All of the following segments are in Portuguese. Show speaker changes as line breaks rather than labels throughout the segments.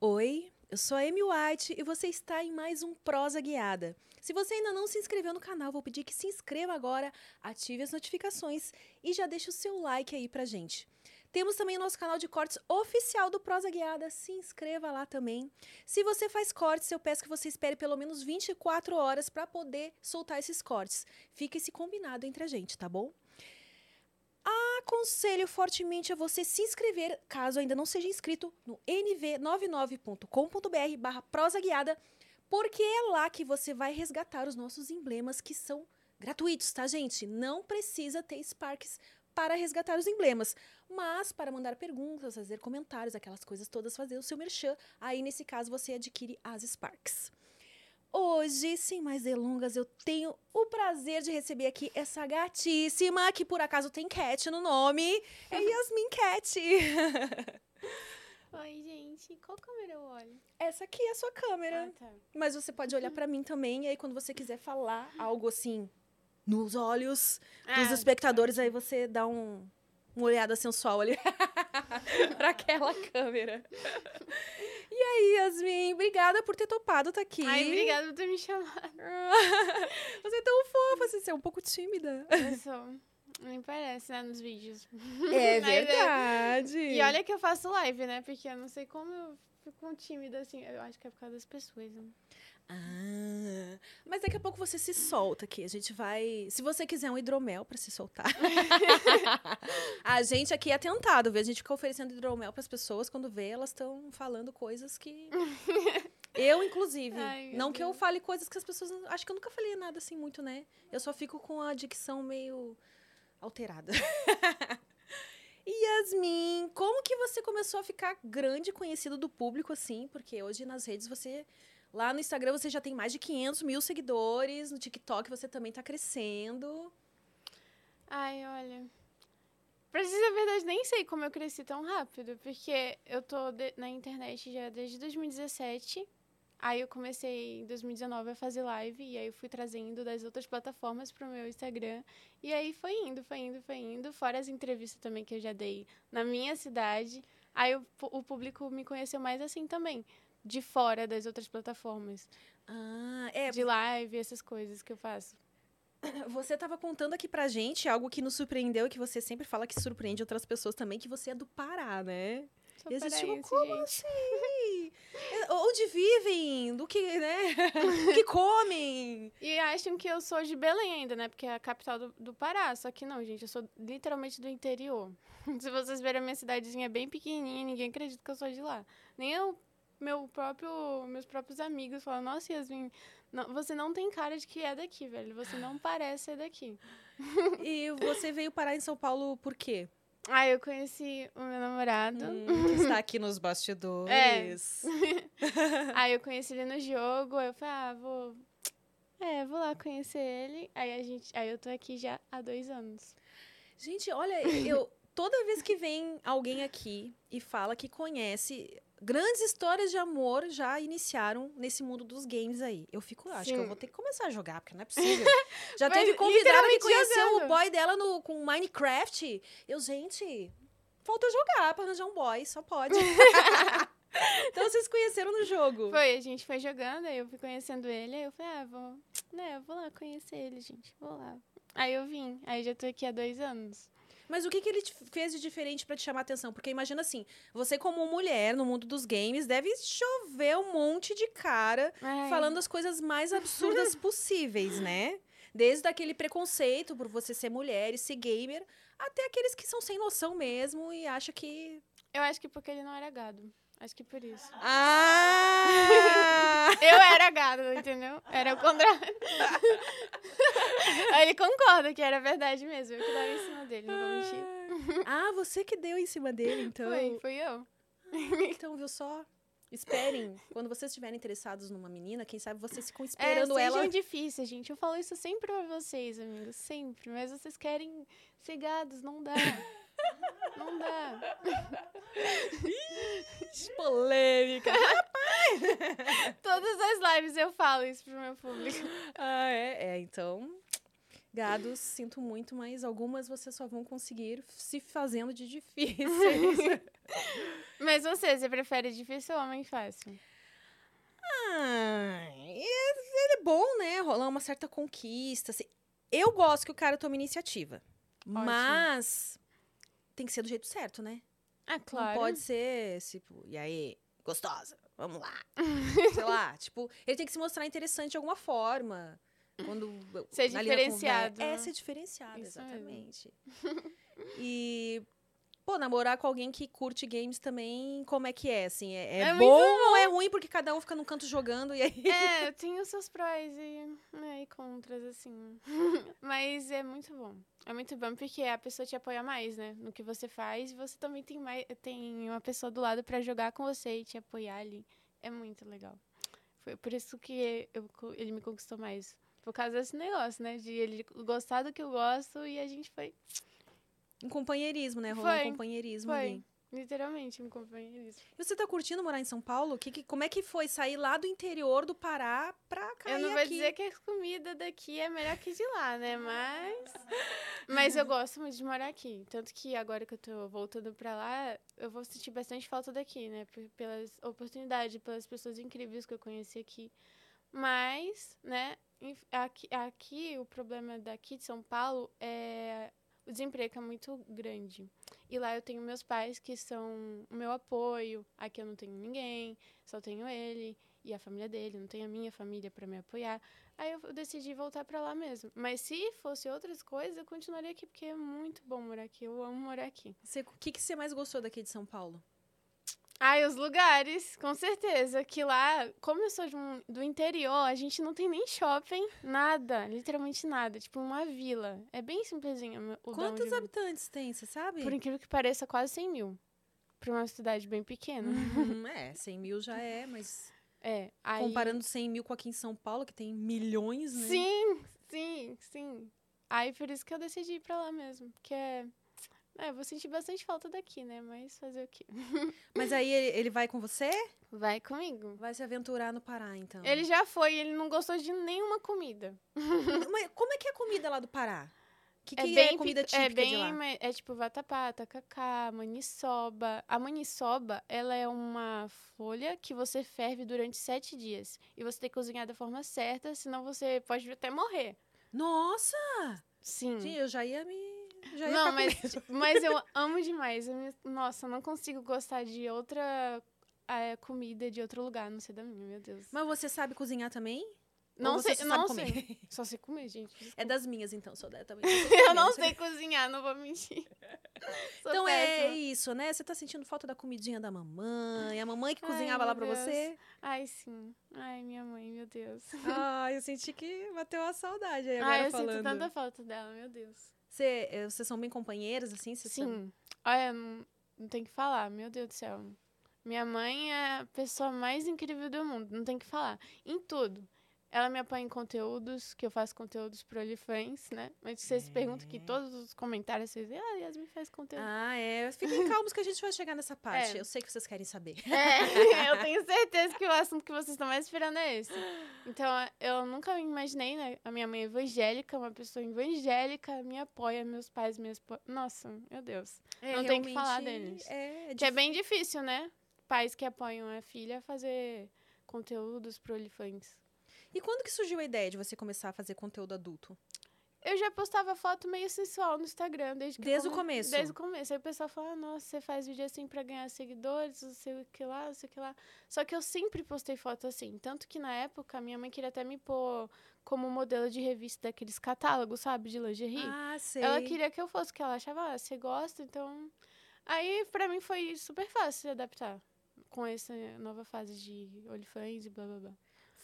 Oi, eu sou a Amy White e você está em mais um Prosa Guiada. Se você ainda não se inscreveu no canal, vou pedir que se inscreva agora, ative as notificações e já deixe o seu like aí pra gente. Temos também o nosso canal de cortes oficial do Prosa Guiada, se inscreva lá também. Se você faz cortes, eu peço que você espere pelo menos 24 horas para poder soltar esses cortes. Fica esse combinado entre a gente, tá bom? aconselho fortemente a você se inscrever, caso ainda não seja inscrito, no nv99.com.br barra prosa guiada, porque é lá que você vai resgatar os nossos emblemas que são gratuitos, tá, gente? Não precisa ter Sparks para resgatar os emblemas, mas para mandar perguntas, fazer comentários, aquelas coisas todas, fazer o seu merchan, aí nesse caso você adquire as Sparks. Hoje, sem mais delongas, eu tenho o prazer de receber aqui essa gatíssima, que por acaso tem Cat no nome, é Yasmin Cat.
Oi, gente. Qual câmera eu olho?
Essa aqui é a sua câmera,
Ah, tá.
mas você pode olhar pra mim também, e aí quando você quiser falar algo assim, nos olhos
Ah.
dos espectadores, aí você dá um, uma olhada sensual ali pra aquela câmera. E aí, Yasmin, obrigada por ter topado tá aqui.
Ai, obrigada por ter me chamado.
Você é tão fofa, assim, você é um pouco tímida.
Eu sou. Nem parece, né, nos vídeos.
É
Mas é.
verdade.
E olha que eu faço live, né? Porque eu não sei como eu fico tímida, assim. Eu acho que é por causa das pessoas, né?
Ah, mas daqui a pouco você se solta aqui. A gente vai. Se você quiser um hidromel pra se soltar. a gente aqui é tentado, viu? A gente fica oferecendo hidromel pras pessoas quando vê, elas estão falando coisas que. Eu, inclusive.
Ai, meu
não que eu
Deus.
fale coisas que as pessoas. não- Acho que eu nunca falei nada assim muito, né? Eu só fico com a dicção meio alterada. Yasmin, como que você começou a ficar grande conhecida do público assim? Porque hoje nas redes você lá no Instagram você já tem mais de 500 mil seguidores, no TikTok você também tá crescendo.
Ai, olha. Pra dizer a verdade, nem sei como eu cresci tão rápido, porque eu tô de- na internet já desde 2017. Aí eu comecei em 2019 a fazer live, e aí eu fui trazendo das outras plataformas pro meu Instagram. E aí foi indo, foi indo, foi indo. Fora as entrevistas também que eu já dei na minha cidade. Aí o, pu- o público me conheceu mais assim também, de fora das outras plataformas.
Ah, é,
De live, essas coisas que eu faço.
você tava contando aqui pra gente algo que nos surpreendeu e que você sempre fala que surpreende outras pessoas também, que você é do Pará, né?
Só
Existe
para
uma
isso,
como
gente.
Ih, é, Onde vivem? Do que, né? O que comem?
E acham que eu sou de Belém ainda, né? Porque é a capital do, do Pará. Só que não, gente, eu sou literalmente do interior. Se vocês verem a minha cidadezinha é bem pequenininha, ninguém acredita que eu sou de lá. Nem eu, meu próprio, meus próprios amigos falam: Nossa, Yasmin, não- você não tem cara de que é daqui, velho. Você não parece ser daqui.
E você veio parar em São Paulo por quê?
Aí eu conheci o meu namorado.
Hum, que está aqui nos bastidores.
Aí eu conheci ele no jogo, aí eu falei, ah, vou. É, vou lá conhecer ele. Aí a gente. Aí eu tô aqui já há dois anos.
Gente, olha, eu toda vez que vem alguém aqui e fala que conhece grandes histórias de amor já iniciaram nesse mundo dos games aí. Eu fico, "Ah, acho que eu
Sim.
vou ter que começar a jogar, porque não é possível. Já
Mas
teve convidada que
literalmente
conheceu o
jogando.
boy dela no, com Minecraft. Eu, gente, falta eu jogar pra arranjar um boy, só pode. então vocês conheceram no jogo.
Foi, a gente foi jogando, aí eu fui conhecendo ele, aí eu falei, ah, vou, né, eu vou lá conhecer ele, gente, vou lá. Aí eu vim, aí já tô aqui há dois anos.
Mas o que, que ele te fez de diferente pra te chamar a atenção? Porque imagina assim, você como mulher no mundo dos games deve chover um monte de cara
Ai,
falando as coisas mais absurdas possíveis, né? Desde aquele preconceito por você ser mulher e ser gamer, até aqueles que são sem noção mesmo e acham que
Eu acho que porque ele não era gado. Acho que por isso.
ah!
Eu era gado, entendeu? Era o contrário. aí ele concorda que era verdade mesmo, eu que dava em cima dele, não vou mentir.
ah, você que deu em cima dele, então.
Foi, fui eu.
Então, viu só? Esperem, quando vocês estiverem interessados numa menina, quem sabe vocês ficam esperando
é,
ela
sejam difíceis, gente. Eu falo isso sempre pra vocês, amigos. Sempre. Mas vocês querem ser gados. Não dá. não dá.
polêmica.
Todas as lives eu falo isso pro meu público.
Ah, é, é, então. Gados, sinto muito, mas algumas vocês só vão conseguir se fazendo de difíceis.
Mas você, você prefere difícil ou homem fácil?
Ah, e- ele é bom, né? Rolar uma certa conquista. assim. Eu gosto que o cara tome iniciativa.
Ótimo.
Mas tem que ser do jeito certo, né?
Ah, claro.
Não pode ser, tipo, e aí, gostosa, vamos lá. Sei lá, tipo, ele tem que se mostrar interessante de alguma forma. Quando
Ser
ali na
diferenciado,
conversa- É,
né?
ser diferenciado,
Isso mesmo.
exatamente. E, pô, namorar com alguém que curte games também, como é que é, assim? É, é
É
bom
muito
ou é ruim? Porque cada um fica num canto jogando e aí...
É, tem os seus prós e, né, e contras, assim. Mas é muito bom. É muito bom porque a pessoa te apoia mais, né? No que você faz. E você também tem, mais, tem uma pessoa do lado pra jogar com você e te apoiar ali. É muito legal. Foi por isso que eu co- ele me conquistou mais. Por causa desse negócio, né? De ele gostar do que eu gosto e a gente foi.
Um companheirismo, né? Rolar
Foi,
um companheirismo
Foi.
ali.
Literalmente me companheirismo.
E você tá curtindo morar em São Paulo? Que, que- como é que foi sair lá do interior do Pará pra cair
Eu não vou
aqui?
dizer que a comida daqui é melhor que de lá, né? Mas. Mas eu gosto muito de morar aqui. Tanto que agora que eu tô voltando pra lá, eu vou sentir bastante falta daqui, né? Por- Pelas oportunidades, pelas pessoas incríveis que eu conheci aqui. Mas, né? inf- Aqui, aqui, o problema daqui de São Paulo é o desemprego é muito grande. E lá eu tenho meus pais que são o meu apoio. Aqui eu não tenho ninguém, só tenho ele e a família dele, não tenho a minha família para me apoiar. Aí eu decidi voltar para lá mesmo. Mas se fosse outras coisas, eu continuaria aqui porque é muito bom morar aqui. Eu amo morar aqui.
Você- O que, que você mais gostou daqui de São Paulo?
Ai, os lugares, com certeza. Que lá, como eu sou de um- do interior, a gente não tem nem shopping, nada, literalmente nada. Tipo uma vila. É bem simplesinho. o- o da onde eu
Quantos
vim.
habitantes tem, você sabe?
Por incrível que pareça, quase 100 mil. Pra uma cidade bem pequena.
Hum, é, 100 mil já é, mas
É, aí...
comparando 100 mil com aqui em São Paulo, que tem milhões, né?
Sim, sim, sim. Aí por isso que eu decidi ir pra lá mesmo. Porque é. É, eu vou sentir bastante falta daqui, né? Mas fazer o quê?
Mas aí ele, ele vai com você?
Vai comigo.
Vai se aventurar no Pará, então.
Ele já foi, ele não gostou de nenhuma comida.
Mas como é que é a comida lá do Pará? O que, que é, a comida
pic-
típica
é bem,
de lá?
ma- É tipo vatapá, tacacá, maniçoba. A maniçoba, ela é uma folha que você ferve durante sete dias. E você tem que cozinhar da forma certa, senão você pode até morrer.
Nossa!
Sim.
Gente, eu já ia me... Já ia
Hum. Não,
ficar com
mas,
medo.
mas eu amo demais. Eu me- Nossa, eu não consigo gostar de outra eh, comida de outro lugar, a não sei da minha, meu Deus.
Mas você sabe cozinhar também? Ou
não
você
sei,
só sabe
não
comer?
sei. Só sei comer, gente.
É
desculpa.
das minhas, então, sou da também.
eu não sei cozinhar, não vou mentir. Sou
Então é
péssima.
isso, né? Você tá sentindo falta da comidinha da mamãe, a mamãe que
Ai,
cozinhava lá pra
meu Deus.
você?
Ai, sim. Ai, minha mãe, meu Deus.
Ah, eu senti que bateu a saudade aí agora
Ai, Ah, eu
falando.
sinto tanta falta dela, meu Deus.
Cê- eh, vocês são bem companheiras, assim? Vocês são-
Sim. Olha, não, não tem que falar, meu Deus do céu. Minha mãe é a pessoa mais incrível do mundo, não tem que falar. Em tudo. Ela me apoia em conteúdos, que eu faço conteúdos pro OnlyFans, né? Mas vocês
É.
perguntam que todos os comentários vocês dizem, ah, Yasmin faz conteúdo.
Ah, é. Fiquem calmos que a gente vai chegar nessa parte.
É.
Eu sei que vocês querem saber.
É, eu tenho certeza que o assunto que vocês estão mais esperando é esse. Então, eu nunca me imaginei, né? A minha mãe é evangélica, uma pessoa evangélica, me apoia, meus pais me apoiam. Nossa, meu Deus.
É,
Não tem que falar
realmente,
deles.
É, é
Que é
dif-
bem difícil, né? Pais que apoiam a filha a fazer conteúdos pro OnlyFans.
E quando que surgiu a ideia de você começar a fazer conteúdo adulto?
Eu já postava foto meio sensual no Instagram desde que eu
Desde o
come-
começo?
Desde o começo. Aí o pessoal fala: "Ah, "Nossa, você faz vídeo assim pra ganhar seguidores, não sei o que lá, não sei o que lá". Só que eu sempre postei foto assim, tanto que na época minha mãe queria até me pôr como modelo de revista daqueles catálogos, sabe, de lingerie.
Ah, sei.
Ela queria que eu fosse, que ela achava, ah, você gosta, então. Aí, pra mim, foi super fácil se adaptar com essa nova fase de olifãs e blá blá blá.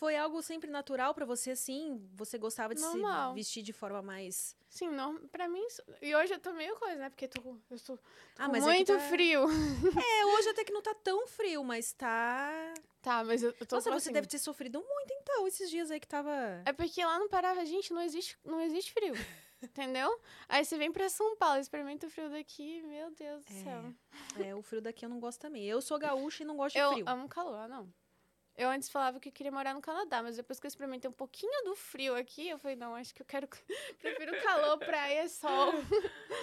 Foi algo sempre natural pra você, assim? Você gostava de
Normal.
se vestir de forma mais...
Sim, não, pra mim. isso- E hoje eu tô meio coisa, né? Porque tô, eu estou
Ah, mas é que
muito
tá-
frio.
É, hoje até que não tá tão frio, mas tá...
Tá, mas eu, eu tô.
Nossa, você
assim,
deve ter sofrido muito, então, esses dias aí que tava...
É porque lá no Pará, gente, não existe, não existe frio. entendeu? Aí você vem pra São Paulo, experimenta o frio daqui, meu Deus do
É,
céu.
É, o frio daqui eu não gosto também. Eu sou gaúcha e não gosto de
Eu
frio.
amo calor, ah, não. Eu antes falava que eu queria morar no Canadá, mas depois que eu experimentei um pouquinho do frio aqui, eu falei, não, acho que eu quero. Prefiro calor, praia, sol.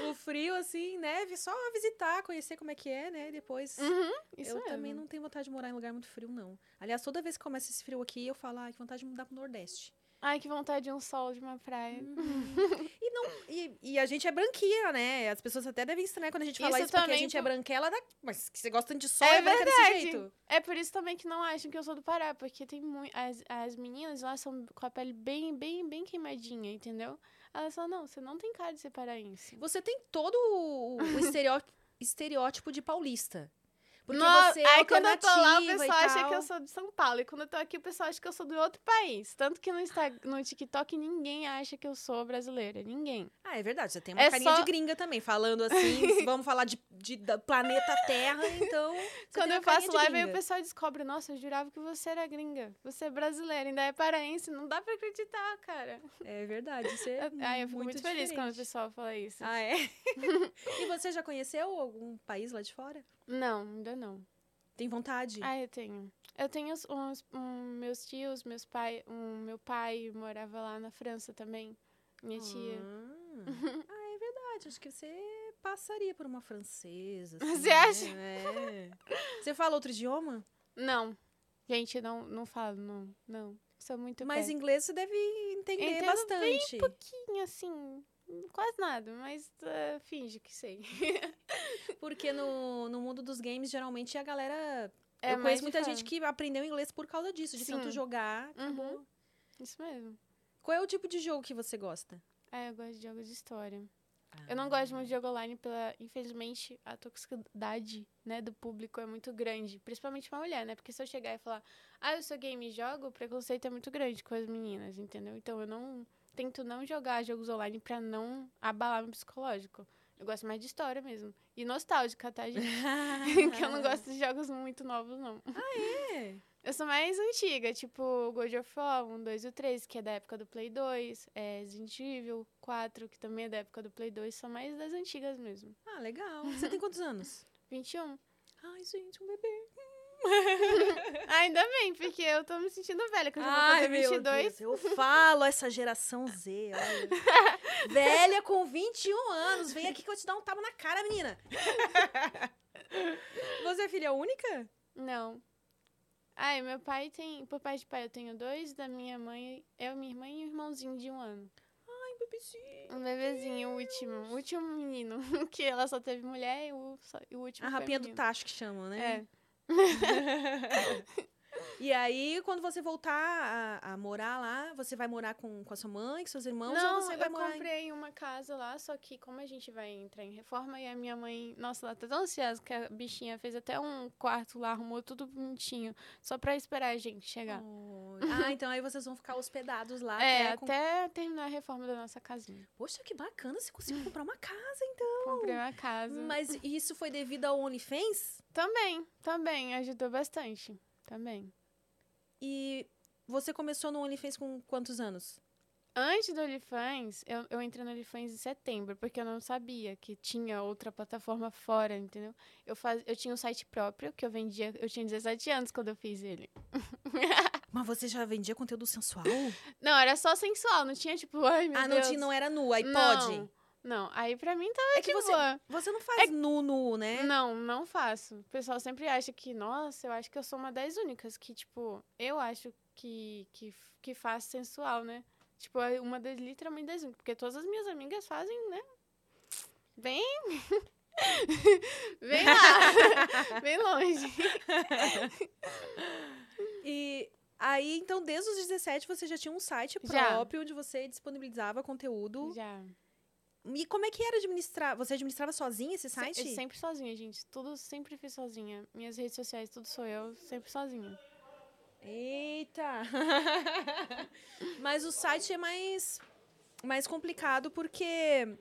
O frio, assim, neve, só visitar, conhecer como é que é, né? Depois.
Uhum, isso
eu
mesmo.
também não tenho vontade de morar em lugar muito frio, não. Aliás, toda vez que começa esse frio aqui, eu falo, ai, que vontade de mudar pro Nordeste.
Ai, que vontade de um sol, de uma praia. Uhum.
E, não, e, e a gente é branquinha, né? As pessoas até devem estranhar quando a gente fala
Isso
isso, porque a
também,
gente é
pô.
branquela, dá- mas que você gosta tanto de sol, é,
É
branca desse
verdade.
jeito.
É por isso também que não acham que eu sou do Pará, porque tem muito. As, as meninas lá são com a pele bem, bem, bem queimadinha, entendeu? Elas falam, não, você não tem cara de ser paraense.
Você tem todo o, o estereó- estereótipo de paulista. Porque
Não,
você é
aí quando eu tô lá, o
alternativa e
pessoal acha que eu
tal.
sou de São Paulo. E quando eu tô aqui, o pessoal acha que eu sou de outro país. Tanto que no, Insta- no TikTok ninguém acha que eu sou brasileira. Ninguém.
Ah, é verdade. Você tem uma
É
carinha de
só-
gringa também, falando assim. se vamos falar de, de- da planeta Terra, então. você
quando
tem
eu
uma carinha
faço
de
live, aí o
gringa.
pessoal descobre, nossa, eu jurava que você era gringa. Você é brasileira, ainda é paraense, não dá pra acreditar, cara.
É verdade. Você é
Aí eu fico muito, feliz quando o
diferente.
pessoal fala isso.
Ah, é? e você já conheceu algum país lá de fora?
Não, ainda não.
Tem vontade?
Ah, eu tenho. Eu tenho os- uns, um, meus tios, meus pai, um, meu pai morava lá na França também. Minha tia.
Ah, Ah, é verdade. Acho que você passaria por uma francesa.
Você
assim, né? É. Você fala outro idioma?
Não. Gente, não, não falo, não. Não. Sou muito
Mas
péssima.
inglês você deve entender
Entendo bem
bastante.
pouquinho, assim, quase nada, mas eh, finge que sei.
Porque no, no mundo dos games, geralmente, a galera.
É
eu
mais
conheço
de
muita
fã.
gente que aprendeu inglês por causa disso, de tanto
Sim.
jogar. acabou.
Uhum. Isso mesmo.
Qual é o tipo de jogo que você gosta?
Ah, eu gosto de jogos de história. Eu não gosto muito de jogo online pela, infelizmente, a toxicidade, né, do público é muito grande, principalmente pra mulher, né? Porque se eu chegar e falar: "Ah, eu sou game e jogo", o preconceito é muito grande com as meninas, entendeu? Então eu não tento não jogar jogos online pra não abalar meu psicológico. Eu gosto mais de história mesmo. E nostálgica, tá, gente? que eu não gosto de jogos muito novos, não.
É.
Eu sou mais antiga, tipo God of War 1, 2 e o 3, que é da época do Play 2, é Resident Evil 4, que também é da época do Play 2, são mais das antigas mesmo.
Ah, legal. Você tem quantos anos?
21.
Ai, gente, um bebê.
Ainda bem, porque eu tô me sentindo velha, que eu já vou fazer 22.
eu falo essa geração Z, olha. Velha com 21 anos. Vem aqui que eu te dar um tapa na cara, menina. Você é filha única?
Não. Ai, meu pai tem. Por pai de pai eu tenho dois, da minha mãe, eu, minha irmã e um irmãozinho de um ano.
Ai, bebezinho.
Um bebezinho, o último. O último menino. Que ela só teve mulher e o, só- e o último.
A
foi
rapinha do
menino.
tacho que chamam, né?
É.
E aí, quando você voltar a, a morar lá, você vai morar com, com a sua mãe, com seus irmãos, ou
Não,
você
eu
vai morar em...
comprei uma casa lá, só que como a gente vai entrar em reforma e a minha mãe, nossa, ela tá tão ansiosa que a bichinha fez até um quarto lá, arrumou tudo bonitinho, só pra esperar a gente chegar.
Ai, Ah, então aí vocês vão ficar hospedados lá. até
é,
a
até,
com-
terminar a reforma da nossa casinha.
Poxa, que bacana, você conseguiu comprar uma casa, então.
Comprei uma casa.
Mas isso foi devido ao OnlyFans?
Também, também, ajudou bastante. Também.
E você começou no OnlyFans com quantos anos?
Antes do OnlyFans, eu, eu entrei no OnlyFans em setembro, porque eu não sabia que tinha outra plataforma fora, entendeu? Eu, faz, eu tinha um site próprio que eu vendia, eu tinha 17 anos quando eu fiz ele.
Mas você já vendia conteúdo sensual?
Não, era só sensual, não tinha tipo, ai meu
ah, não,
Deus.
tinha, não era nu, aí
Não,
pode.
Não, aí pra mim tava
É que
de
você,
boa.
você não
É
faz nu, nu, né?
Não, não faço. O pessoal sempre acha que, nossa, eu acho que eu sou uma das únicas que, tipo, eu acho que, que, que faço sensual, né? Tipo, é uma das, literalmente das únicas, porque todas as minhas amigas fazem, né? Bem... Bem lá. Bem longe.
E aí, então, desde os 17, você já tinha um site
Já.
próprio onde você disponibilizava conteúdo.
Já.
E como é que era administrar? Você administrava sozinha esse
Se-
site?
Sempre sozinha, gente. Tudo sempre fiz sozinha. Minhas redes sociais, tudo sou eu, sempre sozinha.
Eita! Mas o site é mais, mais complicado porque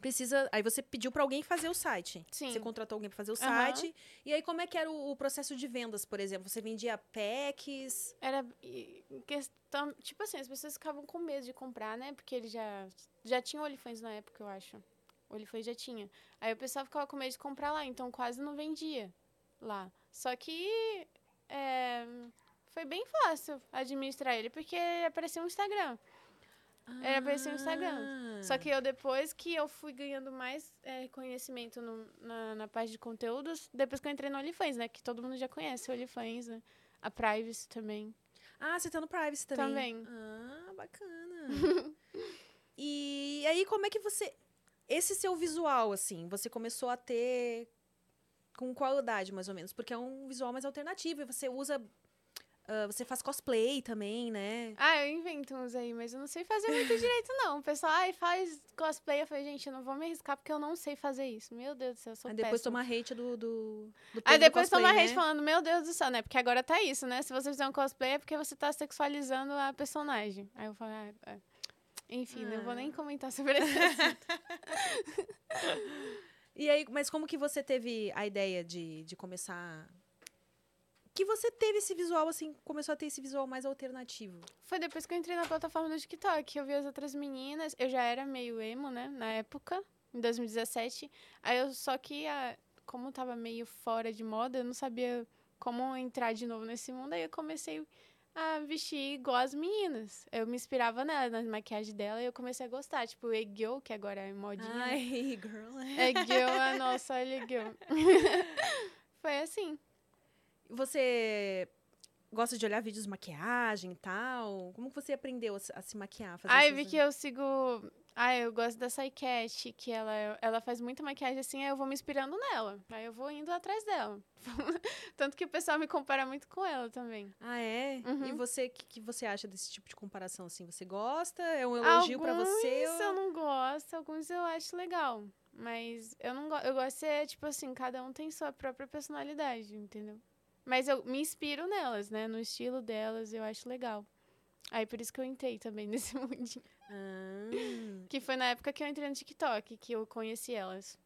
precisa. Aí você pediu pra alguém fazer o site.
Sim.
Você contratou alguém pra fazer o
Aham.
site. E aí, como é que era o, o processo de vendas, por exemplo? Você vendia packs?
Era e- questão. Tipo assim, as pessoas ficavam com medo de comprar, né? Porque ele já, já tinha olifões na época, eu acho. Olifões já tinha. Aí o pessoal ficava com medo de comprar lá, então quase não vendia lá. Só que. é, foi bem fácil administrar ele, porque ele apareceu no Instagram. Ele apareceu no
Hum.
Instagram. Só que eu, depois que eu fui ganhando mais é, conhecimento no- na, na parte de conteúdos, depois que eu entrei no OnlyFans, né? Que todo mundo já conhece o OnlyFans, né? A Privacy também.
Ah, você tá no Privacy também?
Também.
Ah, bacana. e aí, como é que você. Esse seu visual, assim, você começou a ter. Com qual idade, mais ou menos? Porque é um visual mais alternativo e você usa. ah, você faz cosplay também, né?
Ah, eu invento uns aí, mas eu não sei fazer muito direito, não. O pessoal, ai, faz cosplay. Eu falei, gente, eu não vou me arriscar porque eu não sei fazer isso. Meu Deus do céu, eu sou
Aí depois
péssima.
tomar hate do. do, do
Aí
povo do
depois
cosplay,
toma
né?
rede falando, meu Deus do céu, né? Porque agora tá isso, né? Se você fizer um cosplay é porque você tá sexualizando a personagem. Aí eu falo, ah, é. enfim, não
Ah.
vou nem comentar sobre isso.
E aí, mas como que você teve a ideia de, de começar. Que você teve esse visual, assim, começou a ter esse visual mais alternativo.
Foi depois que eu entrei na plataforma do TikTok. Eu vi as outras meninas. Eu já era meio emo, né? Na época, em 2017. Aí eu só que, ah, como tava meio fora de moda, eu não sabia como entrar de novo nesse mundo. Aí eu comecei a vestir igual as meninas. Eu me inspirava nela, na maquiagem dela, e eu comecei a gostar. Tipo, o Egyo, que agora é modinha. né?
Ai, girl.
É Gil, a nossa, olha Gil. Foi assim.
Você gosta de olhar vídeos de maquiagem e tal? Como que você aprendeu a se, a se maquiar? a Fazer
Ai,
essas-
vi que eu sigo. Ai, eu gosto da Psycat, que ela, ela faz muita maquiagem assim, aí eu vou me inspirando nela. Aí eu vou indo atrás dela. Tanto que o pessoal me compara muito com ela também.
Ah, é? E
Uhum.
você, o que, que você acha desse tipo de comparação, assim? Você gosta? É um elogio pra você?
Alguns eu não gosto, alguns eu acho legal. Mas eu não gosto. Eu gosto de ser, tipo assim, cada um tem sua própria personalidade, entendeu? Mas eu me inspiro nelas, né? No estilo delas, eu acho legal. Aí por isso que eu entrei também nesse mundinho.
Ah,
Que foi na época que eu entrei no TikTok, que eu conheci elas.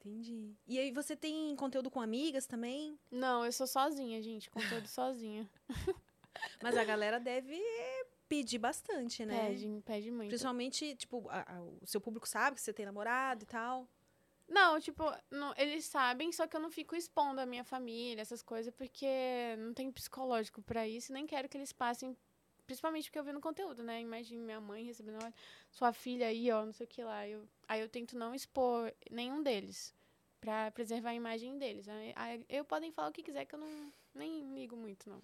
entendi. E aí, você tem conteúdo com amigas também?
Não, eu sou sozinha, gente. Conteúdo sozinha.
Mas a galera deve pedir bastante, né?
Pede, pede muito.
Principalmente, tipo, a- a- o seu público sabe que você tem namorado e tal.
Não, tipo, não- eles sabem, só que eu não fico expondo a minha família, essas coisas, porque não tem psicológico pra isso, e nem quero que eles passem, principalmente porque eu vi no conteúdo, né? Imagina minha mãe recebendo, olha, sua filha aí, ó, não sei o que lá. Eu, aí eu tento não expor nenhum deles, pra preservar a imagem deles. Aí, aí eu podem falar o que quiser, que eu não nem ligo muito, não.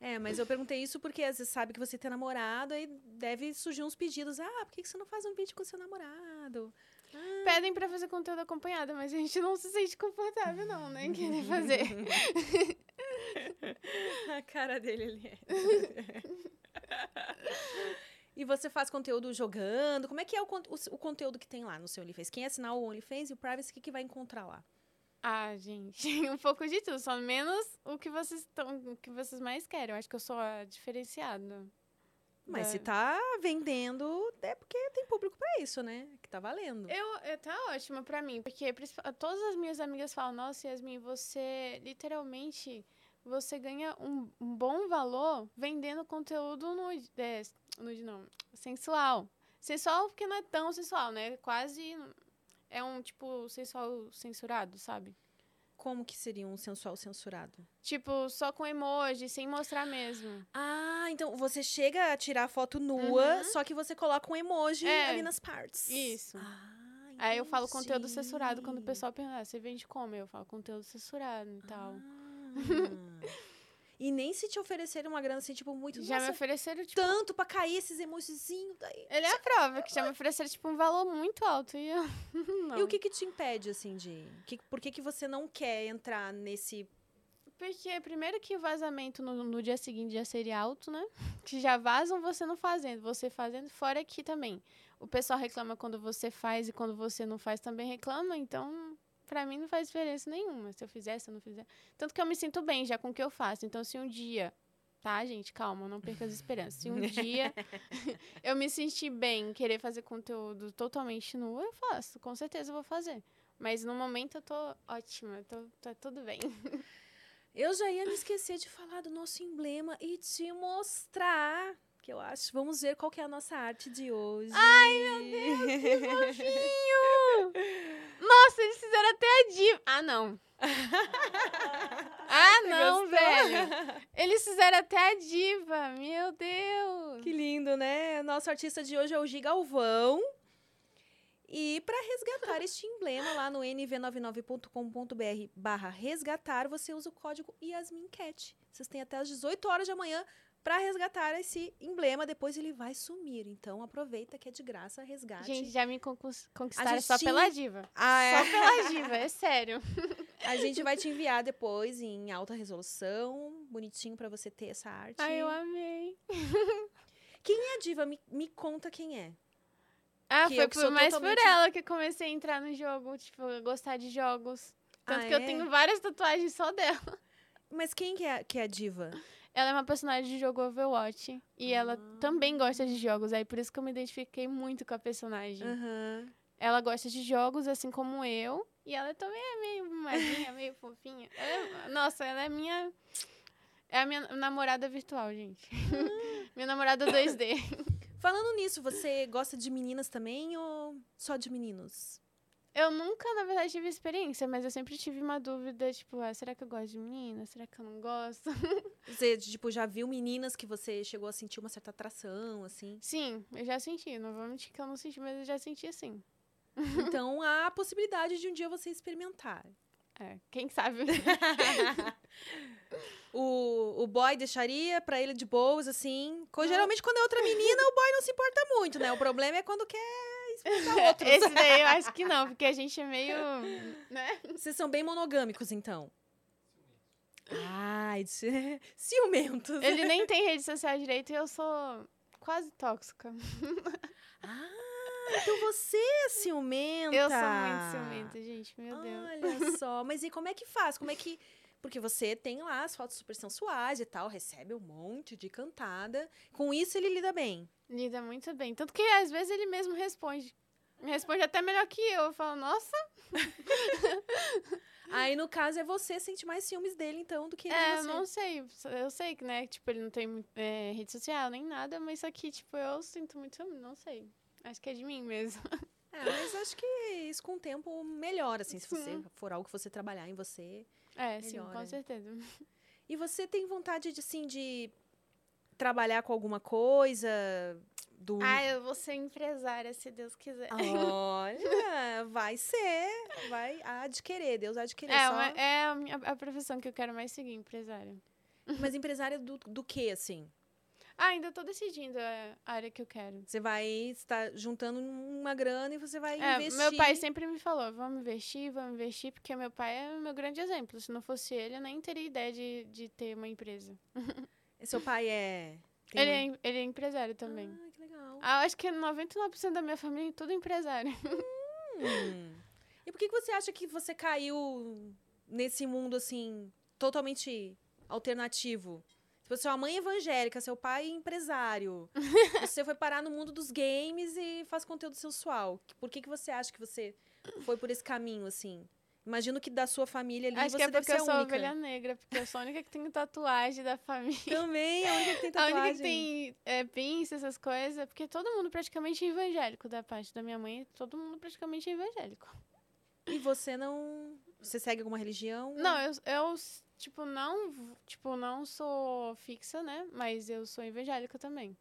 É, mas eu perguntei isso porque às vezes sabe que você tem namorado, aí deve surgir uns pedidos. Ah, por que que você não faz um vídeo com seu namorado? Ah.
Pedem pra fazer conteúdo acompanhado, mas a gente não se sente confortável, não, né? em Querer fazer.
A cara dele ali é. E você faz conteúdo jogando? Como é que é o, con- o s- o conteúdo que tem lá no seu OnlyFans? Quem assinar o OnlyFans e o Privacy, o que, que vai encontrar lá?
Ah, gente, um pouco de tudo, só menos o que vocês estão, o que vocês mais querem. Eu acho que eu sou a diferenciada.
Mas
da-
se tá vendendo, é porque tem público pra isso, né? Que tá valendo.
Eu, eu- tá ótimo pra mim, porque princip- todas as minhas amigas falam, nossa, Yasmin, você literalmente você ganha um, um bom valor vendendo conteúdo nude, é, nude não, sensual. Sensual porque não é tão sensual, né? Quase é um tipo sensual censurado, sabe?
Como que seria um sensual censurado?
Tipo, só com emoji, sem mostrar mesmo.
Ah, então você chega a tirar a foto nua,
Uhum.
só que você coloca um emoji
É,
ali nas partes.
isso.
Ah,
Aí eu falo conteúdo
entendi.
censurado quando o pessoal pergunta, "Ah, você vende como? Eu falo conteúdo censurado e tal.
Ah. e nem se te oferecerem uma grana assim, tipo, muito.
já me
nossa,
ofereceram, tipo.
tanto pra cair esses emojizinhos daí.
Ele é a prova, que já me ofereceram, tipo, um valor muito alto. E eu. Não.
E o que que te impede, assim, de... que- por que que você não quer entrar nesse...
Porque primeiro que o vazamento no, no dia seguinte já seria alto, né? Que já vazam você não fazendo, você fazendo, fora aqui também. O pessoal reclama quando você faz e quando você não faz também reclama, então pra mim não faz diferença nenhuma se eu fizer, se eu não fizer. Tanto que eu me sinto bem já com o que eu faço. Então se um dia, tá, gente, calma, não perca as esperanças. Se um dia eu me sentir bem, querer fazer conteúdo totalmente nu, eu faço, com certeza eu vou fazer. Mas no momento eu tô ótima, tô, tá tudo bem.
Eu já ia me esquecer de falar do nosso emblema e te mostrar, que eu acho... Vamos ver qual que é a nossa arte de hoje. Ai, meu Deus!
Nossa, eles fizeram até a diva. Ah, não. Ah, não, velho. Eles fizeram até a diva. Meu Deus.
Que lindo, né? Nosso artista de hoje é o Gigalvão. E para resgatar este emblema lá no nv99.com.br barra resgatar, você usa o código YasminCat. Vocês têm até as 18 horas de amanhã para resgatar esse emblema, depois ele vai sumir. Então aproveita que é de graça, resgate.
Gente, já me concus- conquistaram
gente
só
tinha-
pela diva.
Ah, é.
Só pela diva, é sério.
A gente vai te enviar depois em alta resolução, bonitinho pra você ter essa arte.
Ai, Ah, eu amei.
Quem é a diva? Me, me conta quem é.
Ah,
Que
foi
eu que
por-
sou
mais
totalmente-
por ela que eu comecei a entrar no jogo, tipo, a gostar de jogos. Tanto
Ah,
que eu
é?
tenho várias tatuagens só dela.
Mas quem que é, que é a diva?
Ela é uma personagem de jogo Overwatch. E ela
Ah.
também gosta de jogos. Aí por isso que eu me identifiquei muito com a personagem.
Aham.
Ela gosta de jogos, assim como eu. E ela também é meio maguinha, meio fofinha. Ela é- nossa, ela é minha. É a minha namorada virtual, gente. minha namorada 2D.
Falando nisso, você gosta de meninas também ou só de meninos?
Eu nunca, na verdade, tive experiência, mas eu sempre tive uma dúvida, tipo, ah, será que eu gosto de menina? Será que eu não gosto?
Você, tipo, já viu meninas que você chegou a sentir uma certa atração, assim?
Sim, eu já senti. Não vou mentir que eu não senti, mas eu já senti assim.
Então há a possibilidade de um dia você experimentar.
É, quem sabe?
o, o boy deixaria pra ele de boas, assim. Co- Geralmente, quando é outra menina, o boy não se importa muito, né? O problema é quando quer experimentar outros.
Esse daí eu acho que não, porque a gente é meio. né?
Vocês são bem monogâmicos, então. Ai, de- ciumentos.
Ele nem tem rede social direito e eu sou quase tóxica.
Ah, então você é ciumenta.
Eu sou muito ciumenta, gente, meu Deus.
Olha só, mas e como é que faz? Como é que. Porque você tem lá as fotos super sensuais e tal, recebe um monte de cantada. Com isso ele lida bem.
Lida muito bem. Tanto que às vezes ele mesmo responde. Me responde até melhor que eu. Eu falo, nossa,
Aí, no caso, é você sente mais ciúmes dele, então, do que ele de
é, eu
você.
não sei. Eu sei que, né, tipo, ele não tem é, rede social nem nada, mas isso aqui, tipo, eu sinto muito, não sei. Acho que é de mim mesmo.
É, mas acho que isso com o tempo melhora, assim, se você
Sim.
for algo que você trabalhar em você.
É, sim,
Melhora.
com certeza.
E você tem vontade de, assim, de trabalhar com alguma coisa do...
Ah, eu vou ser empresária, se Deus quiser.
Olha, vai ser, vai adquirir, Deus adquirir.
É,
só...
uma- é a, minha- a profissão que eu quero mais seguir, empresária.
Mas empresária do, do que, assim?
Ah, ainda tô decidindo a área que eu quero.
Você vai estar juntando uma grana e você vai
É,
investir.
meu pai sempre me falou, vamos investir, vamos investir, porque meu pai é o meu grande exemplo. Se não fosse ele, eu nem teria ideia de, de ter uma empresa.
Seu pai é... tem
Ele
uma-
é, em- ele é empresário também.
Ah, que legal.
Ah, eu acho que 99% da minha família é tudo empresário.
Hum. E por que que você acha que você caiu nesse mundo assim, totalmente alternativo? Tipo, sua mãe é evangélica, seu pai é empresário. você foi parar no mundo dos games e faz conteúdo sensual. Por que, que você acha que você foi por esse caminho, assim? Imagino que da sua família ali
acho
você
que é
deve
porque eu
ser
sou
a
a
única.
ovelha negra, porque eu sou a única que tem tatuagem da família.
Também, a única que tem tatuagem.
A única que tem é, pinça, essas coisas, é porque todo mundo praticamente é evangélico da parte da minha mãe, todo mundo praticamente é evangélico.
E você não... Você segue alguma religião?
Não, eu, eu, tipo, não, tipo, não sou fixa, né? Mas eu sou evangélica também.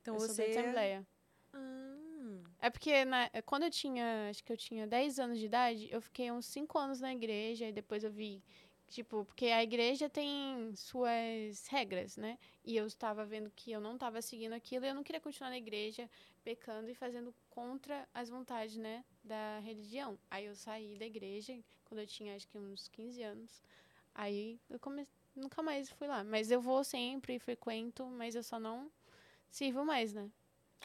Então
eu sou da
você...
Assembleia.
Ah,
É porque na- quando eu tinha, acho que eu tinha 10 anos de idade, eu fiquei uns 5 anos na igreja e depois eu vi, tipo, porque a igreja tem suas regras, né? E eu estava vendo que eu não estava seguindo aquilo e eu não queria continuar na igreja pecando e fazendo contra as vontades, né, da religião. Aí eu saí da igreja quando eu tinha acho que uns 15 anos. Aí eu come... nunca mais fui lá, mas eu vou sempre, frequento, mas eu só não sirvo mais, né?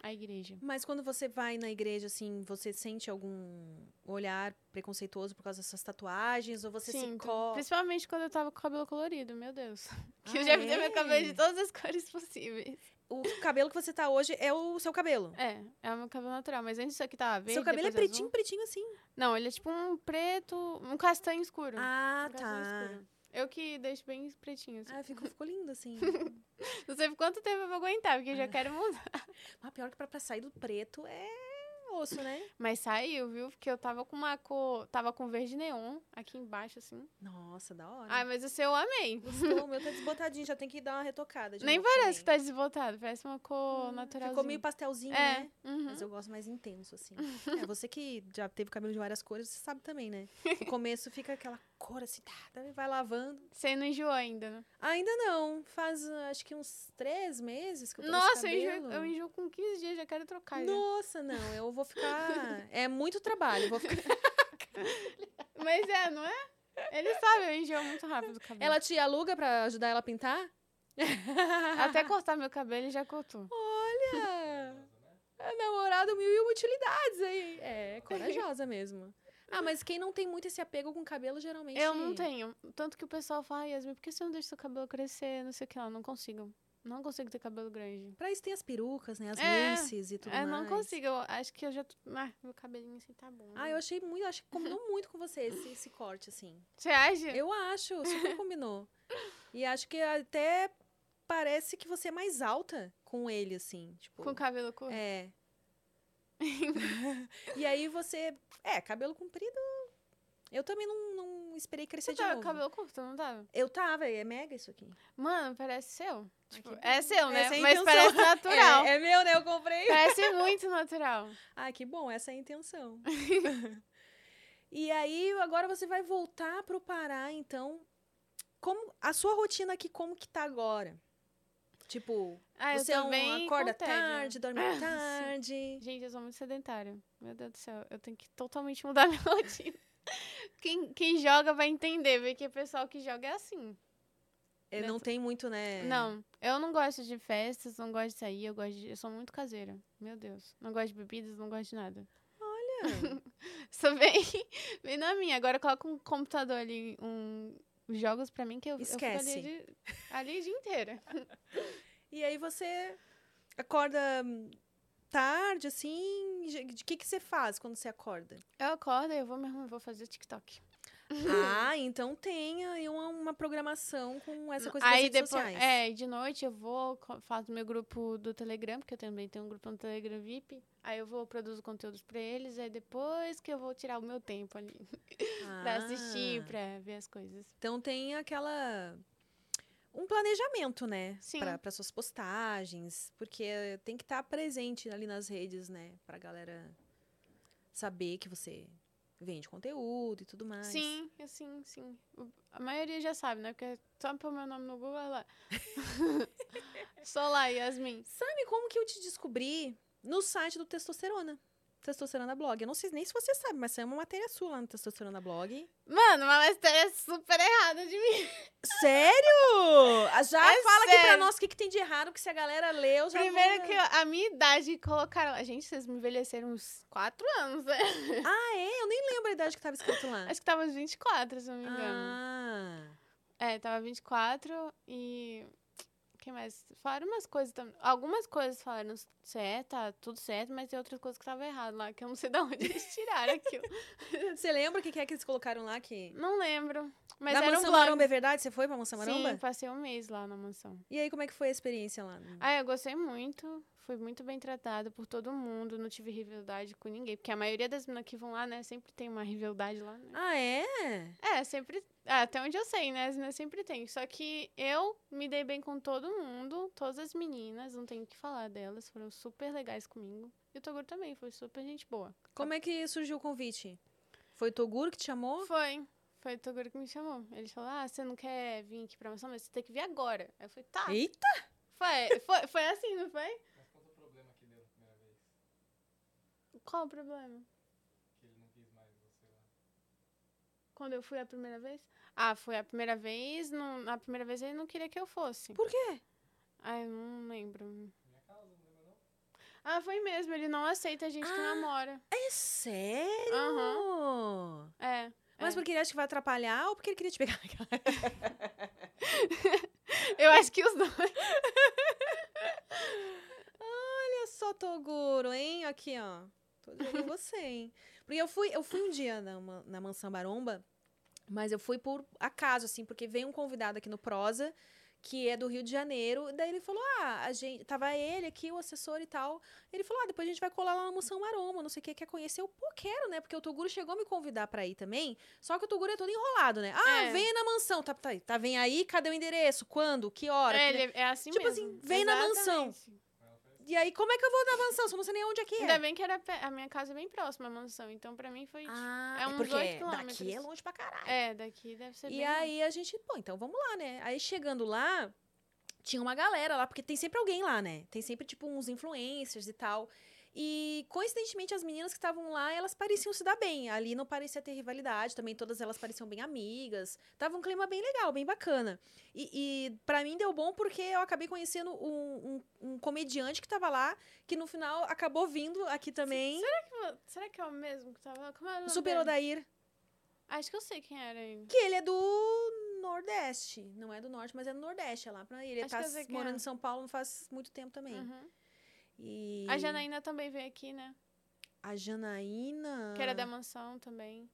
A igreja.
Mas quando você vai na igreja, assim, você sente algum olhar preconceituoso por causa dessas tatuagens? Ou você se
Sinto.
cobre?
Principalmente quando eu tava com o cabelo colorido, meu Deus. Que
Ah,
eu já pintei
é?
meu cabelo de todas as cores possíveis.
O cabelo que você tá hoje é o seu cabelo.
É, é o meu cabelo natural, mas antes isso aqui tava verde.
seu cabelo é
depois
pretinho,
azul.
pretinho assim.
Não, ele é tipo um preto, um castanho escuro.
Ah,
um castanho
tá.
escuro. Eu que deixo bem pretinho, assim.
Ah, ficou, ficou lindo assim.
Ah.
Ah,
Não sei por quanto tempo eu vou aguentar, porque eu já quero mudar.
Mas pior que pra, pra sair do preto é é osso, né?
Mas saiu, viu? Porque eu tava com uma cor. Tava com verde neon aqui embaixo, assim.
Nossa, da hora.
Ai, mas o seu eu amei.
Gostou, o meu tá desbotadinho, já tem que dar uma retocada. de
Nem
novo
parece que
também.
tá desbotado, parece uma cor natural.
Ficou meio pastelzinho,
É.
né?
uhum.
Mas eu gosto mais intenso, assim. É, você que já teve cabelo de várias cores, você sabe também, né? No começo fica aquela cor assim, tá, tá, e vai lavando.
Você não enjoou ainda, né?
Ainda não. Faz ah, acho que uns três meses que eu tô com esse
Nossa, eu
cabelo.
enjoo, eu enjoo com 15 dias, já quero trocar. né? já.
Nossa, não, eu vou ficar. É muito trabalho. Vou ficar...
Mas é, não é? Ele sabe, eu enjoo muito rápido o cabelo.
Ela te aluga pra ajudar ela a pintar? É,
Até cortar meu cabelo, ele já cortou.
Olha! É namorado mil e uma utilidades aí. É, corajosa mesmo. Ah, mas quem não tem muito esse apego com cabelo, geralmente.
Eu não tenho. Tanto que o pessoal fala, "Ai, Yasmin, por que você não deixa seu cabelo crescer? Não sei o que lá. Não consigo. Não consigo ter cabelo grande.
Pra isso tem as perucas, né? As
É,
laces e tudo
eu
mais.
não consigo. Eu acho que eu já. tô- Ah, meu cabelinho assim tá bom.
Ah, eu achei muito, acho que combinou muito com você esse, esse corte, assim.
Você acha?
Eu acho, super combinou. E acho que até parece que você é mais alta com ele, assim. Tipo,
Com cabelo curto?
É. e aí você. É, cabelo comprido. Eu também não, não esperei crescer
Você
é de
tava
novo.
com cabelo curto, não tava?
Eu tava, é mega isso aqui.
Mano, parece seu. Tipo,
que
é seu, né?
Essa é a
Mas
intenção.
parece natural.
É, é meu, né? Eu comprei.
Parece muito natural.
Ah, que bom, essa é a intenção. e aí, agora você vai voltar pro Pará, então. Como, a sua rotina aqui, como que tá agora? Tipo,
Ah, eu
você
tô
é um-
bem
acorda
com tédio.
tarde, dorme
Ah, sim.
tarde.
Gente, eu sou muito sedentária. Meu Deus do céu, eu tenho que totalmente mudar minha rotina. Quem, quem joga vai entender, porque o pessoal que joga é assim.
É, Não tem muito, né?
Não, eu não gosto de festas, não gosto de sair, eu gosto de... Eu sou muito caseira. Meu Deus. Não gosto de bebidas, não gosto de nada.
Olha,
Sou bem, bem na minha. Agora coloca um computador ali, um jogos pra mim que eu, eu
Esquece.
fico ali, de- ali o dia inteiro.
E aí você acorda hum, tarde, assim. e De que, que você faz quando você acorda?
Eu acordo, eu vou me arrumar, vou fazer TikTok.
ah, então tem aí uma, uma programação com essa coisa das
Hum, Aí
redes
depois,
sociais.
é, e de noite eu vou, co- faço meu grupo do Telegram, porque eu também tenho um grupo no Telegram VIP. Aí eu vou, produzo conteúdos pra eles, aí depois que eu vou tirar o meu tempo ali pra assistir,
Ah.
pra ver as coisas.
Então tem aquela um planejamento, né,
Sim.
para suas postagens, porque tem que estar presente ali nas redes, né, pra galera saber que você vende conteúdo e tudo mais.
Sim, sim, sim. O- A maioria já sabe, né? Porque só pôr meu nome no Google é lá. Sou lá, Yasmin.
Sabe como que eu te descobri no site do Testosterona? Testosterona Blog. Eu não sei nem se você sabe, mas saiu uma matéria sua lá no Testosterona Blog.
Mano, uma história é super errada de mim.
Sério? Ah, Já
É
fala aqui pra
sério.
nós o que, que tem de errado, que se a galera leu, já
Primeiro
manda.
que eu- a minha idade colocaram lá. Gente, vocês me envelheceram uns 4 anos, né?
Ah, é? Eu nem lembro a idade que tava escrito lá.
Acho que tava uns 24, se eu não me engano.
Ah...
É, tava 24 e. Quem mais? Falaram umas coisas também. Algumas coisas falaram certo, tá tudo certo, mas tem outras coisas que tava errado lá, que eu não sei de onde eles tiraram aquilo.
Você lembra o que que é que eles colocaram lá que
Não lembro. Mas
na
era
Mansão
um blog.
Maromba, é verdade? Você foi pra Mansão Maromba?
Sim, passei um mês lá na mansão.
E aí, como é que foi a experiência lá?
Ah, eu gostei muito. Fui muito bem tratada por todo mundo. Não tive rivalidade com ninguém. Porque a maioria das meninas que vão lá, né? Sempre tem uma rivalidade lá, né?
Ah, é?
É, sempre. ah, até onde eu sei, né? As meninas sempre tem. Só que eu me dei bem com todo mundo. Todas as meninas, não tenho o que falar delas. Foram super legais comigo. E o Toguro também, foi super gente boa.
Como é que surgiu o convite? Foi o Toguro que te chamou?
Foi. Foi o Toguro que me chamou. Ele falou: Ah, você não quer vir aqui pra mansão, mas você tem que vir agora. Aí eu falei: Tá.
Eita!
Foi, foi, foi assim, não foi?
Mas qual foi o problema que deu na primeira vez?
Qual o problema?
Que ele não quis mais você lá.
Quando eu fui a primeira vez? Ah, foi a primeira vez. Não, na primeira vez ele não queria que eu fosse.
Por quê?
Ah, eu não lembro.
Minha casa, não lembra não?
Ah, foi mesmo. Ele não aceita a gente que
Ah.
namora.
É sério?
Aham. É.
Mas
É.
porque ele acha que vai atrapalhar ou porque ele queria te pegar?
Eu acho que os dois.
Olha só, Toguro, hein? Aqui, ó. Tô de olho em você, hein? Porque eu fui, eu fui um dia na, ma- na Mansão Baromba, mas eu fui por acaso, assim, porque veio um convidado aqui no Prosa que é do Rio de Janeiro. E daí ele falou: ah, a gente. Tava ele aqui, o assessor e tal. Ele falou: ah, depois a gente vai colar lá na Moção Maroma, não sei o que, quer conhecer. Eu, pô, quero, né? Porque o Toguro chegou a me convidar pra ir também. Só que o Toguro é todo enrolado, né? Ah,
É.
vem na mansão. Tá, tá, tá, vem aí, cadê o endereço? Quando? Que hora?
É,
Que-
ele- é assim
Tipo
mesmo.
assim, vem na mansão.
Exatamente.
Ela fez.
E aí, como é que eu vou na mansão? Se eu não sei nem onde é que é.
Ainda bem que era pe- a minha casa é bem próxima à mansão, então pra mim foi.
Ah,
É
é
uns
porque
oito
daqui é
quilômetros.
longe pra caralho.
É, daqui deve ser
e
bem.
aí a gente, pô, então vamos lá, né? Aí chegando lá, tinha uma galera lá, porque tem sempre alguém lá, né? Tem sempre, tipo, uns influencers e tal. E, coincidentemente, as meninas que estavam lá, elas pareciam se dar bem. Ali não parecia ter rivalidade, também todas elas pareciam bem amigas. Tava um clima bem legal, bem bacana. E, e para mim deu bom porque eu acabei conhecendo um, um- um comediante que tava lá, que no final acabou vindo aqui também.
Pô, Será que é o mesmo que tava lá? Como era o
O
nome
Super
dele?
Odair.
Acho que eu sei quem era ainda.
Que ele é do Nordeste. Não é do Norte, mas é do Nordeste. É lá pra ele.
Acho
tá
que eu sei quem
morando
é.
em São Paulo não faz muito tempo também.
Uhum.
E...
A Janaína também veio aqui, né?
A Janaína...
Que era da mansão também.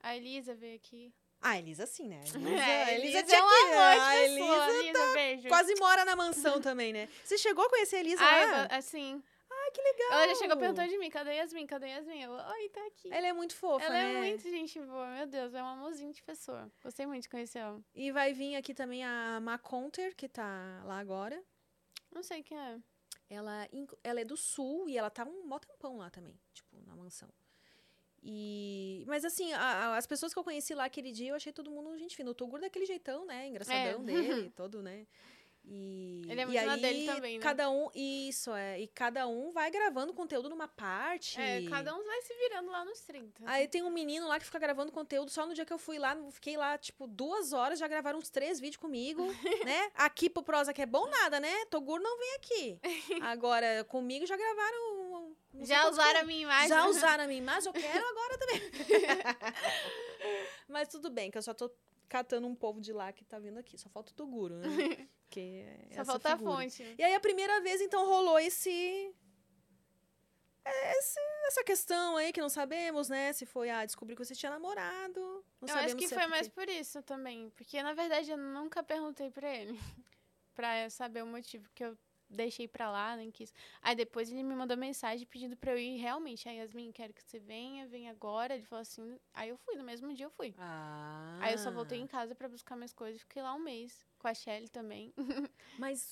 A Elisa veio aqui.
Ah, a Elisa sim, né? A Elisa,
É,
a
a
Elisa
Elisa
tinha
é um
que- Ah,
amor de
a
pessoa. né,
Elisa tá
Elisa, beijo.
quase mora na mansão também, né? Você chegou a conhecer a Elisa
Ai,
lá?
go- assim.
Ai, que legal!
Ela já chegou e perguntou de mim, cadê Yasmin? Cadê Yasmin? Eu, oi, tá aqui.
Ela é muito fofa,
Ela
né?
é muito gente boa, meu Deus, é um amorzinho de pessoa. Gostei muito de conhecer ela.
E vai vir aqui também a Maconter, que tá lá agora.
Não sei quem é.
Ela, inc- ela é do sul e ela tá um mó tempão lá também, tipo, na mansão. E. Mas assim, a- a- as pessoas que eu conheci lá aquele dia, eu achei todo mundo gente fina. O Toguro daquele jeitão, né? Engraçadão
É.
dele, todo, né? E,
Ele é
e
muito na
aí,
dele também, né?
Cada um. Isso, é. E cada um vai gravando conteúdo numa parte.
É, cada um vai se virando lá nos 30.
Aí tem um menino lá que fica gravando conteúdo. Só no dia que eu fui lá, fiquei lá, tipo, duas horas, já gravaram uns três vídeos comigo, né? Aqui pro Prosa que é bom nada, né? Toguro não vem aqui. Agora, comigo já gravaram. um, não sei
Já
quantos
usaram a minha imagem? né?
já usaram a minha imagem, eu quero agora também. Mas tudo bem, que eu só tô catando um povo de lá que tá vindo aqui. Só falta o Toguro, né? Que é
Só
essa
falta
figura.
a fonte.
E aí a primeira vez, então, rolou esse... esse- essa questão aí que não sabemos, né? Se foi, ah, descobri que você tinha namorado. Não
eu
sabemos
acho que
se é
foi
porque-
mais por isso também. Porque, na verdade, eu nunca perguntei pra ele. pra eu saber o motivo que eu deixei pra lá, nem quis. Aí depois ele me mandou mensagem pedindo pra eu ir realmente. Aí, Yasmin, quero que você venha, vem agora. Ele falou assim. Aí eu fui, no mesmo dia eu fui.
Ah.
Aí eu só voltei em casa pra buscar minhas coisas. Fiquei lá um mês. Com a Shelly também.
Mas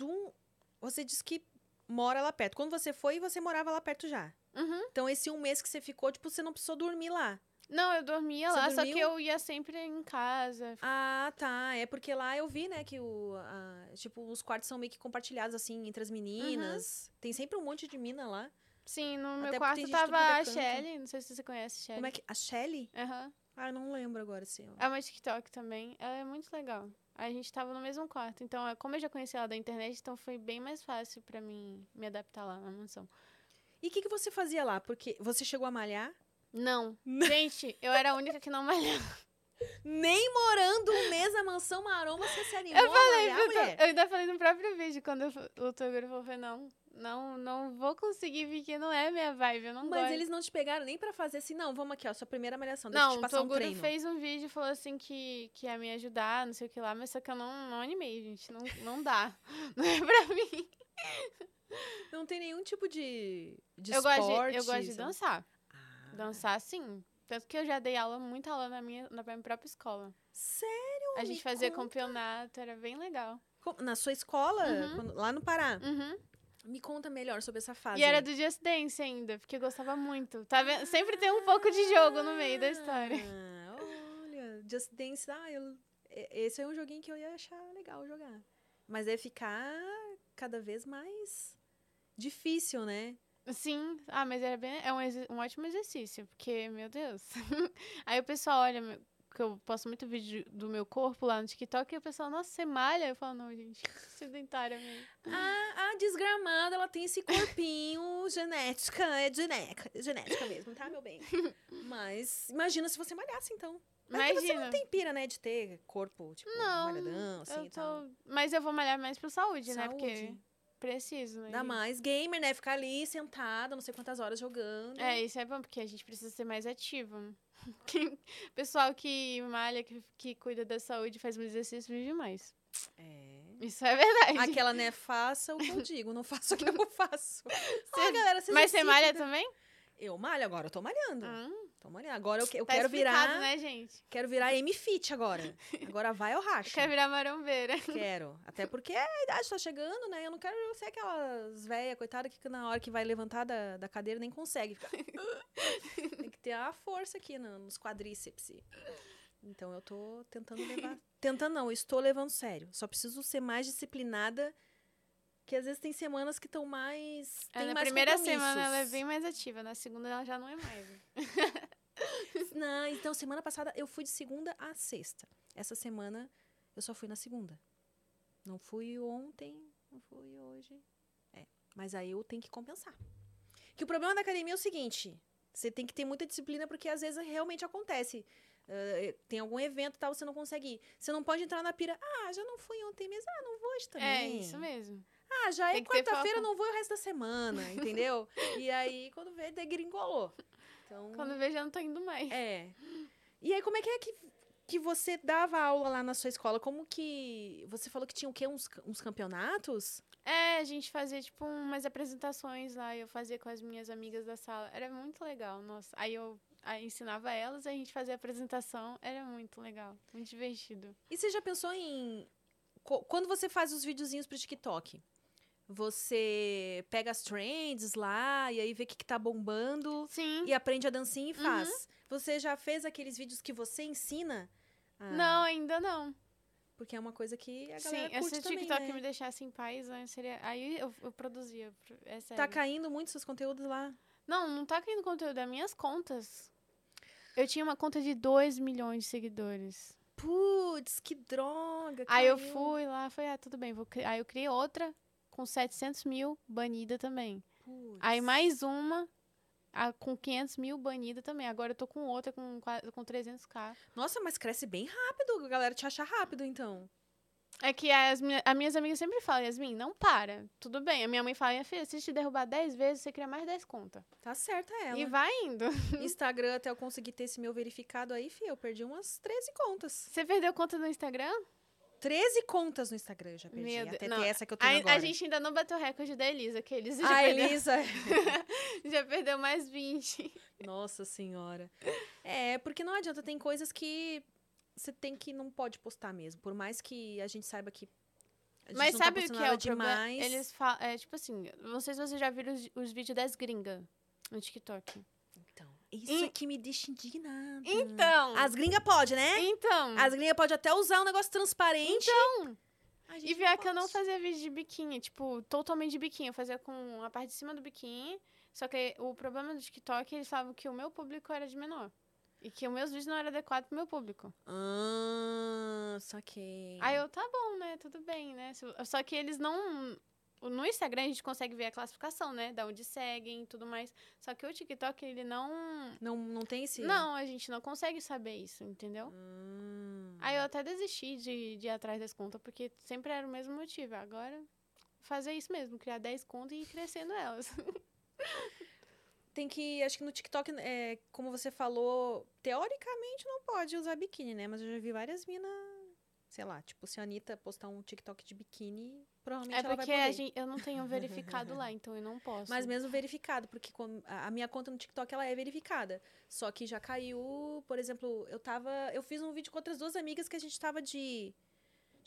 um... Você disse que mora lá perto. Quando você foi, você morava lá perto já.
Uhum.
Então, esse um mês que você ficou, tipo, você não precisou dormir lá.
Não, eu dormia
Você
lá, só que
dormiu?
eu ia sempre em casa.
Ah, tá. É porque lá eu vi, né, que o. a- tipo, os quartos são meio que compartilhados, assim, entre as meninas.
Uhum.
Tem sempre um monte de mina lá.
Sim, no
porque
meu
tem
quarto
gente de tudo
tava
quanto é
a
canto.
Shelly. Não sei se você conhece a Shelly.
Como é que. A Shelly?
Aham.
Ah, eu não lembro agora, assim. ó.
É uma TikTok também. Ela é muito legal. A gente tava no mesmo quarto. Então, é- como eu já conheci ela da internet, então foi bem mais fácil pra mim me adaptar lá na mansão.
E o que, que você fazia lá? Porque você chegou a malhar?
Não.
Não.
Gente, eu era a única que não malhava.
Nem morando um mês na mansão maromba, você se animou
Eu falei,
a malhar,
pro Tô-
mulher?
eu ainda falei no próprio vídeo, quando eu fu- o Toguro falou, eu falei, não, não, não vou conseguir, porque não é minha vibe, eu não
Mas
gosto.
eles não te pegaram nem pra fazer assim, não, vamos aqui, ó, sua primeira malhação, deixa eu te
Não, então o
passar um
Toguro
treino.
fez um vídeo e falou assim que, que ia me ajudar, não sei o que lá, mas só que eu não, não animei, gente. Não, não dá. Não é pra mim.
Não tem nenhum tipo de, de
eu,
esporte.
gosto de, eu gosto de
sei lá.
dançar.
Ah,
Dançar, sim. Tanto que eu já dei aula, muita aula na minha, na minha própria escola.
Sério?
a
Me
gente fazia
conta.
campeonato, era bem legal.
Como- Na sua escola?
Uhum.
Quando- lá no Pará?
Uhum.
Me conta melhor sobre essa fase.
E era do Just Dance ainda, porque eu gostava muito. Tá vendo? Sempre tem um pouco de jogo no meio da história.
Ah, Olha, Just Dance, ah, eu- e- esse é um joguinho que eu ia achar legal jogar. Mas é ficar cada vez mais difícil, né?
Sim, ah, mas era bem, é um, exer- um ótimo exercício, porque, meu Deus. Aí o pessoal olha, meu- que eu posto muito vídeo do meu corpo lá no TikTok, e o pessoal, nossa, você malha? Eu falo, não, gente, sedentária mesmo. Ah.
A, a desgramada, ela tem esse corpinho genética, é genética, genética mesmo, tá, meu bem? Mas imagina se você malhasse, então. Mas é que você
Imagina.
não tem pira, né, de ter corpo, tipo,
Não,
malhadão, assim,
Eu
e
tô-
tal.
Mas eu vou malhar mais pro saúde, né?
Saúde.
Porque preciso, né?
Ainda
gente?
mais gamer, né? Ficar ali sentada, não sei quantas horas jogando.
É, isso é bom, porque a gente precisa ser mais ativo. Quem- Pessoal que malha, que, que cuida da saúde, faz um exercício, vive mais.
É.
Isso é verdade.
Aquela, né? Faça o que eu digo, não faça o que eu faço. Ah,
Cê-
galera, vocês
Mas você
decidem.
malha também?
Eu malho agora, eu tô malhando.
Hum,
Tô malhando. Agora eu, que- eu
tá
quero
explicado,
virar.
né, gente?
Quero virar M-Fit agora. Agora vai ao racha.
Quer virar marombeira.
Quero. Até porque a idade tá chegando, né? Eu não quero ser aquelas velhas, coitada, que na hora que vai levantar da, da cadeira nem consegue. Fica- "Ah!" Tem que ter a força aqui no- nos quadríceps. Então eu tô tentando levar. Tentando não, eu estou levando sério. Só preciso ser mais disciplinada. Que às vezes tem semanas que estão mais.
É,
tem
na
mais
primeira
compromissos.
semana ela é bem mais ativa, na segunda ela já não é mais. né?
Não, então semana passada eu fui de segunda a sexta. Essa semana eu só fui na segunda. Não fui ontem, não fui hoje. É, mas aí eu tenho que compensar. Que o problema da academia é o seguinte: você tem que ter muita disciplina porque às vezes realmente acontece. Ah, tem algum evento e tal, você não consegue ir. Você não pode entrar na pira. Ah, já não fui ontem mesmo. Ah, não vou hoje também.
É, isso mesmo.
Ah, já é
Tem que ter
quarta-feira,
foco.
não vou o resto da semana, entendeu? e aí, quando vê, degringolou. Então,
Quando eu vejo, eu não tô indo mais.
é. E aí, como é que é que, que você dava aula lá na sua escola? Como que. Você falou que tinha o quê? Uns, ca- uns campeonatos?
É, a gente fazia, tipo, umas apresentações lá, eu fazia com as minhas amigas da sala. Era muito legal, nossa. Aí eu aí ensinava elas, a gente fazia a apresentação, era muito legal, muito divertido.
E você já pensou em. co- Quando você faz os videozinhos pro TikTok? Você pega as trends lá e aí vê o que, que tá bombando
Sim.
e aprende a dancinha e
Uhum.
faz. Você já fez aqueles vídeos que você ensina? Ah,
Não, ainda não.
Porque é uma coisa que a
Sim,
galera
eu,
curte
se o
também,
TikTok
né?
me deixasse em paz, né, seria... aí eu, eu produzia. pro- É sério.
Tá caindo muito seus conteúdos lá.
Não, não tá caindo conteúdo, é minhas contas. Eu tinha uma conta de 2 milhões de seguidores.
Putz, que droga.
Aí eu
caiu.
fui lá, falei, ah, tudo bem. Vou cri- Aí eu criei outra com 700 mil, banida também. Aí
Putz.
mais uma a- com 500 mil, banida também. Agora eu tô com outra com, qua- com 300k.
Nossa, mas cresce bem rápido. A galera te acha rápido, então.
É que as, minha- as minhas amigas sempre falam, Yasmin, não para. Tudo bem. A minha mãe fala, minha filha, se te derrubar 10 vezes, você cria mais 10 contas.
Tá certa ela.
E vai indo.
Instagram, até eu conseguir ter esse meu verificado aí, fi, eu perdi umas 13 contas.
Você perdeu conta no Instagram?
13 contas no Instagram eu já perdi.
Meu Deus,
até
não.
ter essa que eu
A,
tenho
a
agora.
gente ainda não bateu o recorde da Elisa, que a Elisa já,
A
perdeu,
Elisa.
já perdeu mais 20.
Nossa senhora. É, porque não adianta. Tem coisas que você tem que... Não pode postar mesmo. Por mais que a gente saiba que... A gente
Mas
não
sabe
tá
o
postando
que é
nada
o problema?
demais.
Eles falam, é, tipo assim, não sei se vocês já viram os, os vídeos das gringas no TikTok.
Então, isso
Em-
é que me deixa indignada.
Então,
As gringas pode, né?
então,
As gringas pode até usar um negócio transparente.
então,
A gente
e pior
não
que eu não
pode.
fazia vídeo de biquíni, tipo, totalmente de biquíni, eu fazia com a parte de cima do biquíni, só que o problema do TikTok, eles falavam que o meu público era de menor. E que os meus vídeos não eram adequados pro meu público.
Ah, saquei.
Aí eu, tá bom, né? Tudo bem, né? Se- Só que eles não. No Instagram a gente consegue ver a classificação, né? Da onde seguem e tudo mais. Só que o TikTok, ele não.
Não, não tem esse.
Não, a gente não consegue saber isso, entendeu?
Hum.
Aí eu até desisti de, de ir atrás das contas, porque sempre era o mesmo motivo. Agora, fazer isso mesmo, criar 10 contas e ir crescendo elas. É
Tem que. Acho que no TikTok, é, como você falou, teoricamente não pode usar biquíni, né? Mas eu já vi várias minas. Sei lá, tipo, se a Anitta postar um TikTok de biquíni, provavelmente
É
ela
porque
vai poder.
a gente- eu não tenho verificado lá, então eu não posso.
Mas mesmo verificado, porque com- a a minha conta no TikTok ela é verificada. Só que já caiu, por exemplo, eu tava. Eu fiz um vídeo com outras duas amigas que a gente tava de.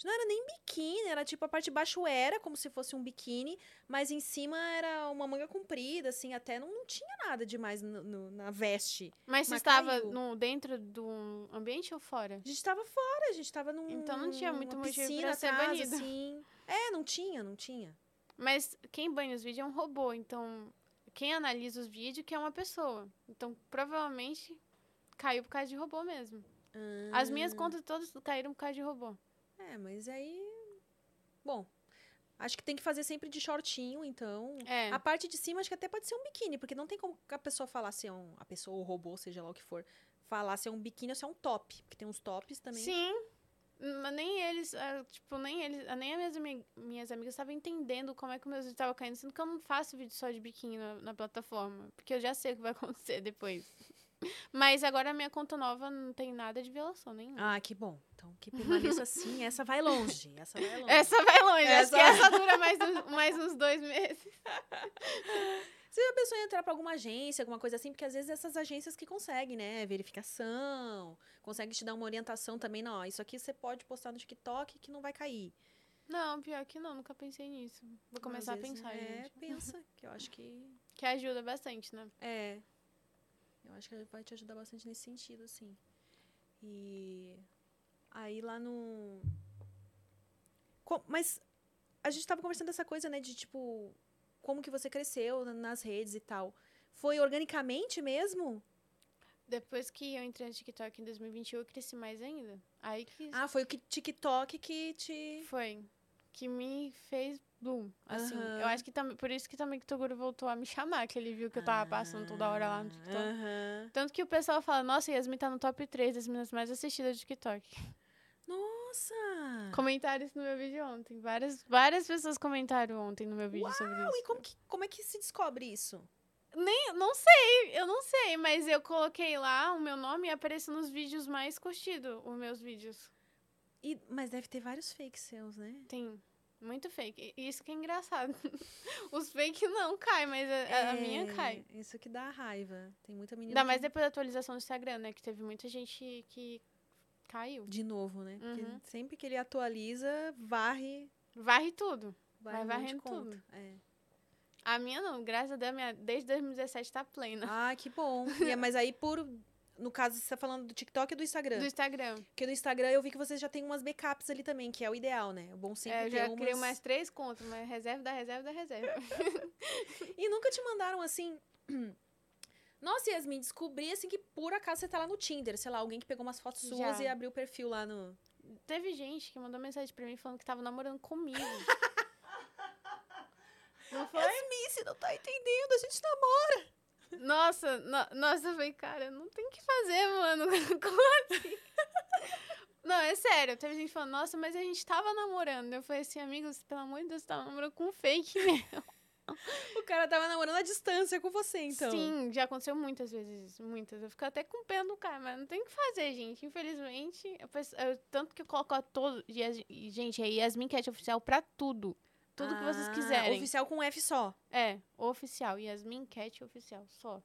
Não era nem biquíni, era tipo a parte de baixo era como se fosse um biquíni, mas em cima era uma manga comprida, assim, até não, não tinha nada demais no- no- na veste.
Mas você
mas
estava
caiu.
no, dentro do ambiente ou fora?
A gente tava fora, a gente tava num.
Então não tinha muito
numa
motivo pra
piscina
ser
atrás,
banido.
assim. É, não tinha, não tinha.
Mas quem banha os vídeos é um robô, então quem analisa os vídeos que é uma pessoa. Então provavelmente caiu por causa de robô mesmo. As
Ah.
minhas contas todas caíram por causa de robô.
É, mas aí. Bom, acho que tem que fazer sempre de shortinho, então.
É.
A parte de cima acho que até pode ser um biquíni, porque não tem como a pessoa falar se é um. A pessoa ou o robô, seja lá o que for, falar se é um biquíni ou se é um top. Porque tem uns tops também.
Sim. Mas nem eles, ah, tipo, nem eles, ah, nem as minhas, ami- minhas amigas estavam entendendo como é que o meu vídeo tava caindo, sendo que eu não faço vídeo só de biquíni na, na plataforma, porque eu já sei o que vai acontecer depois. Mas agora a minha conta nova não tem nada de violação nenhuma.
Ah, que bom. Então, que permaneça assim, essa vai longe. Essa vai longe.
Ah. Essa vai longe,
Essa-
acho que essa dura mais, uns- mais uns dois meses.
Você já pensou em entrar pra alguma agência, alguma coisa assim? Porque às vezes essas agências que conseguem, né? Verificação, conseguem te dar uma orientação também. Não, ó, isso aqui você pode postar no TikTok que não vai cair.
Não, pior que não, nunca pensei nisso. Vou começar a
Às vezes,
pensar,
É,
gente.
pensa, que eu acho que...
Que ajuda bastante, né?
É. Eu acho que vai te ajudar bastante nesse sentido, assim. E aí lá no. Co- Mas a gente tava conversando essa coisa, né? De tipo, como que você cresceu na- nas redes e tal. Foi organicamente mesmo?
Depois que eu entrei no TikTok em 2021, eu cresci mais ainda. Aí que
Ah, foi o que TikTok que te.
foi. Que me fez boom, assim.
Aham.
Eu acho que também, por isso que também que o Toguro voltou a me chamar, que ele viu que eu tava passando toda hora lá no TikTok.
Ah. Aham.
Tanto que o pessoal fala, nossa, Yasmin tá no top 3 das meninas mais assistidas do TikTok.
Nossa!
Comentaram isso no meu vídeo ontem. Várias, várias pessoas comentaram ontem no meu vídeo sobre isso.
E como, que, como é que se descobre isso?
Nem, não sei, eu não sei, mas eu coloquei lá o meu nome e apareceu nos vídeos mais curtidos, os meus vídeos.
E- mas deve ter vários fakes seus, né?
Tem muito fake. E Isso que é engraçado. Os fake não caem, mas a, a- a minha
É,
cai. é
Isso que dá raiva. Tem muita menina.
Ainda
que-
mais depois da atualização do Instagram, né? Que teve muita gente que caiu.
De novo, né? Porque
Uhum.
sempre que ele atualiza, varre.
Varre tudo.
varre
Vai
um monte de
varrendo
conta.
tudo.
É.
A minha não, graças a Deus, a minha desde 2017 tá plena.
Ah, que bom. E é, mas aí, por. No caso, você tá falando do TikTok e do Instagram.
Do Instagram.
Porque no Instagram eu vi que você já tem umas backups ali também, que é o ideal, né? O bom sempre
É, eu
ter
já
umas...
criei mais três contas, mas reserva da reserva da reserva.
E nunca te mandaram assim. Nossa, Yasmin, descobri assim que por acaso você tá lá no Tinder, sei lá, alguém que pegou umas fotos suas
Já.
e abriu o perfil lá no.
Teve gente que mandou mensagem pra mim falando que tava namorando comigo. Não foi?
Yasmin, você não tá entendendo, a gente tá.
Nossa, no- nossa, eu falei, cara, não tem o que fazer, mano. Como assim? Não, é sério. Teve gente falando, nossa, mas a gente tava namorando. Eu falei assim, amigos, pelo amor de Deus, você tava namorando com um fake, né?
O cara tava namorando à distância com você, então.
Sim, já aconteceu muitas vezes isso, muitas. Eu fico até com pena do cara, mas não tem o que fazer, gente. Infelizmente, eu penso- eu- tanto que eu coloco a todo. Yas- Gente, é Yasmin Cat oficial pra tudo. Tudo que vocês
Ah,
quiserem.
Oficial com F só.
É, oficial. Yasmin Cat oficial, só.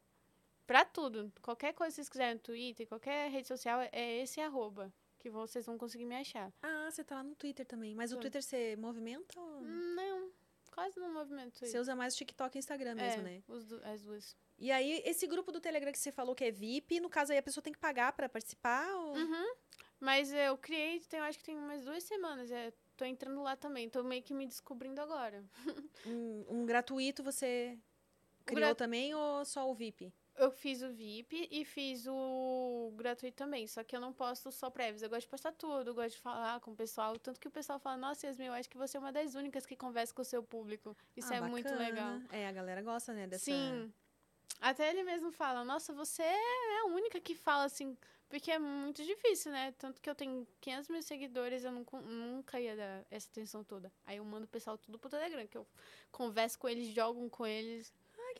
Pra tudo. Qualquer coisa que vocês quiserem no Twitter, qualquer rede social, é esse arroba. Que vocês vão conseguir me achar.
Ah, você tá lá no Twitter também. Mas o
Tô.
Twitter você movimenta ou...
Não, quase não movimento
Você
Twitter. É.
usa mais o TikTok e Instagram mesmo, né?
os du- as duas.
E aí, esse grupo do Telegram que você falou que é VIP, no caso aí a pessoa tem que pagar pra participar? Ou...
Uhum. Mas eu criei, tem, eu acho que tem umas duas semanas. É, tô entrando lá também. Tô meio que me descobrindo agora.
Um, um gratuito você criou
gra-
também ou só o VIP?
Eu fiz o VIP e fiz o gratuito também, só que eu não posto só prévios. Eu gosto de postar tudo, eu gosto de falar com o pessoal. Tanto que o pessoal fala, nossa, Yasmin, eu acho que você é uma das únicas que conversa com o seu público. Isso
Ah,
é muito
bacana.
legal.
É, a galera gosta, né? Dessa...
Sim. Até ele mesmo fala, nossa, você é a única que fala assim, porque é muito difícil, né? Tanto que eu tenho 500 mil seguidores, eu nunca, nunca ia dar essa atenção toda. Aí eu mando o pessoal tudo pro Telegram, que eu converso com eles, jogo com eles.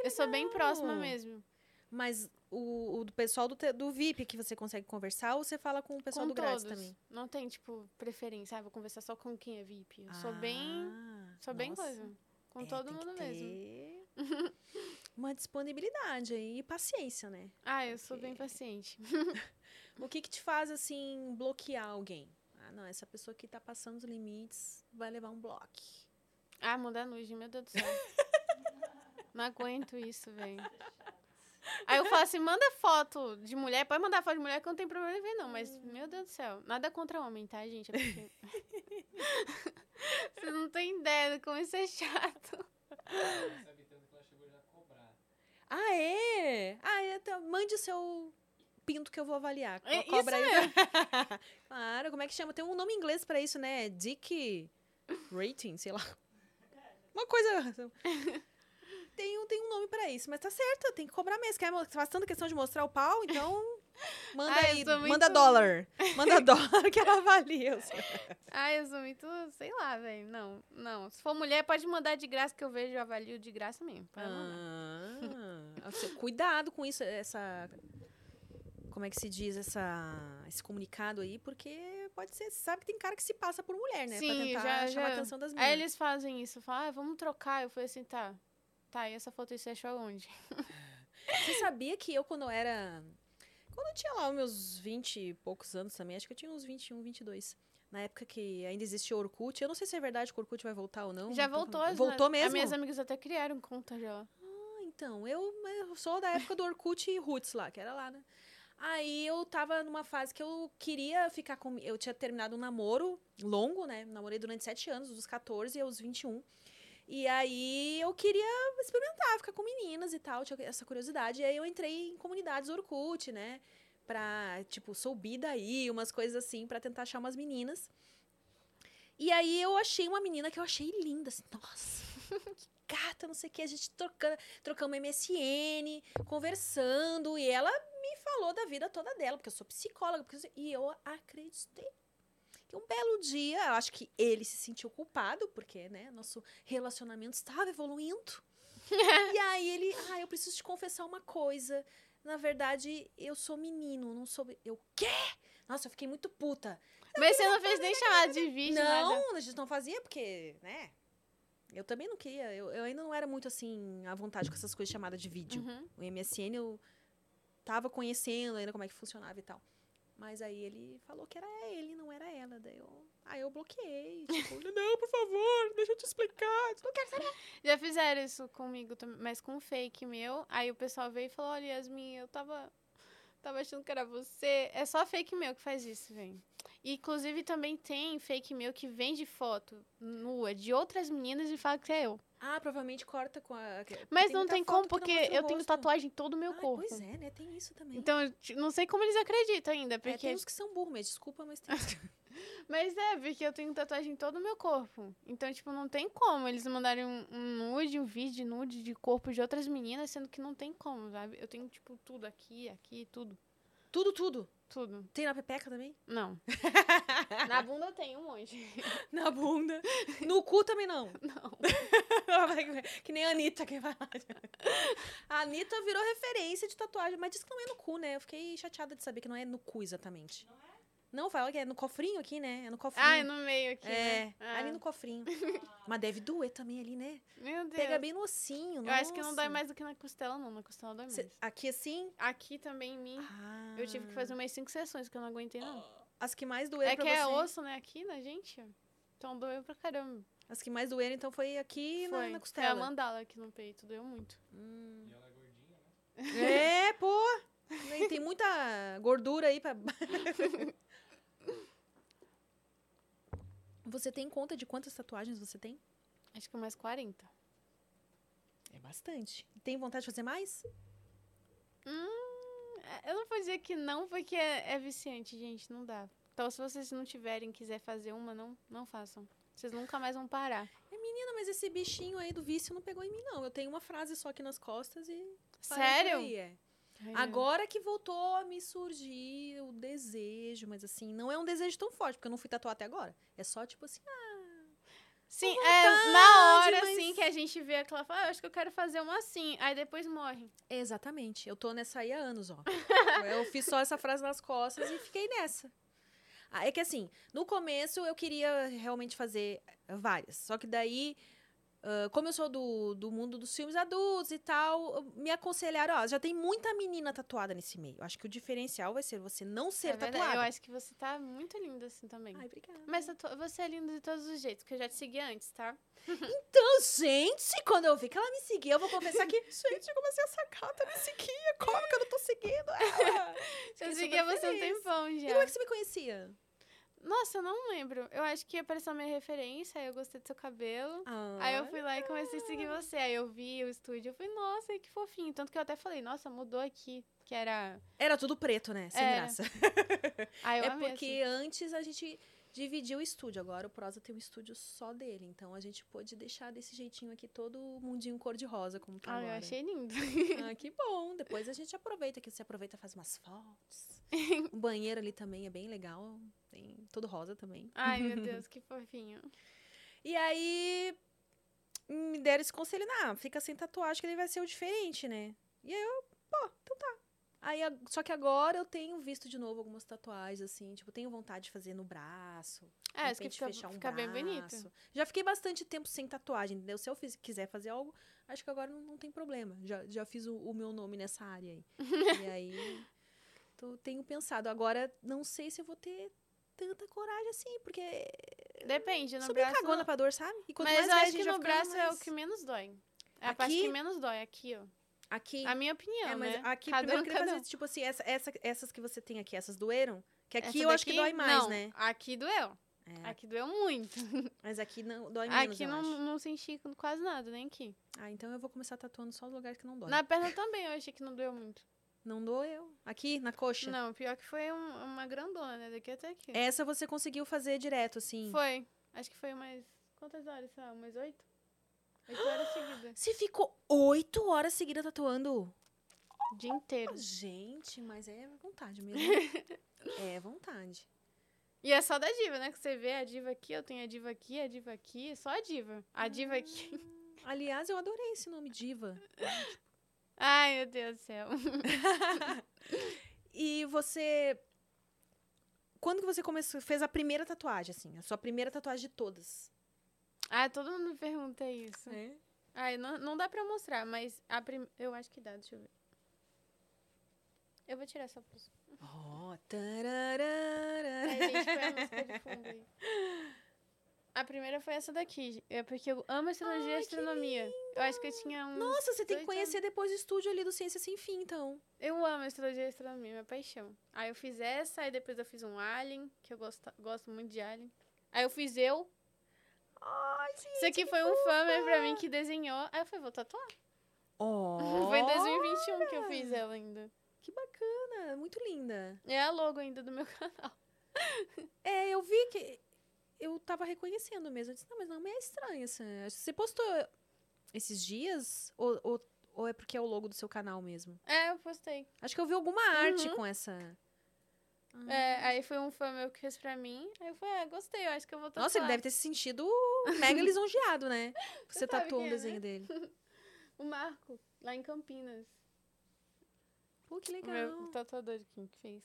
eu sou bem próxima
legal.
mesmo.
Mas o, o do pessoal do, te- do VIP que você consegue conversar ou você fala com o pessoal do
com
grátis
todos.
também?
Não tem, tipo, preferência. Ah, vou conversar só com quem é VIP. Eu sou bem.
Ah,
Sou bem
nossa.
coisa. Com
É,
todo
tem que
mundo mesmo.
ter Uma disponibilidade aí e paciência, né?
Ah, eu sou bem
Porque-
paciente.
O que que te faz, assim, bloquear alguém? Ah, não, essa pessoa que tá passando os limites vai levar um bloco.
Ah, mudar nude, meu Deus do céu. Não aguento isso, velho. Aí eu falo assim, manda foto de mulher, pode mandar foto de mulher que eu não tem problema em ver, não. Mas, meu Deus do céu, nada contra homem, tá, gente? É porque... Você não tem ideia de como isso é chato.
Sabe tanto que ela chegou já a cobrar.
Ah, é? Ah, é, então, mande o seu pinto que eu vou avaliar. Co-
É, isso
Cobra aí. claro, como é que chama? Tem um nome em inglês pra isso, né? Dick rating, sei lá. Uma coisa... Tem, um- tem um nome pra isso, mas tá certo, tem que cobrar mesmo. Quer, mo- tá faz tanta questão de mostrar o pau, então... Manda
Ai, Ah, eu
aí,
sou
manda
muito-
dólar. Manda dólar que ela avalia. o seu.
Ai, eu sou muito, sei lá, velho. Não, não. Se for mulher, pode mandar de graça que eu vejo, eu avalio de graça mesmo. Pode mandar.
Ah, você- cuidado com isso, essa. Como é que se diz essa, esse comunicado aí? Porque pode ser. Você sabe que tem cara que se passa por mulher, né? pra
Sim,
tentar chamar a
já- já. É,
atenção das
Aí
mulheres.
eles fazem isso, falam, ah, vamos trocar. Eu fui assim, tá. Tá, e essa foto aí você achou onde?
Você sabia que eu, quando eu era. Quando eu tinha lá os meus 20 e poucos anos também, acho que eu tinha uns 21, 22. Na época que ainda existia Orkut. Eu não sei se é verdade que o Orkut vai voltar ou não.
já
não tô
voltou
falando-
as
Voltou
As
mesmo?
minhas amigas até criaram conta já.
Ah, então, eu, eu sou da época do Orkut e Roots lá, que era lá, né? Aí eu tava numa fase que eu queria ficar com. Eu tinha terminado um namoro longo, né? Namorei durante sete anos, dos 14 aos 21. E aí eu queria experimentar, ficar com meninas e tal, tinha essa curiosidade. E aí eu entrei em comunidades Orkut, né? Pra, tipo, sou bi daí, umas coisas assim, pra tentar achar umas meninas. E aí eu achei uma menina que eu achei linda, assim, nossa, que gata, não sei o que, a gente trocando, trocamos MSN, conversando, e ela me falou da vida toda dela, porque eu sou psicóloga, porque eu sou- e eu acreditei. Que um belo dia, eu acho que ele se sentiu culpado, porque, né, nosso relacionamento estava evoluindo. e aí ele, ah, eu preciso te confessar uma coisa. Na verdade, eu sou menino, não sou. Eu quê? Nossa, eu fiquei muito puta.
Mas você não fez nem chamada de vídeo, nada.
Não, a gente não fazia porque, né? Eu também não queria. Eu, eu ainda não era muito assim à vontade com essas coisas chamadas de vídeo.
Uhum.
O MSN eu tava conhecendo ainda como é que funcionava e tal. Mas aí ele falou que era ele, não era ela. Daí eu. Aí eu bloqueei. Tipo, não, por favor, deixa eu te explicar. Não quero saber.
Já fizeram isso comigo, também, mas com um fake meu. Aí o pessoal veio e falou, olha, Yasmin, eu tava... Tava achando que era você. É só fake meu que faz isso, vem. E, Inclusive, também tem fake meu que vende foto nua de outras meninas e fala que é eu.
Ah, provavelmente corta com a. que- que
Mas não
muita
tem
foto
como,
que não
porque
mostra o
eu tenho
rosto.
tatuagem em todo o meu
Ai,
corpo.
Pois é, né? Tem isso também.
Então, eu t- não sei como eles acreditam ainda,
É,
porque...
tem uns que são burros, mas desculpa, mas tem.
Mas é, porque eu tenho tatuagem em todo o meu corpo. Então, tipo, não tem como eles mandarem um, um nude, um vídeo nude de corpo de outras meninas, sendo que não tem como, sabe? Eu tenho, tipo, tudo aqui, aqui, tudo.
tudo, tudo.
Tudo.
Tem na pepeca também?
Não. Na bunda eu tenho um monte.
Na bunda. No cu também não. Não. que nem a Anitta que vai lá. A Anitta virou referência de tatuagem, mas diz que não é no cu, né? Eu fiquei chateada de saber que não é no cu exatamente. Não é? Não, fala que é no cofrinho aqui, né? É no cofrinho.
Ah, é no meio aqui,
É,
né? Ah,
ali no cofrinho. Mas deve doer também ali, né?
Meu Deus.
Pega bem no ossinho.
Eu acho que não dói
nossa.
mais do que na costela, não. Na costela dói mais.
Cê- aqui assim.
Aqui também em mim,
Ah.
eu tive que fazer umas cinco sessões, que eu não aguentei, não.
As que mais doeram
é que
pra você.
é osso, né? Aqui na gente. Então doeu pra caramba.
As que mais doeram, então, foi aqui e na,
Foi.
na
Foi a
costela.
mandala aqui no peito, doeu muito.
Hum.
E ela é gordinha, né?
É, pô! Nem Tem muita gordura aí pra. Você tem conta de quantas tatuagens você tem?
Acho que mais 40.
É bastante. Tem vontade de fazer mais?
É, Eu não vou dizer que não, porque é, é viciante, gente, não dá. Então, se vocês não tiverem, quiser fazer uma, não, não façam. Vocês nunca mais vão parar.
Não, mas esse bichinho aí do vício não pegou em mim, não. Eu tenho uma frase só aqui nas costas e. parei por
Sério?
aí, é.
Ai,
Agora que voltou a me surgir o desejo, mas assim, não é um desejo tão forte, porque eu não fui tatuar até agora. É só tipo assim, ah,
Sim, é na hora,
mas-
assim, que a gente vê aquela fala, ah, eu acho que eu quero fazer uma assim. Aí depois morre.
é exatamente. Eu tô nessa aí há anos, ó. eu fiz só essa frase nas costas e fiquei nessa. Ah, É que assim, no começo eu queria realmente fazer eh, várias. Só que daí, ah, como eu sou do, do mundo dos filmes adultos e tal, me aconselharam, ó, já tem muita menina tatuada nesse meio. Acho que o diferencial vai ser você não ser
É verdade,
tatuada.
Eu acho que você tá muito linda assim também.
Ai, obrigada.
Mas tatu- você é linda de todos os jeitos, que eu já te segui antes, tá?
Então, gente, quando eu vi que ela me seguia, eu vou confessar que, gente, como assim essa gata me seguia? Como que eu não tô seguindo ela?
Eu
Fiquei
segui
super
você um
feliz.
tempão
E
já.
como é que você me conhecia?
Nossa, eu não lembro. Eu acho que apareceu a minha referência, aí eu gostei do seu cabelo. Aí
Ah.
eu fui lá e comecei a seguir você. Aí eu vi o estúdio, eu falei, nossa, que fofinho. Tanto que eu até falei, nossa, mudou aqui. Que era.
Era tudo preto, né? Sem
Era.
graça.
Ah, eu
é
amei,
porque antes a gente dividia o estúdio, agora o Prosa tem um estúdio só dele, então a gente pôde deixar desse jeitinho aqui todo mundinho cor de rosa como
assim.
tá
Ah, eu
agora.
achei lindo.
Ah, que bom. Depois a gente aproveita que você aproveita, faz umas fotos. o banheiro ali também é bem legal, tem todo rosa também.
Ai, meu Deus, que fofinho.
E aí me deram esse conselho, ah, fica sem tatuagem que ele vai ser o diferente, né? E aí eu, pô, então tá. Aí, a- só que agora eu tenho visto de novo algumas tatuagens, assim, tipo, tenho vontade de fazer no braço. de
É, isso que
repente um
fica, fica bem bonito.
braço. Já fiquei bastante tempo sem tatuagem, entendeu? Se eu fiz- quiser fazer algo, acho que agora não, não tem problema. Já, já fiz o, o meu nome nessa área aí. e aí, tô, tenho pensado. Agora, não sei se eu vou ter tanta coragem assim, porque
Depende, no
sou bem
braço.
cagona
não-
pra dor, sabe? E quanto
Mas
mais velha
eu
a
acho
gente
que
vai
no
ficando,
braço é o
mais-
que menos dói. É a parte
Aqui?
que menos dói, aqui, ó.
Aqui,
A minha opinião,
É, mas
né?
aqui
Cada
primeiro
um,
eu queria
cada
fazer,
um.
tipo assim, essa, essa- essas que você tem aqui, essas doeram? Que aqui
Essa
eu acho que
daqui,
dói mais,
não,
né?
Aqui doeu.
É,
Aqui doeu muito.
mas aqui não dói menos,
Aqui
eu
não,
acho.
não senti quase nada, nem aqui.
Ah, então eu vou começar tatuando só os lugares que não dói.
Na perna também eu achei que não doeu muito.
Não doeu? Aqui, na coxa?
Não, pior que foi um- uma grandona, né? Daqui até aqui.
Essa você conseguiu fazer direto, assim.
Foi. Acho que foi umas. Quantas horas? Sei lá, umas oito? Oito horas seguidas.
Você ficou oito horas seguidas tatuando?
O dia inteiro.
Gente, mas é vontade mesmo. é vontade.
E é só da diva, né? Que você vê a diva aqui, eu tenho a diva aqui, a diva aqui, só a diva. A diva aqui.
Aliás, eu adorei esse nome, Diva.
Ai, meu Deus do céu.
E você... Quando que você começou, fez a primeira tatuagem, assim? A sua primeira tatuagem de todas?
Ai, Ah, todo mundo me pergunta isso.
É.
Ai, não, não dá pra mostrar, mas a prim... Eu acho que dá, deixa eu ver. Eu vou tirar essa pulsa.
Ó, tararara.
Ai, gente, põe a música de fundo aí. A primeira foi essa daqui, é porque eu amo astrologia e
Ai, que
astronomia. Eu acho que eu tinha um.
Nossa, você tem que
Dois anos.
conhecer depois o estúdio ali do Ciência Sem Fim, então.
Eu amo astrologia e astronomia, minha paixão. Aí eu fiz essa, aí depois eu fiz um Alien, que eu gosto, gosto muito de Alien. Aí eu fiz eu.
Ai,
Isso aqui foi um famer pra mim que desenhou. Aí eu falei, vou tatuar.
Ó,
Foi em 2021 que eu fiz ela ainda.
que bacana, muito linda.
É a logo ainda do meu canal.
É, eu vi que eu tava reconhecendo mesmo. Eu disse, não, mas não é estranho essa. Você postou esses dias ou, ou, ou é porque é o logo do seu canal mesmo?
É, eu postei.
Acho que eu vi alguma arte
Uhum.
com essa.
É,
Hum.
aí foi um fã meu que fez pra mim. Aí eu falei, ah, gostei, eu acho que eu vou tatuar.
Nossa, ele deve ter se sentido mega lisonjeado, né? Você
tá. Você sabe
tatuou um
quem é, né?
desenho dele.
O Marco, lá em Campinas.
Pô, que
O
legal.
meu tatuador que que fez.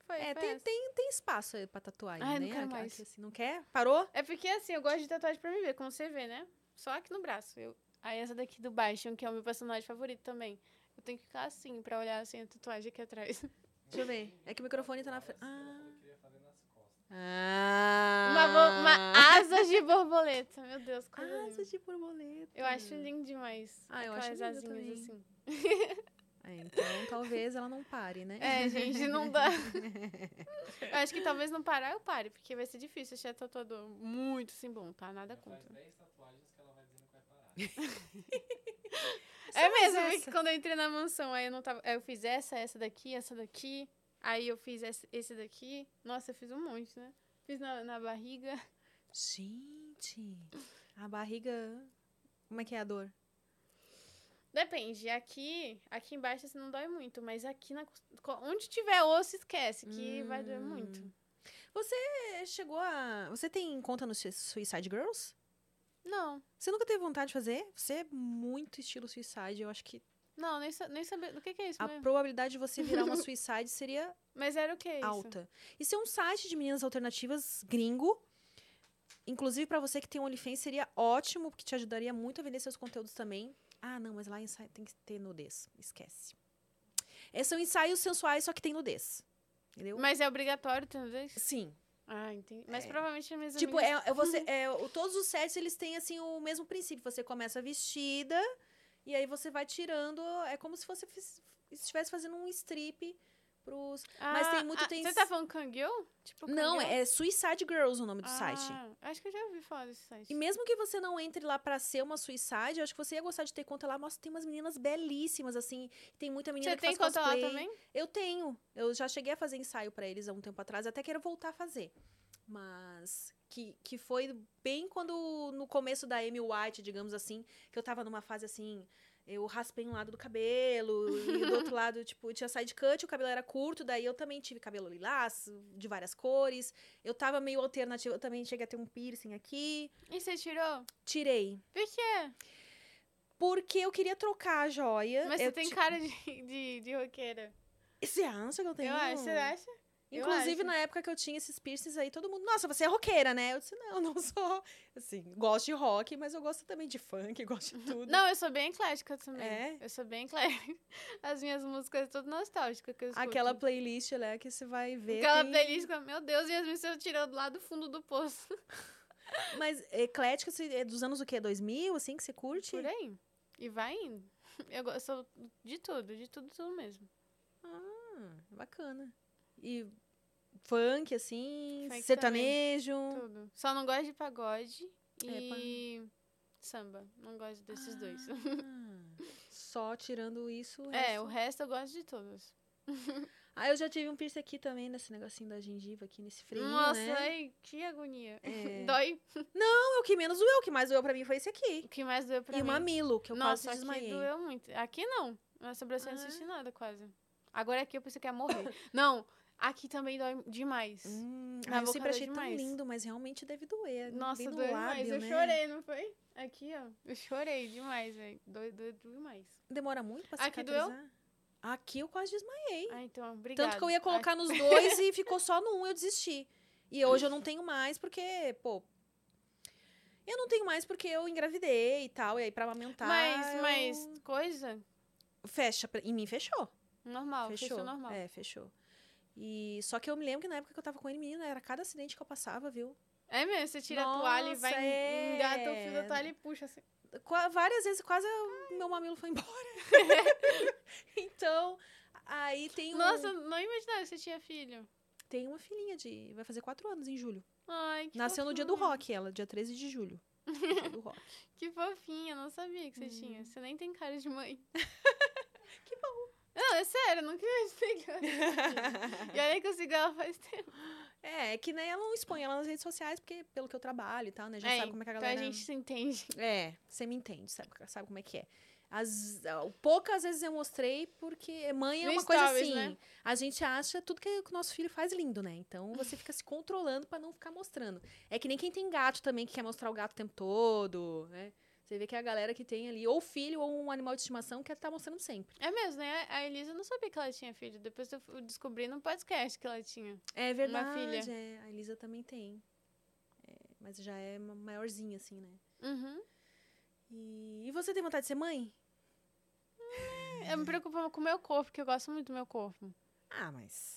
Foi,
É,
foi
tem,
essa.
tem, tem espaço aí pra tatuagem,
Ai,
né?
não quero
Aqui-
mais.
aqui, assim, não quer? Parou?
É porque assim, eu gosto de tatuagem pra me ver, como você vê, né? Só aqui no braço. Eu... Aí essa daqui do Bastion, que é o meu personagem favorito também. Eu tenho que ficar assim pra olhar assim a tatuagem aqui atrás.
Deixa eu ver. É que o microfone tá na frente.
Ela
Ah.
falou que queria fazer nas costas.
Ah.
Uma, bo- uma asa de borboleta. Meu Deus, coisa linda.
Asa de borboleta.
Eu acho lindo demais.
Ah, eu
aquelas
acho lindo
asinhas
também.
assim.
É, então talvez ela não pare, né?
É, gente, não dá. eu acho que talvez não parar eu pare, porque vai ser difícil achar tatuador muito assim bom, tá? Nada
Já faz
contra.
10 tatuagens que ela vai dizendo que vai parar.
É
Só mais
mesmo, porque
essa.
quando eu entrei na mansão, aí eu não tava. Aí eu fiz essa, essa daqui, essa daqui. Aí eu fiz esse, esse daqui. Nossa, eu fiz um monte, né? Fiz na, na barriga.
Gente, a barriga. Como é que é a dor?
Depende, aqui, aqui embaixo assim, não dói muito, mas aqui na cos- co- onde tiver osso, esquece, que vai
Hum.
doer muito.
É, chegou a. Você tem conta no Sui- Suicide Girls?
Não,
Você nunca teve vontade de fazer? Você é muito estilo Suicide. Eu acho que
não, nem, sa- nem saber. O que, que é isso
a
mesmo?
probabilidade de você virar uma Suicide seria
Mas era o que isso?
alta. Isso é um site de meninas alternativas gringo. Inclusive, pra você que tem um OnlyFans, seria ótimo, porque te ajudaria muito a vender seus conteúdos também. Ah, não, mas lá ensaio tem que ter nudez. Esquece. É, são ensaios sensuais, só que tem nudez. Entendeu?
Mas é obrigatório, talvez?
Sim.
Ah, entendi. Mas uhum.
É.
provavelmente é mesmo.
Tipo, é, é você, é, o- todos os sets, eles têm, assim, o mesmo princípio. Você começa vestida, e aí você vai tirando... É como se você fiz- estivesse fazendo um strip pros... mas tem muito- tem
Você
s-
tá falando Kangyo? Tipo,
Não,
Kangyo?
é, é Suicide Girls o nome do site.
Ah, acho que eu já ouvi falar desse site.
E mesmo que você não entre lá pra ser uma suicide, eu acho que você ia gostar de ter conta lá. Nossa, tem umas meninas belíssimas, assim. Tem muita menina
Você
que
tem
faz
conta lá
cosplay.
também?
Eu tenho. Eu já cheguei a fazer ensaio pra eles há um tempo atrás. Até quero voltar a fazer. Mas que, que foi bem quando no começo da Amy White, digamos assim, que eu tava numa fase assim, eu raspei um lado do cabelo e do outro lado, tipo, tinha side cut, o cabelo era curto, daí eu também tive cabelo lilás, de várias cores. Eu tava meio alternativa, eu também cheguei a ter um piercing aqui.
E você tirou?
Tirei.
Por quê?
Porque eu queria trocar a joia.
Mas
eu
você tem
ti-
cara de, de, de roqueira.
Você acha que eu tenho?
Eu acho, né? você acha? Eu
Inclusive,
acho.
na época que eu tinha esses piercings aí, todo mundo, nossa, você é roqueira, né? Eu disse, não, não sou. Assim, gosto de rock, mas eu gosto também de funk, gosto de tudo.
Não, eu sou bem eclética também.
É?
Eu sou bem eclética. As minhas músicas são todas nostálgicas que eu escuto.
Aquela playlist lá que você vai ver.
Aquela
tem-
playlist que, meu Deus, Yasmin, você tirou lá do fundo do poço.
Mas eclética você é dos anos o quê? 2000, assim, que você curte?
Por aí. E vai indo. Eu go- eu sou de tudo, de tudo, tudo mesmo.
Ah, bacana. E funk, assim,
Funk
sertanejo.
Tudo. Só não gosto de pagode
Hum. É, pa-
e samba. Não gosto desses dois.
Ah, só tirando isso. o
É,
resto-
o resto eu gosto de todos.
Ah, eu já tive um piercing aqui também, nesse negocinho da gengiva, aqui nesse frio,
Nossa,
né?
ai, que agonia.
É.
Dói.
Não, o que menos doeu, o que mais doeu pra mim foi esse aqui.
O que mais doeu pra
e o
mim?
mamilo, que eu
Nossa,
quase
aqui
desmaiei.
doeu muito. Aqui não. Na sobrancelha eu
Ah,
não
é?
senti nada quase. Agora aqui eu pensei que ia morrer. não, aqui também dói demais.
Hum,
Na
ai, eu
boca
sempre
doeu
achei tão
demais.
lindo, mas realmente deve doer. né?
Nossa,
bem no
doeu
lábio,
demais. Eu
né?
chorei, não foi? Aqui, ó. Eu chorei demais, velho. Doeu, doeu demais.
Demora muito pra
Aqui
cicatrizar?
doeu?
Aqui eu quase desmaiei.
Ah, então, obrigada.
Tanto que eu ia colocar nos dois e ficou só no um, eu desisti. E hoje eu não tenho mais porque, pô... Eu não tenho mais porque eu engravidei e tal, e aí pra amamentar...
Mas,
tá? eu-
mas, coisa
Fecha, pra- em mim fechou.
normal. Fechou.
fechou,
normal. É.
É, fechou. E só que eu me lembro que na época que eu tava com ele, menina, era cada acidente que eu passava, viu?
É mesmo, você tira a toalha e vai,
Nossa, é.
engata o fio da toalha e puxa assim.
Qua- várias vezes quase o meu mamilo foi embora. então, aí tem, um,
Nossa, eu não imaginava que você tinha filho.
tem uma filhinha de. Vai fazer quatro anos em julho.
Ai, que
Nasceu no dia do
fofinha.
rock, ela, dia 13 de julho. Dia do rock.
Que fofinha, não sabia que você tinha. Você nem tem cara de mãe. que bom. Não, é sério, eu nunca imaginei que ela tinha. E olha que eu sigo ela faz tempo.
é, é que né, ela não expõe ela nas redes sociais, porque pelo que eu trabalho e tal, né? Já
É,
sabe como é que a
então a
galera.
gente se entende.
É, você me entende, sabe, sabe como é que é. As, ah, poucas vezes eu mostrei, porque mãe é
No
uma coisa
stories,
assim.
né?
A gente acha tudo que o nosso filho faz lindo, né? Então você fica se controlando pra não ficar mostrando. É que nem quem tem gato também, que quer mostrar o gato o tempo todo, né? Você vê que é a galera que tem ali, ou filho, ou um animal de estimação, quer estar mostrando sempre.
É mesmo, né? A Elisa eu não sabia que ela tinha filho. Depois eu fu- descobri no podcast que ela tinha.
É verdade.
filha.
É, a Elisa também tem. É, mas já é ma- maiorzinha, assim, né?
Uhum.
E, e você tem vontade de ser mãe?
É, Eu me preocupo com o meu corpo, porque eu gosto muito do meu corpo.
Ah, mas.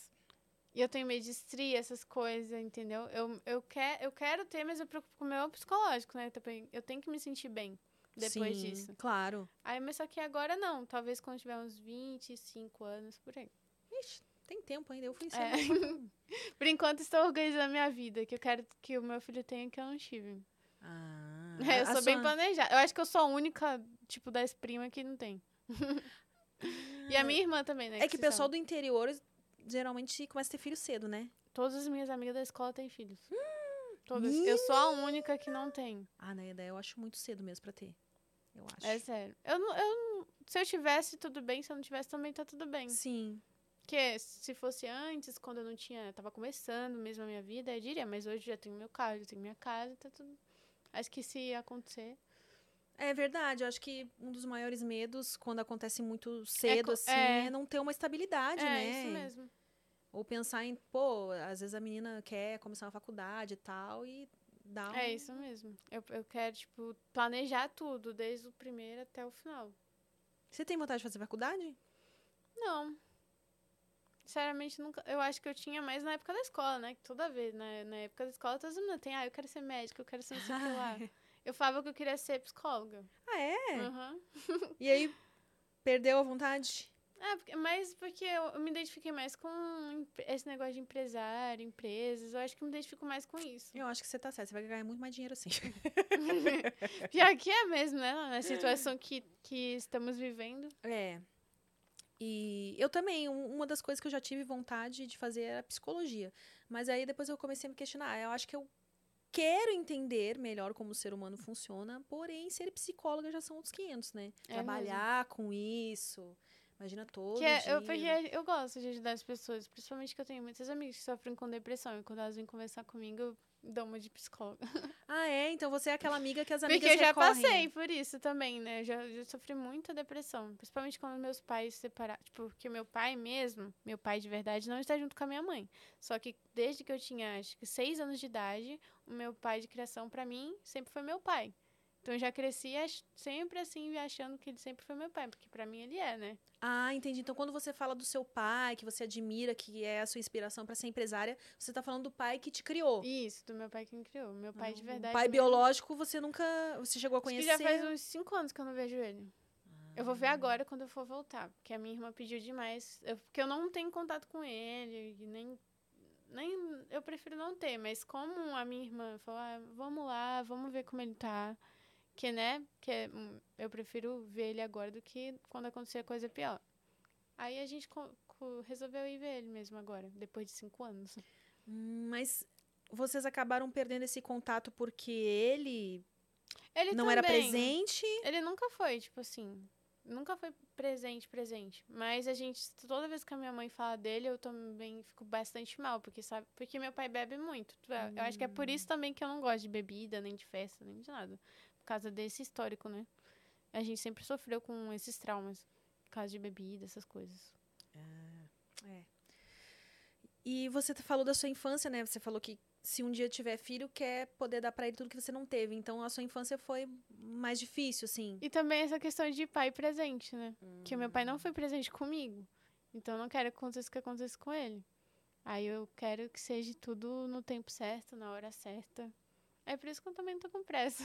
E eu tenho medo de estria, essas coisas, entendeu? Eu, eu, que, eu quero ter, mas eu me preocupo com o meu psicológico, né? Também. Eu tenho que me sentir bem depois
Sim,
disso.
Claro.
Aí, mas só que agora não. Talvez quando tiver uns 25 anos, por aí.
Ixi, tem tempo ainda. Eu fui
É.
ensinando.
Por enquanto, estou organizando minha vida, que eu quero que o meu filho tenha que eu não tive.
Ah,
É, eu
a
sou
sua-
bem planejada. Eu acho que eu sou a única, tipo, das primas que não tem. e a minha irmã também, né?
É que o
vocês
pessoal
sabem.
do interior geralmente começa a ter filho cedo, né?
Todas as minhas amigas da escola têm filhos.
Hum,
Todas. Eu sou a única que não tem.
Ah, né? Daí eu acho muito cedo mesmo pra ter. Eu acho.
É sério. Eu, não- eu, não- se eu tivesse, tudo bem. Se eu não tivesse, também tá tudo bem.
Sim.
Porque se fosse antes, quando eu não tinha, eu tava começando mesmo a minha vida, eu diria, mas hoje eu já tenho meu carro, já tenho minha casa, tá tudo. Acho que se acontecer.
É verdade. Eu acho que um dos maiores medos quando acontece muito
É co-
cedo, assim,
é.
é. não ter uma estabilidade,
é,
né?
isso mesmo.
Ou pensar em, pô, às vezes a menina quer começar uma faculdade e tal e dá um...
É isso mesmo. Eu, eu quero, tipo, planejar tudo, desde o primeiro até o final.
Você tem vontade de fazer faculdade?
Não. Sinceramente, nunca. Eu acho que eu tinha mais na época da escola, né? Que toda vez, na, na época da escola, todas as meninas têm, ah, eu quero ser médica, eu quero ser não sei o que lá. Eu falava que eu queria ser psicóloga.
Ah, é?
Aham.
E aí, perdeu a vontade?
Ah, porque- mas porque eu, eu me identifiquei mais com empre- esse negócio de empresário, empresas. Eu acho que eu me identifico mais com isso.
Eu acho que você tá certo. Você vai ganhar muito mais dinheiro assim.
Pior que é mesmo, né? Na situação que, que estamos vivendo.
É. E eu também, um- uma das coisas que eu já tive vontade de fazer era psicologia. Mas aí depois eu comecei a me questionar. Eu acho que eu quero entender melhor como o ser humano funciona, porém, ser psicóloga já são outros 500, né?
É
Trabalhar com isso. Imagina todo
Que é-
dia.
eu, porque eu gosto de ajudar as pessoas, principalmente que eu tenho muitas amigas que sofrem com depressão. E quando elas vêm conversar comigo, eu dou uma de psicóloga.
Ah, é? Então você é aquela amiga que as amigas
Porque eu já
recorrem.
passei por isso também, né? Eu já, já sofri muita depressão. Principalmente quando meus pais se separaram. Tipo, porque meu pai mesmo, meu pai de verdade, não está junto com a minha mãe. Só que desde que eu tinha, acho que, seis anos de idade, o meu pai de criação, pra mim, sempre foi meu pai. Então eu já cresci ach- sempre assim, achando que ele sempre foi meu pai. Porque pra mim ele é, né?
Ah, entendi. Então quando você fala do seu pai, que você admira, que é a sua inspiração para ser empresária, você tá falando do pai que te criou.
Isso, do meu pai que me criou. Meu pai de
Um
verdade.
pai
mesmo.
biológico, você nunca. Você chegou a
Acho que
conhecer. Ah.
já faz uns 5 anos que eu não vejo ele. Eu vou ver agora quando eu for voltar, porque a minha irmã pediu demais. Eu, porque eu não tenho contato com ele, e nem, nem. Eu prefiro não ter, mas como a minha irmã falou, ah, vamos lá, vamos ver como ele tá. Que, né? Que é, hum, eu prefiro ver ele agora do que quando acontecer coisa pior. Aí a gente co- co- resolveu ir ver ele mesmo agora, depois de cinco anos.
Hum, Mas vocês acabaram perdendo esse contato porque ele,
Ele
não era
também-
presente.
Ele nunca foi, tipo assim. Nunca foi presente, presente. Mas a gente, toda vez que a minha mãe fala dele, eu também fico bastante mal, porque sabe, porque meu pai bebe muito. Tu- Eu acho que é por isso também que eu não gosto de bebida, nem de festa, nem de nada. Por causa desse histórico, né? A gente sempre sofreu com esses traumas. Por causa de bebida, essas coisas.
É. E você t- falou da sua infância, né? Você falou que se um dia tiver filho, quer poder dar pra ele tudo que você não teve. Então a sua infância foi mais difícil, assim.
E também essa questão de pai presente, né? Que o meu pai não foi presente comigo. Então eu não quero que aconteça o que acontece com ele. Aí eu quero que seja tudo no tempo certo, na hora certa. É por isso que eu também tô com pressa.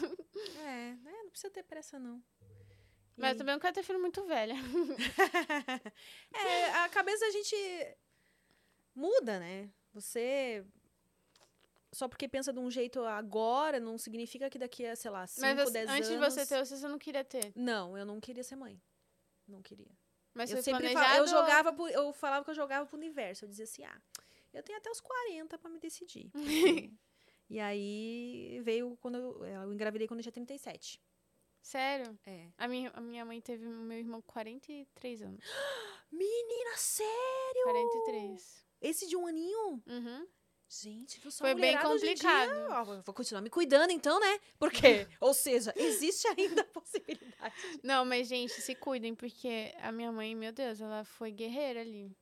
É, né? não precisa ter pressa, não.
Mas eu
E-
também não quero ter filho muito velha.
é, a cabeça da gente muda, né? Você. Só porque pensa de um jeito agora, não significa que daqui a, sei lá, 5,
Mas
10
você-
anos.
antes de você ter, você não queria ter.
Não, eu não queria ser mãe. Não queria.
Mas
eu
foi
sempre
planejado.
fa- eu
ou-
jogava pro- eu falava que eu jogava pro universo. Eu dizia assim: "Ah, eu tenho até os 40 pra me decidir". porque- e aí veio quando eu, é, eu engravidei quando eu tinha 37.
Sério?
É.
A minha, a minha mãe teve o meu irmão com 43 anos.
Menina, sério?
43.
Esse de um aninho?
Uhum.
Gente, viu só
Foi bem
mulherada hoje em dia?
complicado.
Ah, vou- vou continuar me cuidando então, né? Porque, ou seja, existe ainda a possibilidade.
Não, mas, gente, se cuidem, porque a minha mãe, meu Deus, ela foi guerreira ali.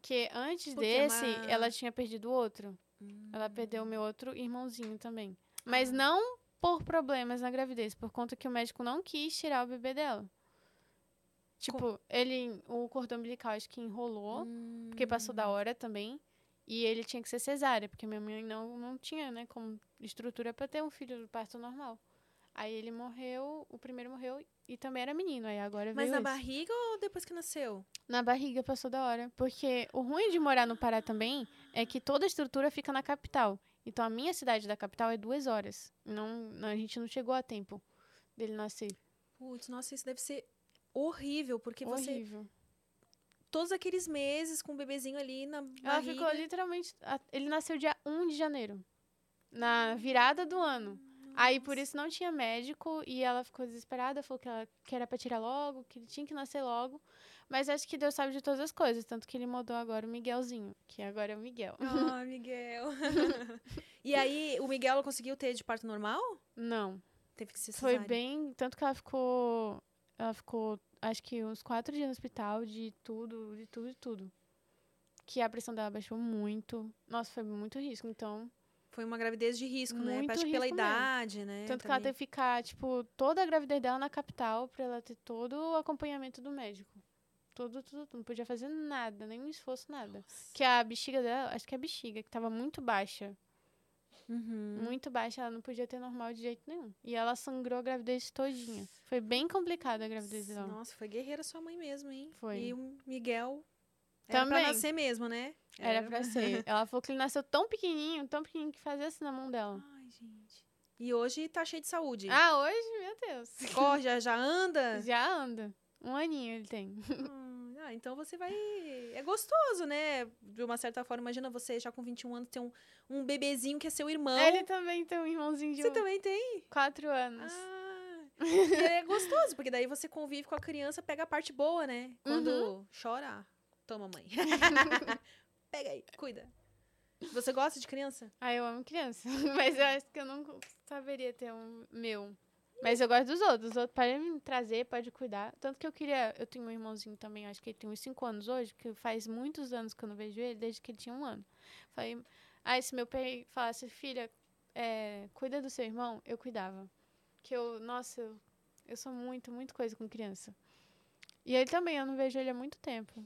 Porque antes
Porque é
desse,
uma- Hum.
ela tinha perdido o outro. Ela perdeu o meu outro irmãozinho também.
Ah.
Mas não por problemas na gravidez, por conta que o médico não quis tirar o bebê dela. Tipo, ele. O cordão umbilical acho que enrolou, porque passou
Uhum.
da hora também. E ele tinha que ser cesárea, porque minha mãe não, não tinha, né, como estrutura pra ter um filho do parto normal. Aí ele morreu, o primeiro morreu e também era menino. Aí agora
Mas
veio
na
esse.
barriga ou depois que nasceu?
Na barriga passou da hora. Porque o ruim de morar no Pará também é que toda a estrutura fica na capital. Então a minha cidade da capital é duas horas. Não, não- a gente não chegou a tempo dele nascer.
Putz, nossa, isso deve ser horrível, porque você
Horrível.
todos aqueles meses com o bebezinho ali na
Ela
barriga.
ficou literalmente. a- Ele nasceu dia 1 de janeiro. Na virada do ano. Aí por isso não tinha médico e ela ficou desesperada, falou que, ela, que era pra tirar logo, que ele tinha que nascer logo. Mas acho que Deus sabe de todas as coisas, tanto que ele mudou agora o Miguelzinho, que agora é o Miguel.
Ah, Miguel. e aí, o Miguel ela conseguiu ter de parto normal?
Não.
Teve que ser
Foi
cesárea.
bem. Tanto que ela ficou. Ela ficou, acho que uns quatro dias no hospital, de tudo, de tudo, de tudo. Que a pressão dela baixou muito. Nossa, foi muito risco. Então,
Foi uma gravidez de risco, né?
Muito
Acho que pela
risco mesmo.
idade, né?
tanto que ela
também.
teve que ficar, tipo, toda a gravidez dela na capital pra ela ter todo o acompanhamento do médico. Tudo, tudo, tudo. Não podia fazer nada, nenhum esforço, nada. Que a bexiga dela, acho que é a bexiga, que tava muito baixa.
Uhum.
Muito baixa, ela não podia ter normal de jeito nenhum. E ela sangrou a gravidez todinha. Foi bem complicada a gravidez dela.
Nossa, foi guerreira sua mãe mesmo, hein?
Foi.
E o Miguel era pra
Também.
nascer mesmo, né?
Era pra ser. Ela falou que ele nasceu tão pequenininho, tão pequenininho que fazia assim na mão dela.
Ai, gente. E hoje tá cheio de saúde.
Ah, hoje, meu Deus.
Corre, já, já anda.
Já anda. Um aninho ele tem.
Hum, Ah, então você vai. É gostoso, né? De uma certa forma, imagina você já com 21 anos ter um, um bebezinho que é seu irmão.
tá Ele também tem um irmãozinho de
Você
um-
também tem?
quatro anos.
Ah, E é gostoso, porque daí você convive com a criança, pega a parte boa, né? Quando
Uhum.
chora, ah, toma mãe. pega aí, cuida. Você gosta de criança?
Ah, eu amo criança. Mas eu acho que eu não saberia ter um meu. Mas eu gosto dos outros. Os outros podem me trazer, pode cuidar. Tanto que eu queria. Eu tenho um irmãozinho também, acho que ele tem uns 5 anos hoje, que faz muitos anos que eu não vejo ele, desde que ele tinha um ano. Falei. Aí se meu pai falasse, filha, é, cuida do seu irmão, eu cuidava. Que eu, nossa, eu, eu sou muito, muito coisa com criança. E ele também, eu não vejo ele há muito tempo.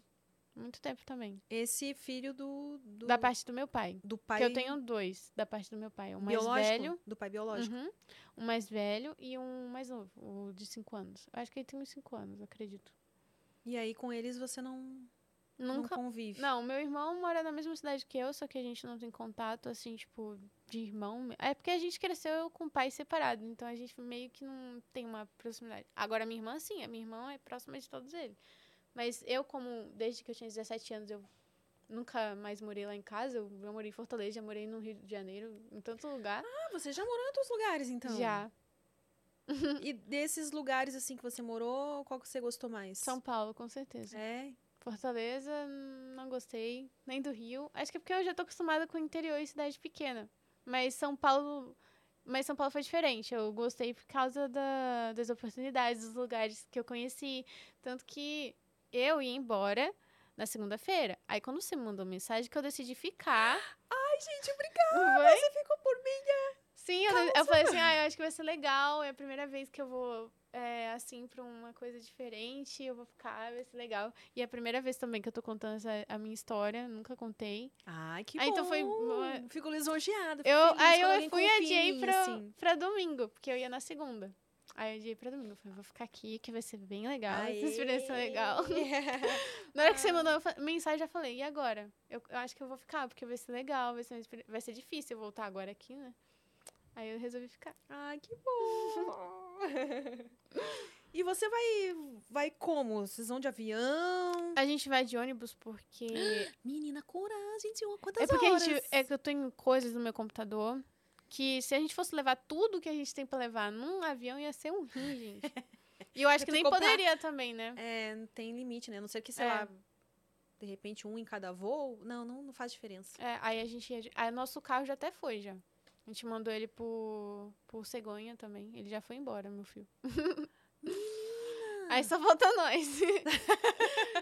Muito tempo também.
Esse filho do. do
Da parte do meu pai.
do pai
Que eu tenho dois da parte do meu pai. Um mais
biológico?
velho.
Do pai biológico.
Uhum. um mais velho e um mais novo, o de 5 anos. Eu acho que ele tem uns 5 anos, acredito.
E aí com eles você não, não
Uhum. Nunca.
convive.
Não, meu irmão mora na mesma cidade que eu, só que a gente não tem contato, assim, tipo, de irmão. É porque a gente cresceu com pais separados, então a gente meio que não tem uma proximidade. Agora, minha irmã, sim, a minha irmã é próxima de todos eles. Mas eu, como desde que eu tinha 17 anos, eu nunca mais morei lá em casa. Eu, eu morei em Fortaleza, já morei no Rio de Janeiro, em tanto lugar.
Ah, você já morou em outros lugares, então?
Já.
E desses lugares, assim, que você morou, qual que você gostou mais?
São Paulo, com certeza.
É?
Fortaleza, hum, não gostei. Nem do Rio. Acho que é porque eu já tô acostumada com o interior e cidade pequena. Mas São Paulo. Mas São Paulo foi diferente. Eu gostei por causa da- das oportunidades, dos lugares que eu conheci. Tanto que eu ia embora na segunda-feira. Aí quando você mandou mensagem que eu decidi ficar.
Ai, gente,
não
obrigada!
foi?
Você ficou por mim!
Sim, eu, eu falei assim, ah, eu acho que vai ser legal, é a primeira vez que eu vou, é, assim, pra uma coisa diferente, eu vou ficar, vai ser legal. E é a primeira vez também que eu tô contando essa- a minha história, nunca contei.
Ai, que
Ah,
bom.
então foi uma-
Fico lisonjeada. fico
Eu,
feliz
aí
quando
eu
alguém
fui e adiei
confia,
pra,
assim.
pra domingo, porque eu ia na segunda. Aí eu adiei pra domingo, eu falei, vou ficar aqui, que vai ser bem legal, essa experiência é
Aê!
legal.
É.
Na hora que você mandou a fa- mensagem, eu falei, e agora? Eu, eu acho que eu vou ficar, porque vai ser legal, vai ser, uma experi- vai ser difícil eu voltar agora aqui, né? Aí eu resolvi ficar.
Ai, que bom. e você vai, vai como? Vocês vão de avião?
A gente vai de ônibus porque
Menina, coragem, senhor. Quantas
É porque a
horas?
gente, é que eu tenho coisas no meu computador que se a gente fosse levar tudo que a gente tem pra levar num avião ia ser um rim, gente. E eu acho
Eu
que
tenho
nem
que comprar-
poderia também, né?
É, não tem limite, né? A não ser que, sei
É.
lá, de repente um em cada voo. Não, não, não faz diferença.
É, aí a gente ia, de- aí nosso carro já até foi já. A gente mandou ele por por cegonha também. Ele já foi embora, meu filho. Aí só falta nós.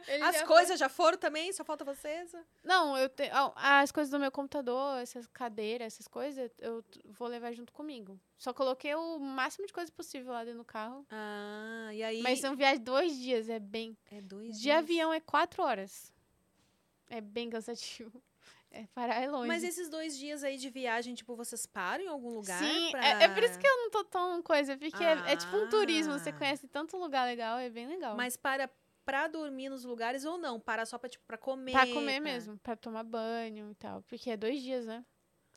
Ele
As
já foi-
coisas já foram também? Só falta vocês?
Não, eu tenho. As coisas do meu computador, essas cadeiras, essas coisas, eu t- vou levar junto comigo. Só coloquei o máximo de coisa possível lá dentro do carro.
Ah, e aí...
Mas são viagens dois dias, é bem.
É dois
De
dias.
avião é quatro horas. É bem cansativo. É parar é longe.
Mas esses dois dias aí de viagem, tipo, vocês param em algum lugar?
Sim,
pra...
é, é por isso que eu não tô tão coisa, porque é, é tipo um turismo, você
Ah.
conhece tanto lugar legal, é bem legal.
Mas para pra dormir nos lugares ou não? Para só pra, tipo, pra comer?
pra
pra-
comer mesmo, pra tomar banho e tal. Porque é dois dias, né?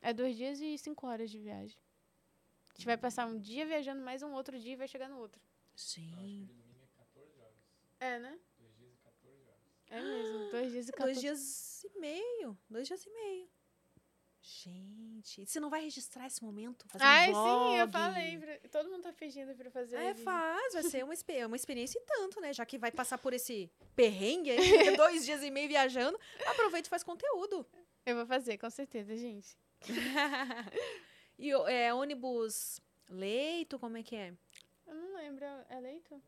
É dois dias e cinco horas de viagem. A gente vai passar um dia viajando, mais um outro dia e vai chegar no outro.
Eu acho que
Sim.
o mínimo é 14 horas.
É, né?
Dois dias e 14 horas.
É mesmo, dois dias
Dois
e 14
dias e meio. Dois dias e meio. Gente, e você não vai registrar esse momento? Fazer um
Ai, sim, eu
vlog?
falei. pra- Todo mundo tá pedindo pra eu fazer.
É,
vídeo.
faz, vai ser uma, experi- uma experiência e tanto, né? Já que vai passar por esse perrengue aí, dois dias e meio viajando, aproveita e faz conteúdo.
Eu vou fazer, com certeza, gente.
e o- é, ônibus leito, como é que é?
Eu não lembro, é leito?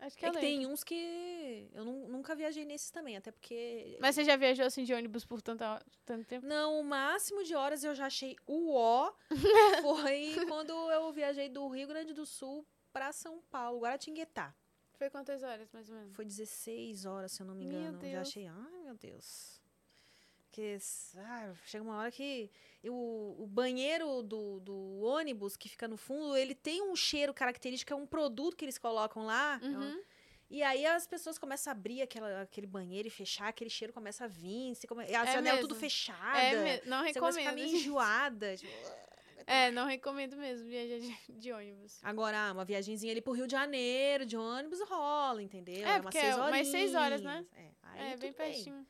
Acho que é,
é que
leito.
tem uns que eu nun- nunca viajei nesses também, até porque...
Mas você já viajou assim de ônibus por tanto, tanto tempo?
Não, o máximo de horas eu já achei o ó foi quando eu viajei do Rio Grande do Sul pra São Paulo, Guaratinguetá.
Foi quantas horas, mais ou menos?
Foi 16 horas, se eu não me
Meu
engano. Já
Deus.
achei, ai meu Deus. Porque ah, chega uma hora que eu- o banheiro do, do ônibus que fica no fundo, ele tem um cheiro característico, é um produto que eles colocam lá. é um-
Uhum.
E aí as pessoas começam a abrir aquela- aquele banheiro e fechar, aquele cheiro começa a vir, você come... a
É
janela tudo
mesmo.
fechada.
É, me- não
Você começa a ficar
recomendo.
meio
gente.
enjoada. tipo,
É, não recomendo mesmo viajar de, de ônibus.
Agora, ah, uma viagenzinha ali pro Rio de Janeiro, de ônibus, rola, entendeu?
É,
umas
porque é
seis horas.
umas seis horas, né?
É, aí
é, bem
tudo bem.
pertinho.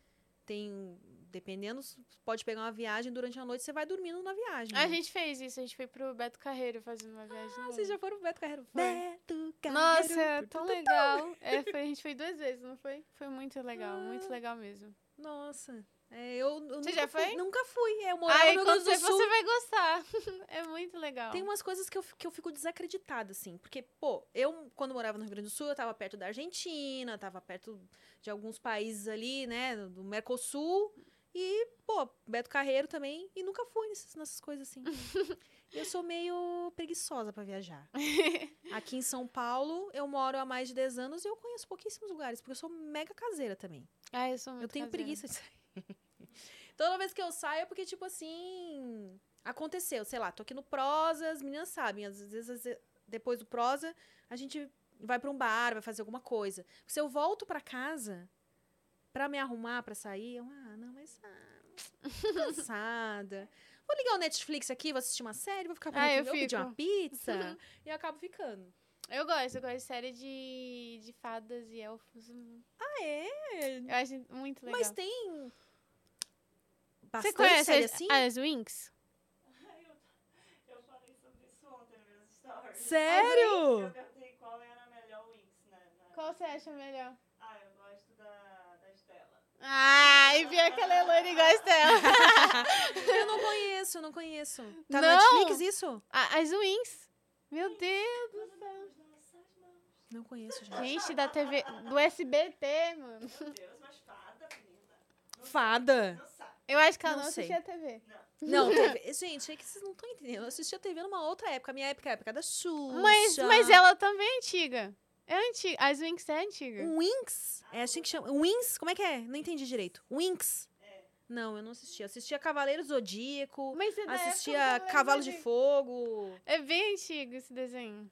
Tem, dependendo, pode pegar uma viagem durante a noite, você vai dormindo na viagem.
A
né?
gente fez isso, a gente foi pro Beto Carreiro fazendo uma viagem. no
Ah, vocês já
ônibus.
foram pro Beto Carreiro?
Foi.
Beto quero.
Nossa, é tão legal. É, foi- a gente foi duas vezes, não foi? Foi muito
Ah.
legal, muito legal mesmo.
Nossa. É, eu, eu
Você
nunca
já
fui-
foi?
Nunca fui. É, eu morava
Aí
no Rio
quando
Grande do
você,
Sul.
for, você vai gostar. É muito legal.
Tem um- umas coisas que eu, fi- que eu fico desacreditada, assim. Porque, pô, eu, quando morava no Rio Grande do Sul, eu tava perto da Argentina, tava perto de alguns países ali, né, do Mercosul. E, pô, Beto Carreiro também. E nunca fui nessas, nessas coisas, assim. eu sou meio preguiçosa pra viajar. Aqui em São Paulo, eu moro há mais de 10 anos e eu conheço pouquíssimos lugares, porque eu sou mega caseira também.
Ah, eu sou muito
Eu tenho
caseira.
preguiça de sair. Toda vez que eu saio é porque, tipo assim. Aconteceu, sei lá, tô aqui no Prosa, as meninas sabem. Às vezes, às vezes, depois do Prosa, a gente vai pra um bar, vai fazer alguma coisa. Se eu volto pra casa pra me arrumar, pra sair, eu, ah, não, mas. Ah, tô cansada. Vou ligar o Netflix aqui, vou assistir uma série, vou ficar por
Ah,
aqui,
eu
pedir
fico. Uhum.
uma pizza. e eu acabo ficando.
Eu gosto, eu gosto de série de, de fadas e elfos.
Ah, é?
Eu acho muito legal.
Mas tem.
Você
Bastante
conhece
série
as,
assim?
as Winx?
Eu falei sobre isso ontem nos meus stories.
Sério?
Eu perguntei qual era a melhor Wix, né? na-
Qual você acha melhor?
Ah, eu gosto da, da Estela.
Ah, e pior que a Lelane gosta dela.
Eu não conheço, eu não conheço. Tá no
Não?
Netflix isso?
Ah, as Winx. Meu Deus
Mas
do céu.
as nossas mãos.
Não conheço, gente.
Gente, da TV, do SBT, mano.
Meu Deus, mas fada, menina. Não
Fada.
sabe, Não sabe.
Eu acho que ela
Não
não,
sei.
assistia TV.
Não, TV. Gente, é que vocês não estão entendendo. Eu assistia TV numa outra época. A minha época é a época da Xuxa.
Mas, mas ela também é antiga. É antiga. As Winx é antiga.
Winx? É assim que chama. Winx? Como é que é? Não entendi direito. Winx?
É.
Não, eu não assistia. Eu assistia Cavaleiro Zodíaco.
Mas é da época do
Assistia
Cavaleiro
Cavalo de
Zodíaco.
Fogo.
É bem antigo esse desenho.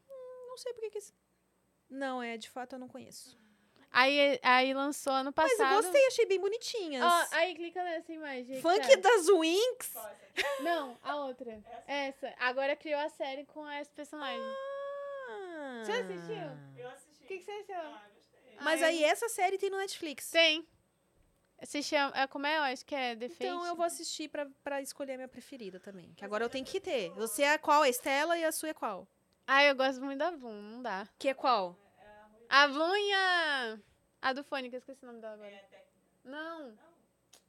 Não sei por que que... esse- Não, é, de fato, eu não conheço.
Aí, aí lançou ano
Mas
passado.
eu gostei, achei bem bonitinhas.
Ó, aí clica nessa imagem. aí,
Funk tá-
cara.
das Winx?
Qual essa aqui?
Não, a outra. Essa. Agora criou a série com esse personagem.
Ah.
Você assistiu?
Eu assisti.
O que, que você achou?
Ah, gostei.
Mas
Ah, eu
aí é- essa série tem no Netflix.
Tem. Se chama. é, Como é? Eu acho que é The
Então
Fate.
eu vou assistir pra, pra escolher a minha preferida também. Que agora eu tenho que ter. Você é qual? A Estela e a sua é qual?
Ah, eu gosto muito da Bloom, não dá.
Que é qual?
A Bloom e a. A do Fônica, esqueci o nome dela
É
agora.
a técnica.
Não.
Não.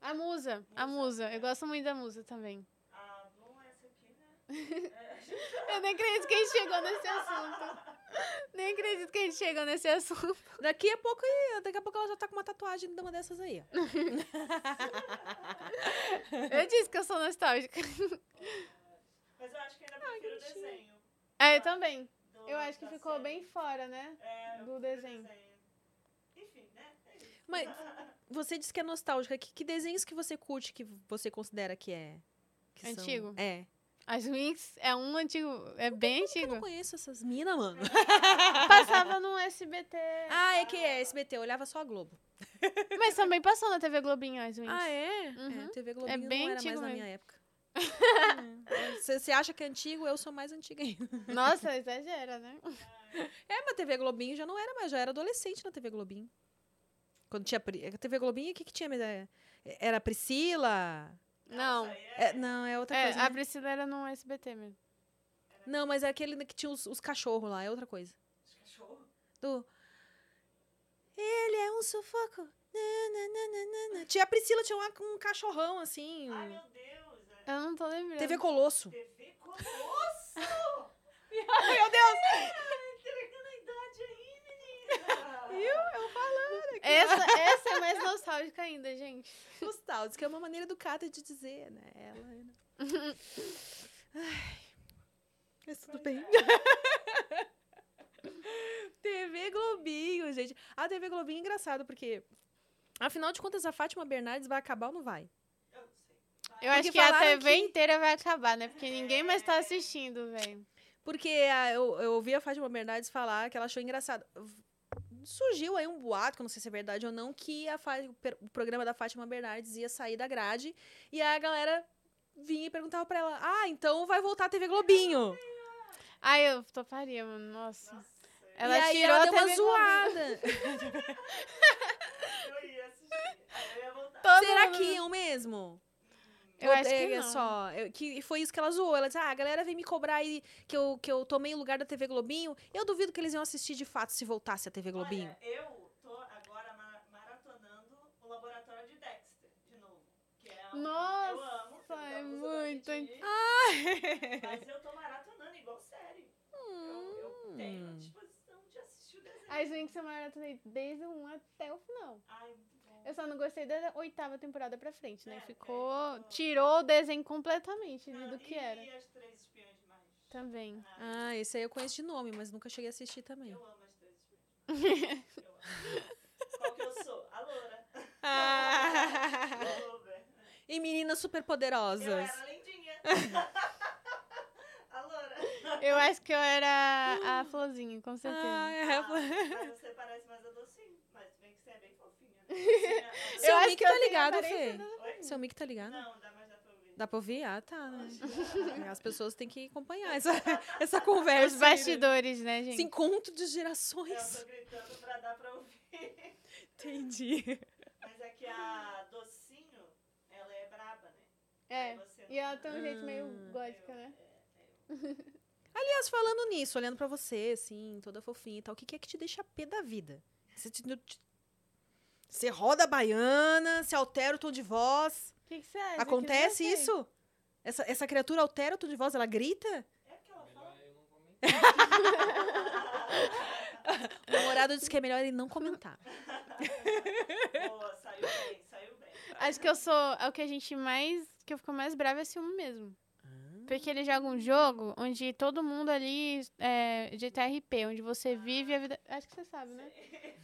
A Musa. A Musa. Eu gosto muito da Musa também.
A Bloom é essa aqui, né? É.
Eu nem acredito que a gente chegou nesse assunto. Nem acredito que a gente chegou nesse assunto.
Daqui a pouco, daqui a pouco ela já tá com uma tatuagem de uma dessas aí. ó.
Eu disse que eu sou nostálgica.
Mas eu acho que ainda prefiro o
bonitinho.
desenho.
É, eu também.
do-
Ah, Eu acho que
da
ficou
série.
bem fora, né?
É, eu
do
prefiro o
desenho.
Enfim, né? É isso.
Mas você disse que é nostálgica. Que, que desenhos que você curte que você considera que é? que são-
Antigo?
É.
As Winx é um antigo. É bem
Eu
antigo.
não conheço essas minas, mano.
Passava no SBT.
Ah, é que é SBT. Eu olhava só a Globo.
Mas também passou na TV Globinho as Winx.
Ah, é?
Uhum.
É, TV Globinho
bem
não era mais
antigo
na
mesmo.
minha época. Você você acha que é antigo? Eu sou mais antiga ainda.
Nossa, exagera, né?
É, mas TV Globinho já não era mais, já era adolescente na TV Globinho. Quando tinha. Pri- A TV Globinho, o que, que tinha? mesmo? É, Era a Priscila?
Não.
Nossa, aí é-
É, não, é outra
É,
coisa.
a
né?
Priscila era no SBT mesmo.
Não, mas é aquele que tinha os, os cachorros lá, é outra coisa.
Os cachorros.
Do. Ele é um sufoco. Na, na, na, na, na, na. Tinha a Priscila, tinha uma- um cachorrão assim.
Ai,
Hum.
um-
meu Deus. é
Eu não tô lembrando.
TV Colosso.
TV Colosso!
Meu Deus!
Entregando a idade aí, menina!
Essa, essa é mais nostálgica ainda, gente.
Nostalgia, que é uma maneira educada de dizer, né? Ela. né? Ai. Mas tudo bem. TV Globinho, gente. A TV Globinho é engraçado, porque. Afinal de contas, a Fátima Bernardes vai acabar ou não vai?
Eu não sei.
Eu
Porque
acho que a
falaram
TV
que-
inteira vai acabar, né? Porque ninguém mais tá assistindo, velho.
Porque a- eu, eu ouvi a Fátima Bernardes falar que ela achou engraçado. V- Surgiu aí um boato, que eu não sei se é verdade ou não, que a Fá- o per- o programa da Fátima Bernardes ia sair da grade. E aí a galera vinha e perguntava pra ela: Ah, então vai voltar a TV Globinho.
Ai, eu toparia, mano. Nossa.
Nossa,
Ela
e aí
tirou
ela
a
deu uma
TV Globinho.
zoada.
eu ia assistir. Aí eu ia voltar.
Todo
Será
mundo-
que iam mesmo?
Eu acho que
Odeia
não.
só. Eu- que foi isso que ela zoou. Ela disse: ah, a galera vem me cobrar aí que eu, que eu tomei o lugar da TV Globinho. Eu duvido que eles iam assistir de fato se voltasse a TV Globinho.
Olha, eu tô agora ma- maratonando o laboratório de Dexter, de novo. Que é um- eu amo.
Nossa,
eu
é
amo os
muito.
adolescentes, Mas eu tô maratonando igual série. Eu,
Hum.
eu tenho a disposição de assistir o desenho.
As Winx eu maratonei desde o 1 até o final.
Ai, muito bom.
Eu só não gostei da oitava temporada pra frente, né?
É,
Ficou.
é, ficou-
Tirou o desenho completamente de-
Ah,
do que
e,
era. Tá
E as Três Espiãs Demais.
Também.
Ah, esse aí eu conheço de nome, mas nunca cheguei a assistir também.
Eu amo as Três Espiãs Demais. eu amo. Qual que eu sou? A loura. Loura.
e meninas
Eu
superpoderosas.
era lindinha. a loura.
Eu acho que eu era a florzinha, com certeza.
Ah,
Ah,
é.
mas você parece mais a docinho. Mas bem que você é bem fofinha. Docinha, a
Seu
Eu acho
mic
que
tá
eu tenho
ligado,
aparência
Fê?
docinha. Oi?
Seu mic tá ligado?
Não, dá mais dá pra ouvir.
Dá pra ouvir? Ah, tá. né? As pessoas têm que acompanhar essa, essa conversa.
Os
aí, né?
bastidores, né,
Esse
gente?
encontro de
um
Eu
gerações.
tô gritando pra dar pra ouvir.
Entendi.
Mas é que a docinho, ela é braba, né?
É.
Aí você
E ela
não-
tem um jeito meio
Ah.
gótica, né?
Aliás, falando nisso, olhando pra você, assim, toda fofinha e tal, o que, que é que te deixa pé da vida? Você, te- te- você roda a baiana, você altera o tom de voz.
O que, É, que você acha?
Acontece
Que não sei.
isso? Essa, essa criatura altera o tom de voz, ela grita?
um
É que ela fala.
Melhor eu não comentar.
O namorado disse que é melhor ele não comentar.
Boa, saiu bem, saiu bem.
Acho que eu sou. É o que a gente mais. Que eu fico mais brava é ciúme mesmo.
Ah.
Porque ele joga um jogo onde todo mundo ali é GTRP, onde você vive a vida. Acho que você sabe, né?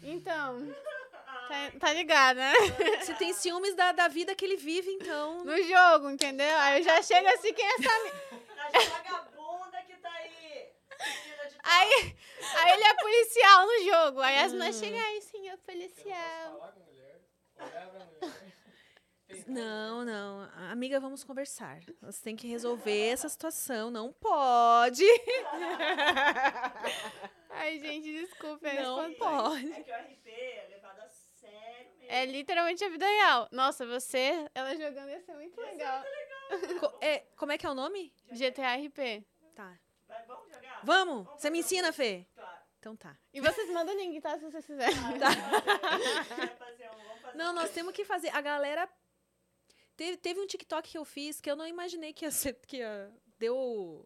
Então.
Ah,
Tá, tá ligado, né?
Você tem ciúmes da, da vida que ele vive, então.
No jogo, entendeu? Aí eu já chego assim, quem é essa.
As vagabunda que tá aí. Menina de
Aí, aí ele é policial no jogo. Aí as
Hum.
meninas chegam aí, sim, é
Eu não posso
policial.
falar com mulher, olhar pra mulher. tentar-
Não, não. A- Amiga, vamos conversar. Você tem que resolver essa situação. Não pode.
Ai, gente, desculpa. é
Não
espontâneo.
pode.
É que o RP é levado a sério mesmo.
É literalmente a vida real. Nossa, você, ela jogando ia ser muito legal.
Co- é, como é que é o nome?
GTA RP.
Tá.
Vai, vamos jogar?
Vamos! Você me ensina, Fê?
Claro.
Então tá.
E vocês mandam link, tá? Se vocês quiserem.
Ah, vamos fazer, vai fazer um, vamos fazer
Não,
um.
nós temos que fazer. A galera. Teve, teve um TikTok que eu fiz que eu não imaginei que ia ser. Que ia- deu.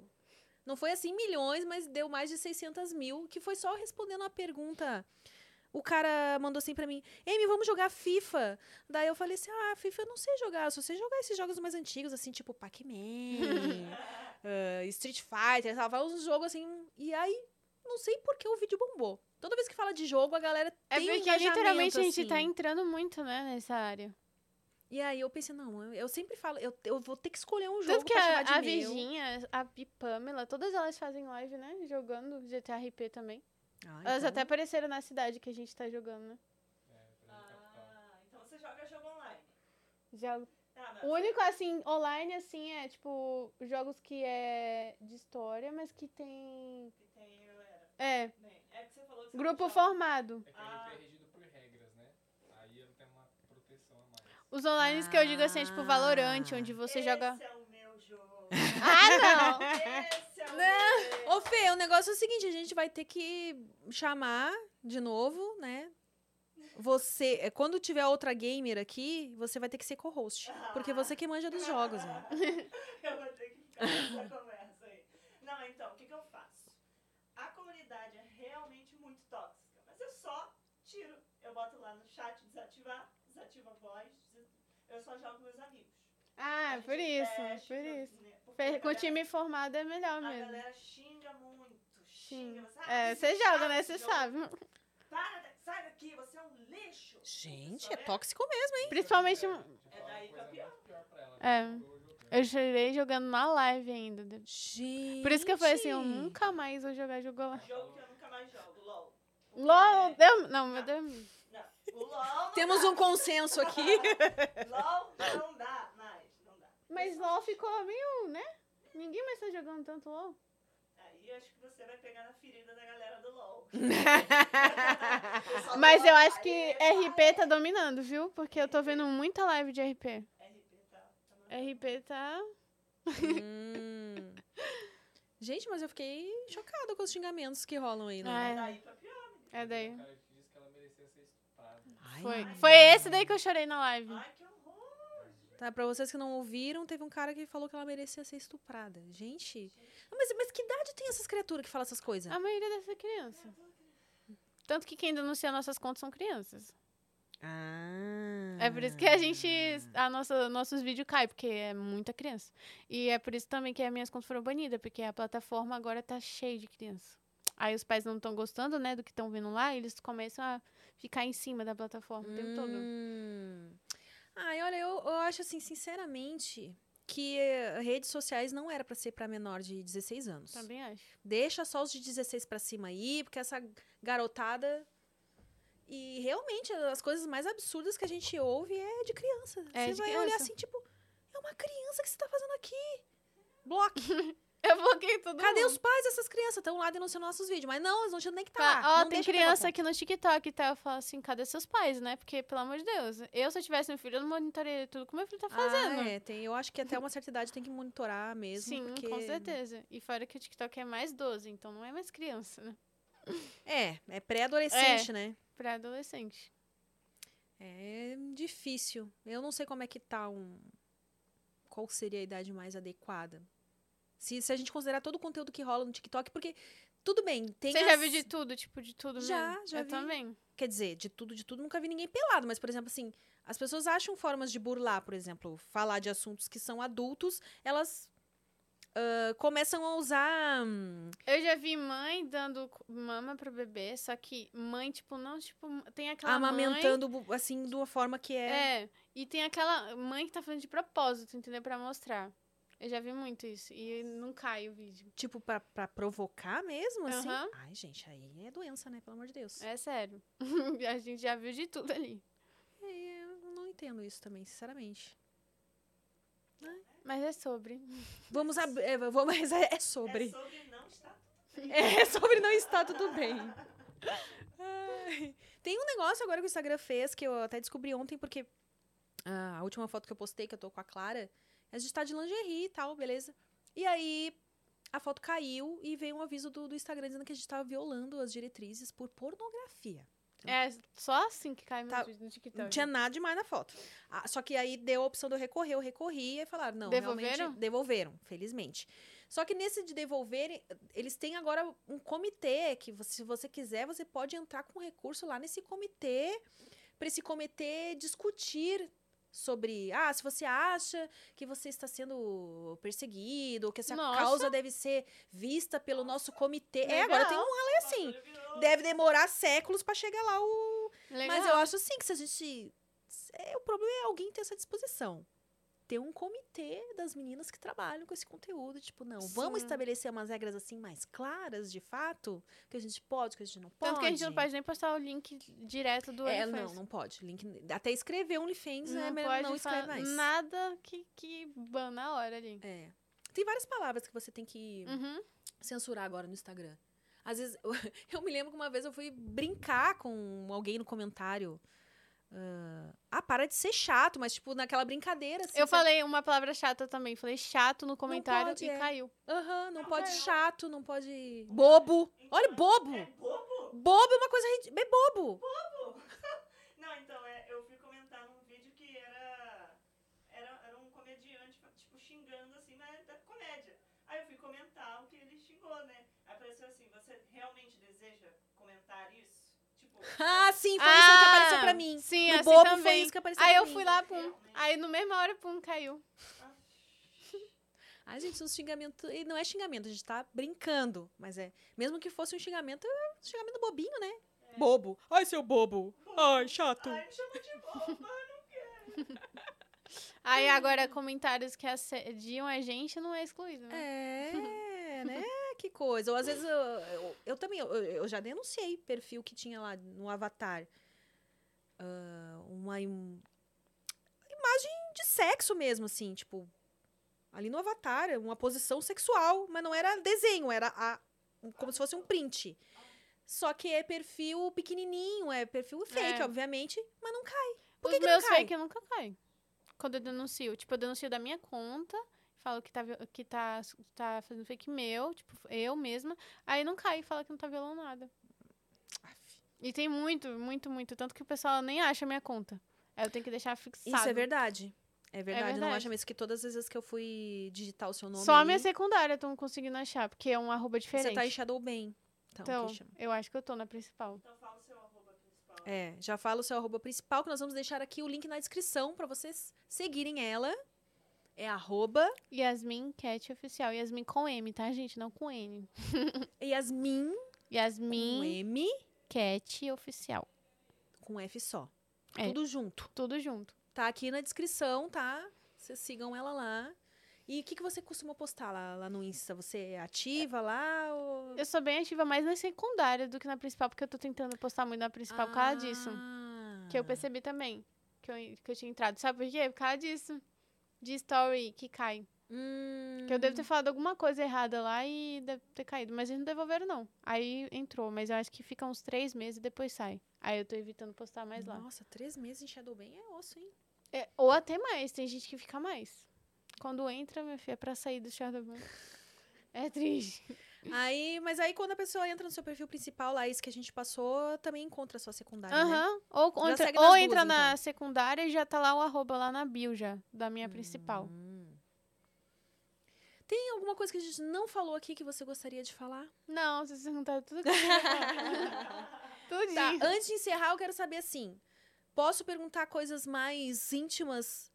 Não foi assim milhões, mas deu mais de 600 mil, que foi só respondendo a pergunta. O cara mandou assim pra mim: Amy, vamos jogar FIFA. Daí eu falei assim: Ah, FIFA eu não sei jogar. Se você jogar esses jogos mais antigos, assim, tipo Pac-Man, ah, Street Fighter, tal, vai uns jogos assim. E aí, não sei por que o vídeo bombou. Toda vez que fala de jogo, a galera
É
tem um
porque literalmente a
engajamento,
gente tá
assim.
entrando muito, né, nessa área.
E aí eu pensei, não, eu, eu sempre falo, eu, eu vou ter que escolher um jogo
Tanto que
pra chamar
a,
de
a
meu.
Virginia, a Pi- Pamela, todas elas fazem live, né? Jogando GTA RP também.
Ah,
Elas
então.
até apareceram na cidade que a gente tá jogando, né?
É, pra mim, capital.
Ah, então você joga jogo online.
Jogo.
Tá, mas
O único, assim, online, assim, é tipo, jogos que é de história, mas que tem.
que tem galera.
É,
Bem, é que você falou que você
grupo
não joga.
formado.
É que
Ah.
a RP é regido por regras, né? Aí ele tem uma proteção a mais.
Os online que eu digo assim é tipo Valorant,
Ah.
onde você
Esse
joga.
é o meu jogo.
Ah, não!
Esse é o meu.
Ô, Fê, o negócio é o seguinte, a gente vai ter que chamar de novo, né? Você, é, quando tiver outra gamer aqui, você vai ter que ser co-host. Porque você que manja dos jogos, né?
eu vou ter que ficar nessa conversa aí. Não, então, o que, que eu faço? A comunidade é realmente muito tóxica, mas eu só tiro. Eu boto lá no chat desativar, desativa a voz, des- eu só jogo com meus amigos. A
Ah,
gente
por isso,
fecha,
por isso.
né, porque a
Fe- Com o
galera-
time formado é melhor
A
mesmo.
galera xinga muito,
Sim.
xinga. sabe?
É,
Esse
você joga,
chato
né?
de
Você
jogo.
sabe.
Para, da- sai daqui, você é um lixo.
Gente, é tóxico mesmo.
Principalmente.
É,
um-
te
É
fala
daí
uma
pra
coisa
pior.
muito pior pra ela,
É.
né? Eu jogando.
Eu chorei jogando na live ainda.
Gente.
Por isso que eu falei assim, eu nunca mais vou jogar jogo lá.
um Jogo que eu nunca mais jogo, LOL. Porque-
é. LOL, deu... não, meu Deus.
Não, o LOL. não
Temos um consenso aqui.
LOL não dá mais, não dá.
Mas LOL ficou meio, né? Ninguém mais tá jogando tanto LOL.
Aí eu acho que você vai pegar na ferida da galera do LOL.
Mas eu tá- acho que RP tá dominando, viu? Porque eu tô vendo muita live de RP.
RP tá. tá mandando.
RP tá.
Hum. Gente, mas eu fiquei chocada com os xingamentos que rolam aí, né?
É.
Daí pra pior.
É daí.
cara que disse que ela merecia ser estuprada.
Ai,
Foi.
ai.
Foi esse daí que eu chorei na live.
Ai, que horror.
Tá, pra vocês que não ouviram, teve um cara que falou que ela merecia ser estuprada. Gente, ah, mas, mas que idade tem essas criaturas que falam essas coisas?
A maioria dessa é criança. Tanto que quem denuncia nossas contas são crianças.
Ah.
É por isso que a gente. A nossa, nossos vídeos caem, porque é muita criança. E é por isso também que as minhas contas foram banidas, porque a plataforma agora tá cheia de criança. Aí os pais não estão gostando, né, do que estão vendo lá, e eles começam a ficar em cima da plataforma o tempo todo.
Hum. Ai, olha, eu, eu acho assim, sinceramente, que eh, redes sociais não era pra ser pra menor de 16 anos.
Também acho.
Deixa só os de 16 pra cima aí, porque essa garotada. E realmente, as coisas mais absurdas que a gente ouve é de criança.
É,
você
de
vai olhar
criança.
assim, tipo, é uma criança que você tá fazendo aqui. Bloque.
Eu bloqueei todo
Cadê
mundo.
os pais dessas crianças? Estão lá denunciando nossos vídeos. Mas não, eles não tinham nem que estar
Fala,
lá.
Ó,
não
tem
deixa eu
criança
pegar
aqui no TikTok, tá? Eu falo assim, cadê seus pais, né? Porque, pelo amor de Deus, eu se eu tivesse um filho, eu não monitoraria tudo que meu filho tá
conta.
fazendo.
Ah, é, tem, eu acho que até uma certa idade tem que monitorar mesmo.
Sim,
porque...
com certeza. E fora que o TikTok é mais 12, então não é mais criança, né?
É, é pré-adolescente, né?
Pra adolescente.
É difícil. Eu não sei como é que tá um. Qual seria a idade mais adequada? Se, se a gente considerar todo o conteúdo que rola no TikTok, porque tudo bem, tem.
Você já
as-
viu de tudo, tipo, de tudo
Já,
mesmo?
já
Eu
vi.
também.
Quer dizer, de tudo, de tudo, nunca vi ninguém pelado, mas, por exemplo, assim, as pessoas acham formas de burlar, por exemplo, falar de assuntos que são adultos, elas ah, começam a usar. hum,
Eu já vi mãe dando co- mama pro bebê, só que mãe, tipo, não, tipo, tem aquela mãe...
amamentando, bu- assim, de uma forma que é.
É, e tem aquela mãe que tá fazendo de propósito, entendeu? Pra mostrar. Eu já vi muito isso. E não cai o vídeo.
Tipo, pra, pra provocar mesmo, assim.
Aham.
Ai, gente, aí é doença, né? Pelo amor de Deus.
É sério. a gente já viu de tudo ali.
É, eu não entendo isso também, sinceramente.
Mas é sobre.
Vamos abrir. É, vamos, mas é é
É
sobre.
sobre não estar tudo.
É sobre não estar tudo bem. Ai. Tem um negócio agora que o Instagram fez que eu até descobri ontem, porque ah, a última foto que eu postei, que eu tô com a Clara, a gente tá de lingerie e tal, beleza? E aí a foto caiu e veio um aviso do, do Instagram dizendo que a gente tava violando as diretrizes por pornografia.
É só assim que cai meu
Tá.
vídeo no TikTok.
Não tinha nada demais na foto. Ah, só que aí deu a opção de eu recorrer, eu recorri e falaram, não,
Devolveram?
realmente devolveram, felizmente. Só que nesse de devolver, eles têm agora um comitê que, você- se você quiser, você pode entrar com recurso lá nesse comitê, para esse comitê discutir sobre, ah, se você acha que você está sendo perseguido, ou que essa
Nossa.
causa deve ser vista pelo nosso comitê. É, agora
Legal.
tem um rolê assim. Deve demorar séculos para chegar lá o
Legal.
mas eu acho sim que se a gente. é, o problema é alguém ter essa disposição. Ter um comitê das meninas que trabalham com esse conteúdo. Tipo, não, vamos
Sim.
estabelecer umas regras assim mais claras, de fato, que a gente pode, que a gente não pode.
Tanto que a gente não pode nem postar o link direto do
É,
OnlyFans.
não, não pode. Link, até escrever OnlyFans é
Não
melhor não
pode
escreve
falar
mais.
nada que, que ban na hora ali.
É. Tem várias palavras que você tem que
Uhum.
censurar agora no Instagram. Às vezes, eu me lembro que uma vez eu fui brincar com alguém no comentário. ah, ah, para de ser chato, mas tipo, naquela brincadeira. Assim,
Eu
sabe?
falei uma palavra chata também. Falei chato no comentário
pode,
e
é.
caiu.
Aham, não
Não,
pode
não.
chato, não pode. Bobo! Olha, bobo!
É bobo?
Bobo é uma coisa ridícula. É bobo!
Não, então, é, eu fui comentar num vídeo que era, era, era um comediante, tipo, xingando assim, mas é da comédia. Aí eu fui comentar o que ele xingou, né? Aí apareceu assim, você realmente deseja comentar isso? Tipo,
Ah, sim, foi isso aí que apareceu pra mim.
Sim,
No
assim
bobo
também.
foi isso que apareceu
Aí
pra
eu
mim.
fui lá, pum. Aí no mesma hora, pum, caiu.
ah,
Ai, gente, isso é um xingamento. E não é xingamento, a gente tá brincando. Mas é. Mesmo que fosse um xingamento, é um xingamento bobinho, né? Bobo. Ai, seu bobo. Ai, chato.
ai, me chamou de boba.
Aí agora comentários que assediam a gente não é excluído, né?
É, né? Que coisa. Ou às vezes eu, eu, eu também, eu, eu já denunciei perfil que tinha lá no Avatar. Ah, uma im- imagem de sexo mesmo, assim, tipo. Ali no Avatar, uma posição sexual, mas não era desenho, era a- um- como se fosse um print. Só que é perfil pequenininho, é perfil fake,
É.
obviamente, mas não cai. Por
Os
que que não
meus é
cai?
fake nunca caem. quando eu denuncio. Tipo, eu denuncio da minha conta, falo que tá, vi- que tá, tá fazendo fake meu, tipo, eu mesma. Aí não cai e fala que não tá violando nada. E tem muito, muito, muito. Tanto que o pessoal nem acha a minha conta. Aí eu tenho que deixar fixado.
Isso é verdade. É verdade, não
verdade.
acha mesmo que todas as vezes que eu fui digitar o seu nome.
Só a
aí,
minha secundária eu tô conseguindo achar, porque é um arroba diferente.
Você tá em Shadow Bem. Então,
Então,
que chama.
eu acho que eu tô na principal.
Então fala o seu arroba principal.
É, já fala o seu arroba principal, que nós vamos deixar aqui o link na descrição pra vocês seguirem ela. É arroba
Yasmin Cat Oficial. Yasmin com M, tá, gente? Não com N.
Yasmin com
Yasmin
M
Cat Oficial.
com F só.
É.
Tudo junto.
Tudo junto.
Tá aqui na descrição, tá? Vocês sigam ela lá. E o que, que você costuma postar lá, lá no Insta? Você é ativa lá? Ou...
Eu sou bem ativa mais na secundária do que na principal, porque eu tô tentando postar muito na principal por causa disso.
Ah.
Que eu percebi também que eu, que eu tinha entrado. Sabe por quê? Por causa disso. De story que cai.
Hum,
Que eu devo ter falado alguma coisa errada lá e deve ter caído. Mas eles não devolveram, não. Aí entrou, mas eu acho que fica uns três meses e depois sai. Aí eu tô evitando postar mais lá.
Nossa, três meses em Shadow Ban é osso, hein?
É, ou até mais, tem gente que fica mais. Quando entra, minha filha, é pra sair do Shadowban. É triste.
Aí, mas aí quando a pessoa entra no seu perfil principal, lá, isso que a gente passou, também encontra a sua secundária, né?
Aham. Ou
Já
entra,
segue nas
ou
duas, então.
entra na secundária e já tá lá o arroba lá na bio já, da minha principal.
Hum. Tem alguma coisa que a gente não falou aqui que você gostaria de falar?
Não, vocês perguntaram tudo que eu queria
Tá,
falar. Tudinho.
antes de encerrar, eu quero saber assim: posso perguntar coisas mais íntimas?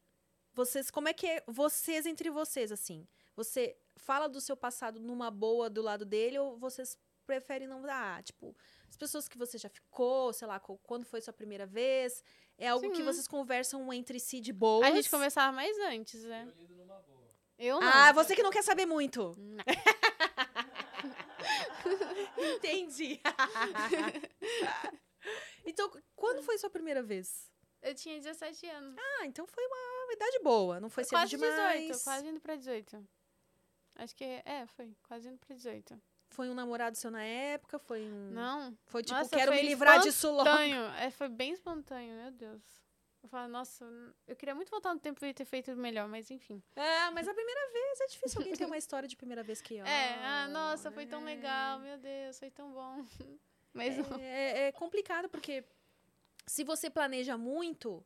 Vocês, como é que é vocês entre vocês, assim? Você fala do seu passado numa boa do lado dele ou vocês preferem não dar? tipo, as pessoas que você já ficou, sei lá, co- quando foi sua primeira vez? É algo que
Sim.
vocês conversam entre si de boa?
A gente conversava mais antes, né?
Eu lido numa boa.
Eu não.
Ah, você que não quer saber muito.
Não.
Entendi. então, quando foi sua primeira vez?
Eu tinha 17 anos.
Ah, então foi uma idade boa, não foi cedo
quase
demais.
18, quase indo pra 18. Acho que, é, foi. Quase indo pra 18.
Foi um namorado seu na época, foi um...
Não,
Foi tipo,
Nossa,
quero
foi
me livrar disso logo.
espontâneo. É, foi bem espontâneo, meu Deus. Eu falo, nossa, eu queria muito voltar no tempo e ter feito melhor, mas enfim.
Ah, mas a primeira vez é difícil alguém ter uma história de primeira vez que eu.
é, ah, nossa, foi tão legal, meu Deus, foi tão bom. Mas não.
É, é complicado, porque se você planeja muito,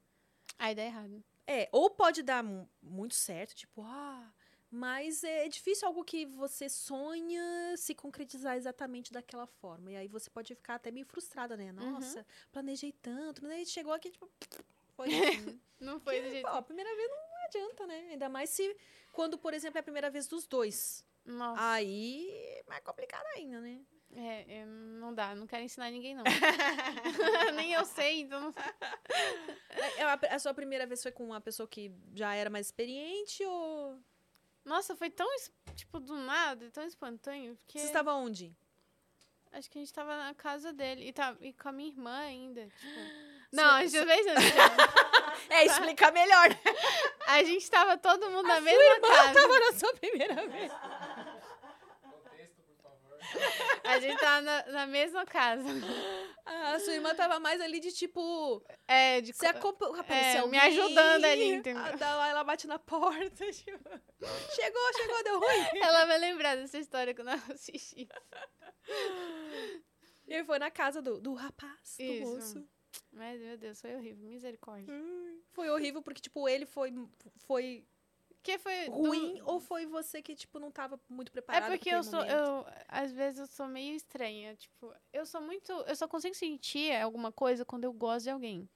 Aí Ah, dá errado.
É, ou pode dar mu- muito certo, tipo, ah, mas é difícil algo que você sonha se concretizar exatamente daquela forma. E aí você pode ficar até meio frustrada, né?
Uhum.
Nossa, planejei tanto, né? E chegou aqui, tipo, foi assim.
Não foi do
Porque,
jeito.
ó, a primeira vez não adianta, né? Ainda mais se quando, por exemplo, é a primeira vez dos dois.
Nossa,
Aí é mais complicado ainda, né?
é, é, não dá, não quero ensinar ninguém, não. Nem eu sei, então não sei.
É, A, a sua primeira vez foi com uma pessoa que já era mais experiente ou.
Nossa, foi tão, es- tipo, do nada, tão espontâneo. Porque
Você estava onde?
acho que a gente tava na casa dele e, tá, e com a minha irmã ainda. Tipo.
Você-
Não, a gente fez antes. já.
É, explicar melhor, né?
A gente tava todo mundo na mesma
Ela
casa.
tava na sua primeira vez.
Contexto, por favor.
A gente tava na, na mesma casa.
Ah, a sua irmã tava mais ali de tipo.
É, de
Se
co- é,
acompa- aparecer
me
alguém,
ajudando ali, entendeu?
ah, dá- Ela bate na porta. tipo, Chegou, chegou, deu ruim.
Ela vai lembrar dessa história quando ela assistir.
E aí foi na casa do, do rapaz, do
Isso.
moço.
Mas, meu Deus, foi horrível. Misericórdia.
Foi horrível porque, tipo, ele foi, foi
Porque foi. do-
ruim um ou foi você que, tipo, não tava muito
É
preparado?
porque eu sou. Eu, às vezes eu sou meio estranha. Tipo, eu sou muito. Eu só consigo sentir alguma coisa quando eu gosto de alguém.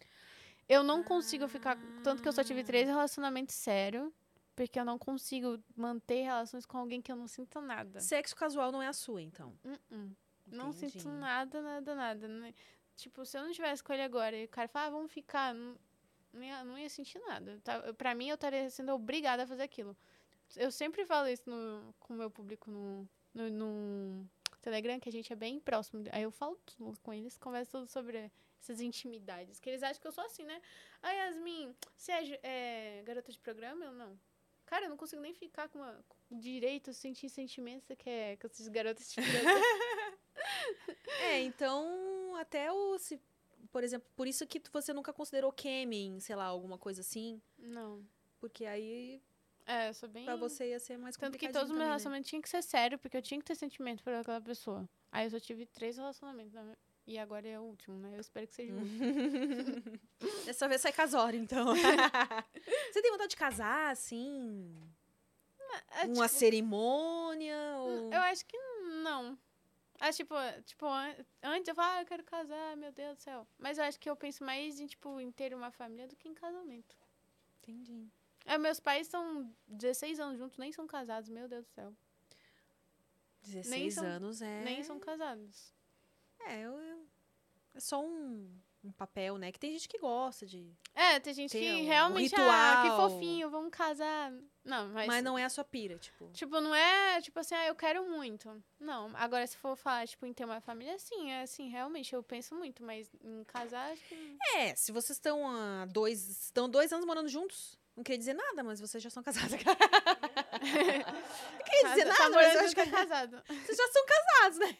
Eu não consigo ficar. Tanto que eu só tive três relacionamentos sérios. Porque eu não consigo manter relações com alguém que eu não sinto nada.
Sexo casual não é a sua, então.
Hum, hum. Não sinto
Entendi.
nada, nada, nada. né? Tipo, se eu não tivesse com ele agora e o cara falar, ah, vamos ficar, não, não, ia, não ia sentir nada. Eu tava- eu- Pra mim, eu estaria sendo obrigada a fazer aquilo. Eu sempre falo isso no- com o meu público no, no, no Telegram, que a gente é bem próximo. Aí eu falo tudo com eles, converso tudo sobre essas intimidades. Que eles acham que eu sou assim, né? Ah, Yasmin, você é, ju- é garota de programa? Eu não. Cara, eu não consigo nem ficar com, uma, com direito, sentir sentimentos que é com esses garotos de programa.
É, então, até o. Se, por exemplo, por isso que tu- você nunca considerou Kemen, sei lá, alguma coisa assim.
Não.
Porque aí
É, eu sou bem.
pra você é ia ser mais
Tanto que
complicado.
todos os meus relacionamentos tinham que ser sério, porque eu tinha que ter sentimento por aquela pessoa. Aí eu só tive três relacionamentos. na minha- E agora é o último, né? Eu espero que seja o último.
Dessa vez sai casório, então. né? você tem vontade de casar, assim?
É, tipo,
Uma cerimônia? Ou...
Eu acho que não. Ah, tipo, tipo, an- antes eu falava, ah, eu quero casar, meu Deus do céu. Mas eu acho que eu penso mais em, tipo, em ter uma família do que em casamento.
Entendi.
É, meus pais são 16 anos juntos, nem são casados, meu Deus do céu.
16
são-
anos é.
Nem são casados.
É, eu- eu- é só um, um papel, né? Que tem gente que gosta de.
É, tem gente
Tem
que
um
realmente, ah, que
ritual.
fofinho, vamos casar. Não, mas...
Mas, não é a sua pira, tipo.
Tipo, não é, tipo assim, ah, eu quero muito. Não, agora se for falar, tipo, em ter uma família, sim, é assim, realmente, eu penso muito, mas em casar, acho que...
É, se vocês estão há dois. Estão dois anos morando juntos, não queria dizer nada, mas vocês já são casados. não queria dizer
Casa-
nada,
tá
mas eu
morando
acho que
junto, é casado.
vocês já são casados, né?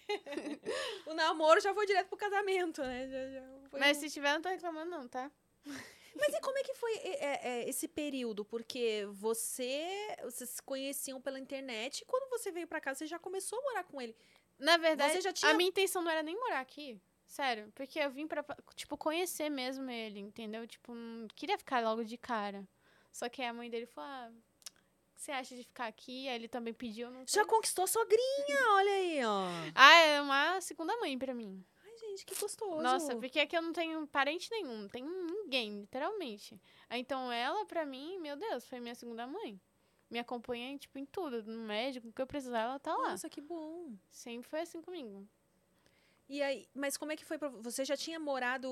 o namoro já foi direto pro casamento, né? Já- já foi
Mas
um-
se tiver, não tô reclamando, não, tá?
Mas e como é que foi é, é, é, esse período? Porque você. Vocês se conheciam pela internet e quando você veio pra cá, você já começou a morar com ele.
Na verdade,
Você já tinha-
a minha intenção não era nem morar aqui. Sério, porque eu vim pra, tipo, conhecer mesmo ele, entendeu? Tipo, não queria ficar logo de cara. Só que a mãe dele falou, ah, o que você acha de ficar aqui? Aí ele também pediu, eu não
Já
sei.
conquistou a sogrinha, olha aí, ó.
Ah, é uma segunda mãe pra mim.
Ai, gente, que gostoso.
Nossa, porque aqui eu não tenho parente nenhum, não tenho ninguém, literalmente. Aí, Então ela, pra mim, meu Deus, foi minha segunda mãe. Me acompanha, tipo, em tudo, no médico, o que eu precisar, ela tá lá.
Nossa, que bom.
Sempre foi assim comigo.
E aí, mas como é que foi pra... Você já tinha morado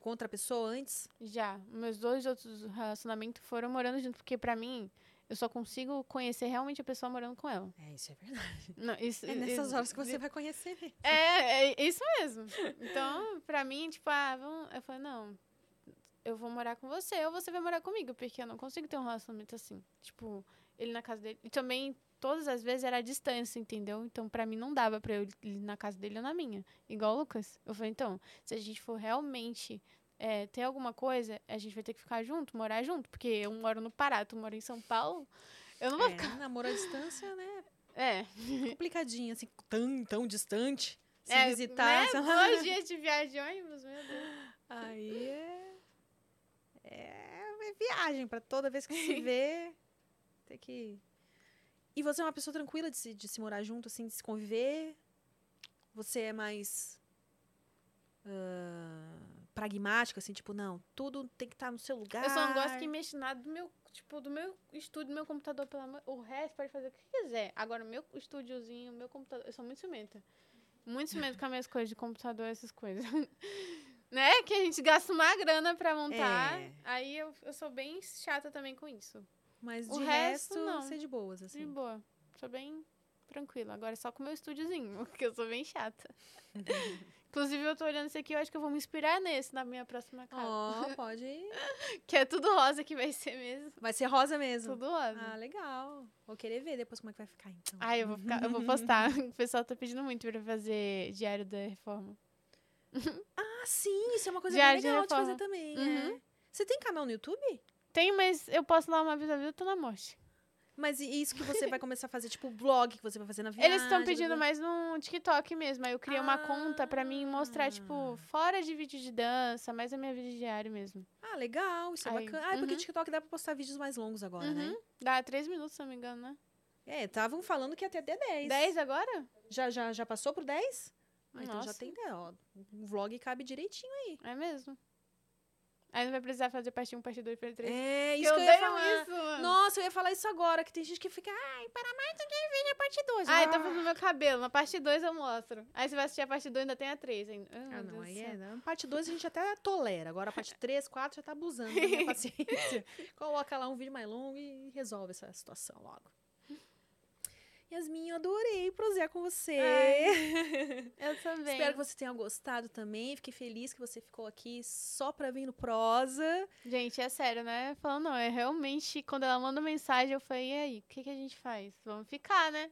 com outra pessoa antes?
Já. Meus dois outros relacionamentos foram morando junto, porque pra mim, eu só consigo conhecer realmente a pessoa morando com ela.
É, isso é verdade.
Não, isso-
É nessas
isso-
horas que você vai conhecer ele.
É, é isso mesmo. Então, pra mim, tipo, ah, vamos... eu falei, não, eu vou morar com você ou você vai morar comigo, porque eu não consigo ter um relacionamento assim. Tipo, ele na casa dele. E também, todas as vezes era a distância, entendeu? Então, pra mim, não dava pra eu ir na casa dele ou na minha. Igual o Lucas. Eu falei, então, se a gente for realmente é, ter alguma coisa, a gente vai ter que ficar junto, morar junto, porque eu moro no Pará, tu mora em São Paulo. Eu não vou ficar.
É, namoro à distância, né?
É.
Complicadinho, assim, tão, tão distante. Se
é,
visitar,
né?
sei lá.
Dois dias de viagem de ônibus, meu Deus.
Aí é... É uma viagem pra toda vez que se vê, ter que... E você é uma pessoa tranquila de se, de se morar junto, assim, de se conviver? Você é mais... ah, pragmática, assim, tipo, não, tudo tem que estar no seu lugar.
Eu só não gosto que mexa nada do meu, tipo, do meu estúdio, do meu computador, pelo amor. O resto pode fazer o que quiser. Agora, o meu estúdiozinho, o meu computador. Eu sou muito ciumenta. Muito ciumenta com as minhas coisas de computador, essas coisas. né? Que a gente gasta uma grana pra montar.
É.
Aí eu, eu sou bem chata também com isso.
Mas
O
de
resto,
resto,
não.
você é de boas,
De
assim.
boa. Sou bem tranquila. Agora é só com o meu estúdiozinho, porque eu sou bem chata. Inclusive, eu tô olhando esse aqui, eu acho que eu vou me inspirar nesse na minha próxima casa.
Ó, pode. ir.
Que é tudo rosa que vai ser mesmo.
Vai ser rosa mesmo.
Tudo rosa.
Ah, legal. Vou querer ver depois como é que vai ficar, então.
Ai, eu vou, ficar- eu vou postar. O pessoal tá pedindo muito pra eu fazer diário da reforma.
Ah, sim, isso é uma coisa bem
Diário de
legal de
reforma.
fazer também.
Uhum.
é. Você tem canal no YouTube?
Tem, mas eu posso dar uma vez na vida, eu tô na morte.
Mas e isso que você vai começar a fazer, tipo, blog que você vai fazer na viagem? né?
Eles estão
blá, blá,
pedindo
blá.
mais no TikTok mesmo. Aí eu criei uma conta pra mim mostrar,
Ah.
tipo, fora de vídeo de dança, mais a minha vida diária mesmo.
Ah, legal, isso é
Aí,
bacana. Ah, é porque
uhum.
TikTok dá pra postar vídeos mais longos agora, né?
Uhum. Dá três minutos, se eu não me engano, né?
É, estavam falando que ia ter até 10.
Dez agora?
Já, já, já passou pro 10? Ah, então já
Nossa.
tem 10, ó. O vlog cabe direitinho.
É mesmo. Aí não vai precisar fazer parte 1, parte 2, parte 3.
É, isso que eu, ia falar.
isso, mano.
Nossa, eu ia falar isso agora, que tem gente que fica, ai, para mais do que vem a parte 2.
Ai, tá fazendo meu cabelo. Na parte 2 eu mostro. Aí você vai assistir a parte 2 ainda tem a 3 ainda. Ai, meu
Ah, não,
Deus do
aí
céu.
é. não. Parte 2 a gente até tolera. Agora a parte 3, 4 já tá abusando da minha paciência. Coloca lá um vídeo mais longo e resolve essa situação logo. Yasmin, eu adorei prosear com você.
Eu também.
Espero que você tenha gostado também. Fiquei feliz que você ficou aqui só pra vir no prosa.
Gente, é sério, né? Falando, não, é realmente, quando ela manda Oh. mensagem, eu falei, e aí, o que, que a gente faz? Vamos ficar, né?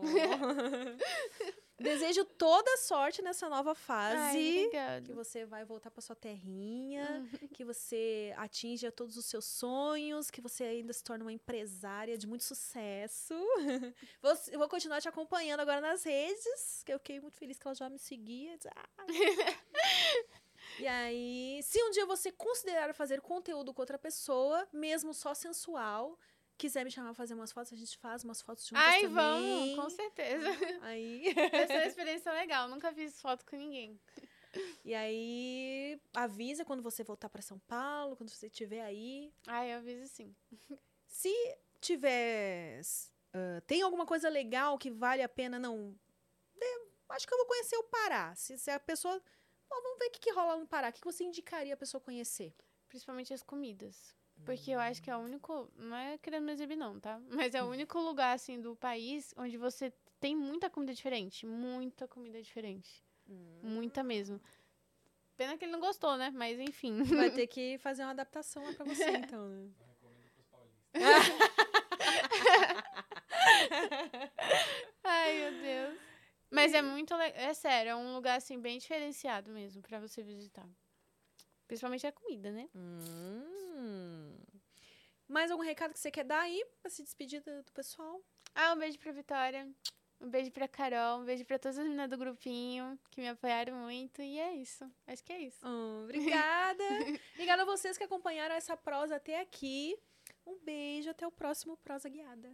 Desejo toda sorte nessa nova
Ai,
fase. que
obrigada.
você vai voltar para sua terrinha,
Uhum.
que você atinja todos os seus sonhos, que você ainda se torne uma empresária de muito sucesso. Vou, eu vou continuar te acompanhando agora nas redes, que eu fiquei muito feliz que ela já me seguia. Diz, "Ah". e aí, se um dia você considerar fazer conteúdo com outra pessoa, mesmo só sensual, quiser me chamar pra fazer umas fotos, a gente faz umas fotos juntas
Ai,
também.
vamos, com certeza.
Aí...
Essa é uma experiência legal, nunca fiz foto com ninguém.
E aí, avisa quando você voltar para São Paulo, quando você estiver aí.
Ai, eu aviso sim.
Se tiver. s- ah, tem alguma coisa legal que vale a pena, não. né, acho que eu vou conhecer o Pará. Se, se a pessoa. Bom, vamos ver o que, que rola no Pará. O que, que você indicaria a pessoa conhecer?
Principalmente as comidas. Porque eu acho que é o único. Não é querendo me exibir, não, tá? Mas é o único lugar, assim, do país onde você tem muita comida diferente. Muita comida diferente. Muita mesmo. Pena que ele não gostou, né? Mas enfim.
Vai ter que fazer uma adaptação lá pra você, então, né?
Não recomendo pros paulistas.
Ai, meu Deus. Mas é muito legal. É sério, é um lugar, assim, bem diferenciado mesmo pra você visitar. Principalmente a comida, né?
Hum. Mais algum recado que você quer dar aí pra se despedir do, do pessoal?
Ah, um beijo pra Vitória. Um beijo pra Carol. Um beijo pra todas as meninas do grupinho que me apoiaram muito. E é isso. Acho que é isso.
Ah, obrigada. obrigada a vocês que acompanharam essa prosa até aqui. Um beijo, até o próximo Prosa Guiada.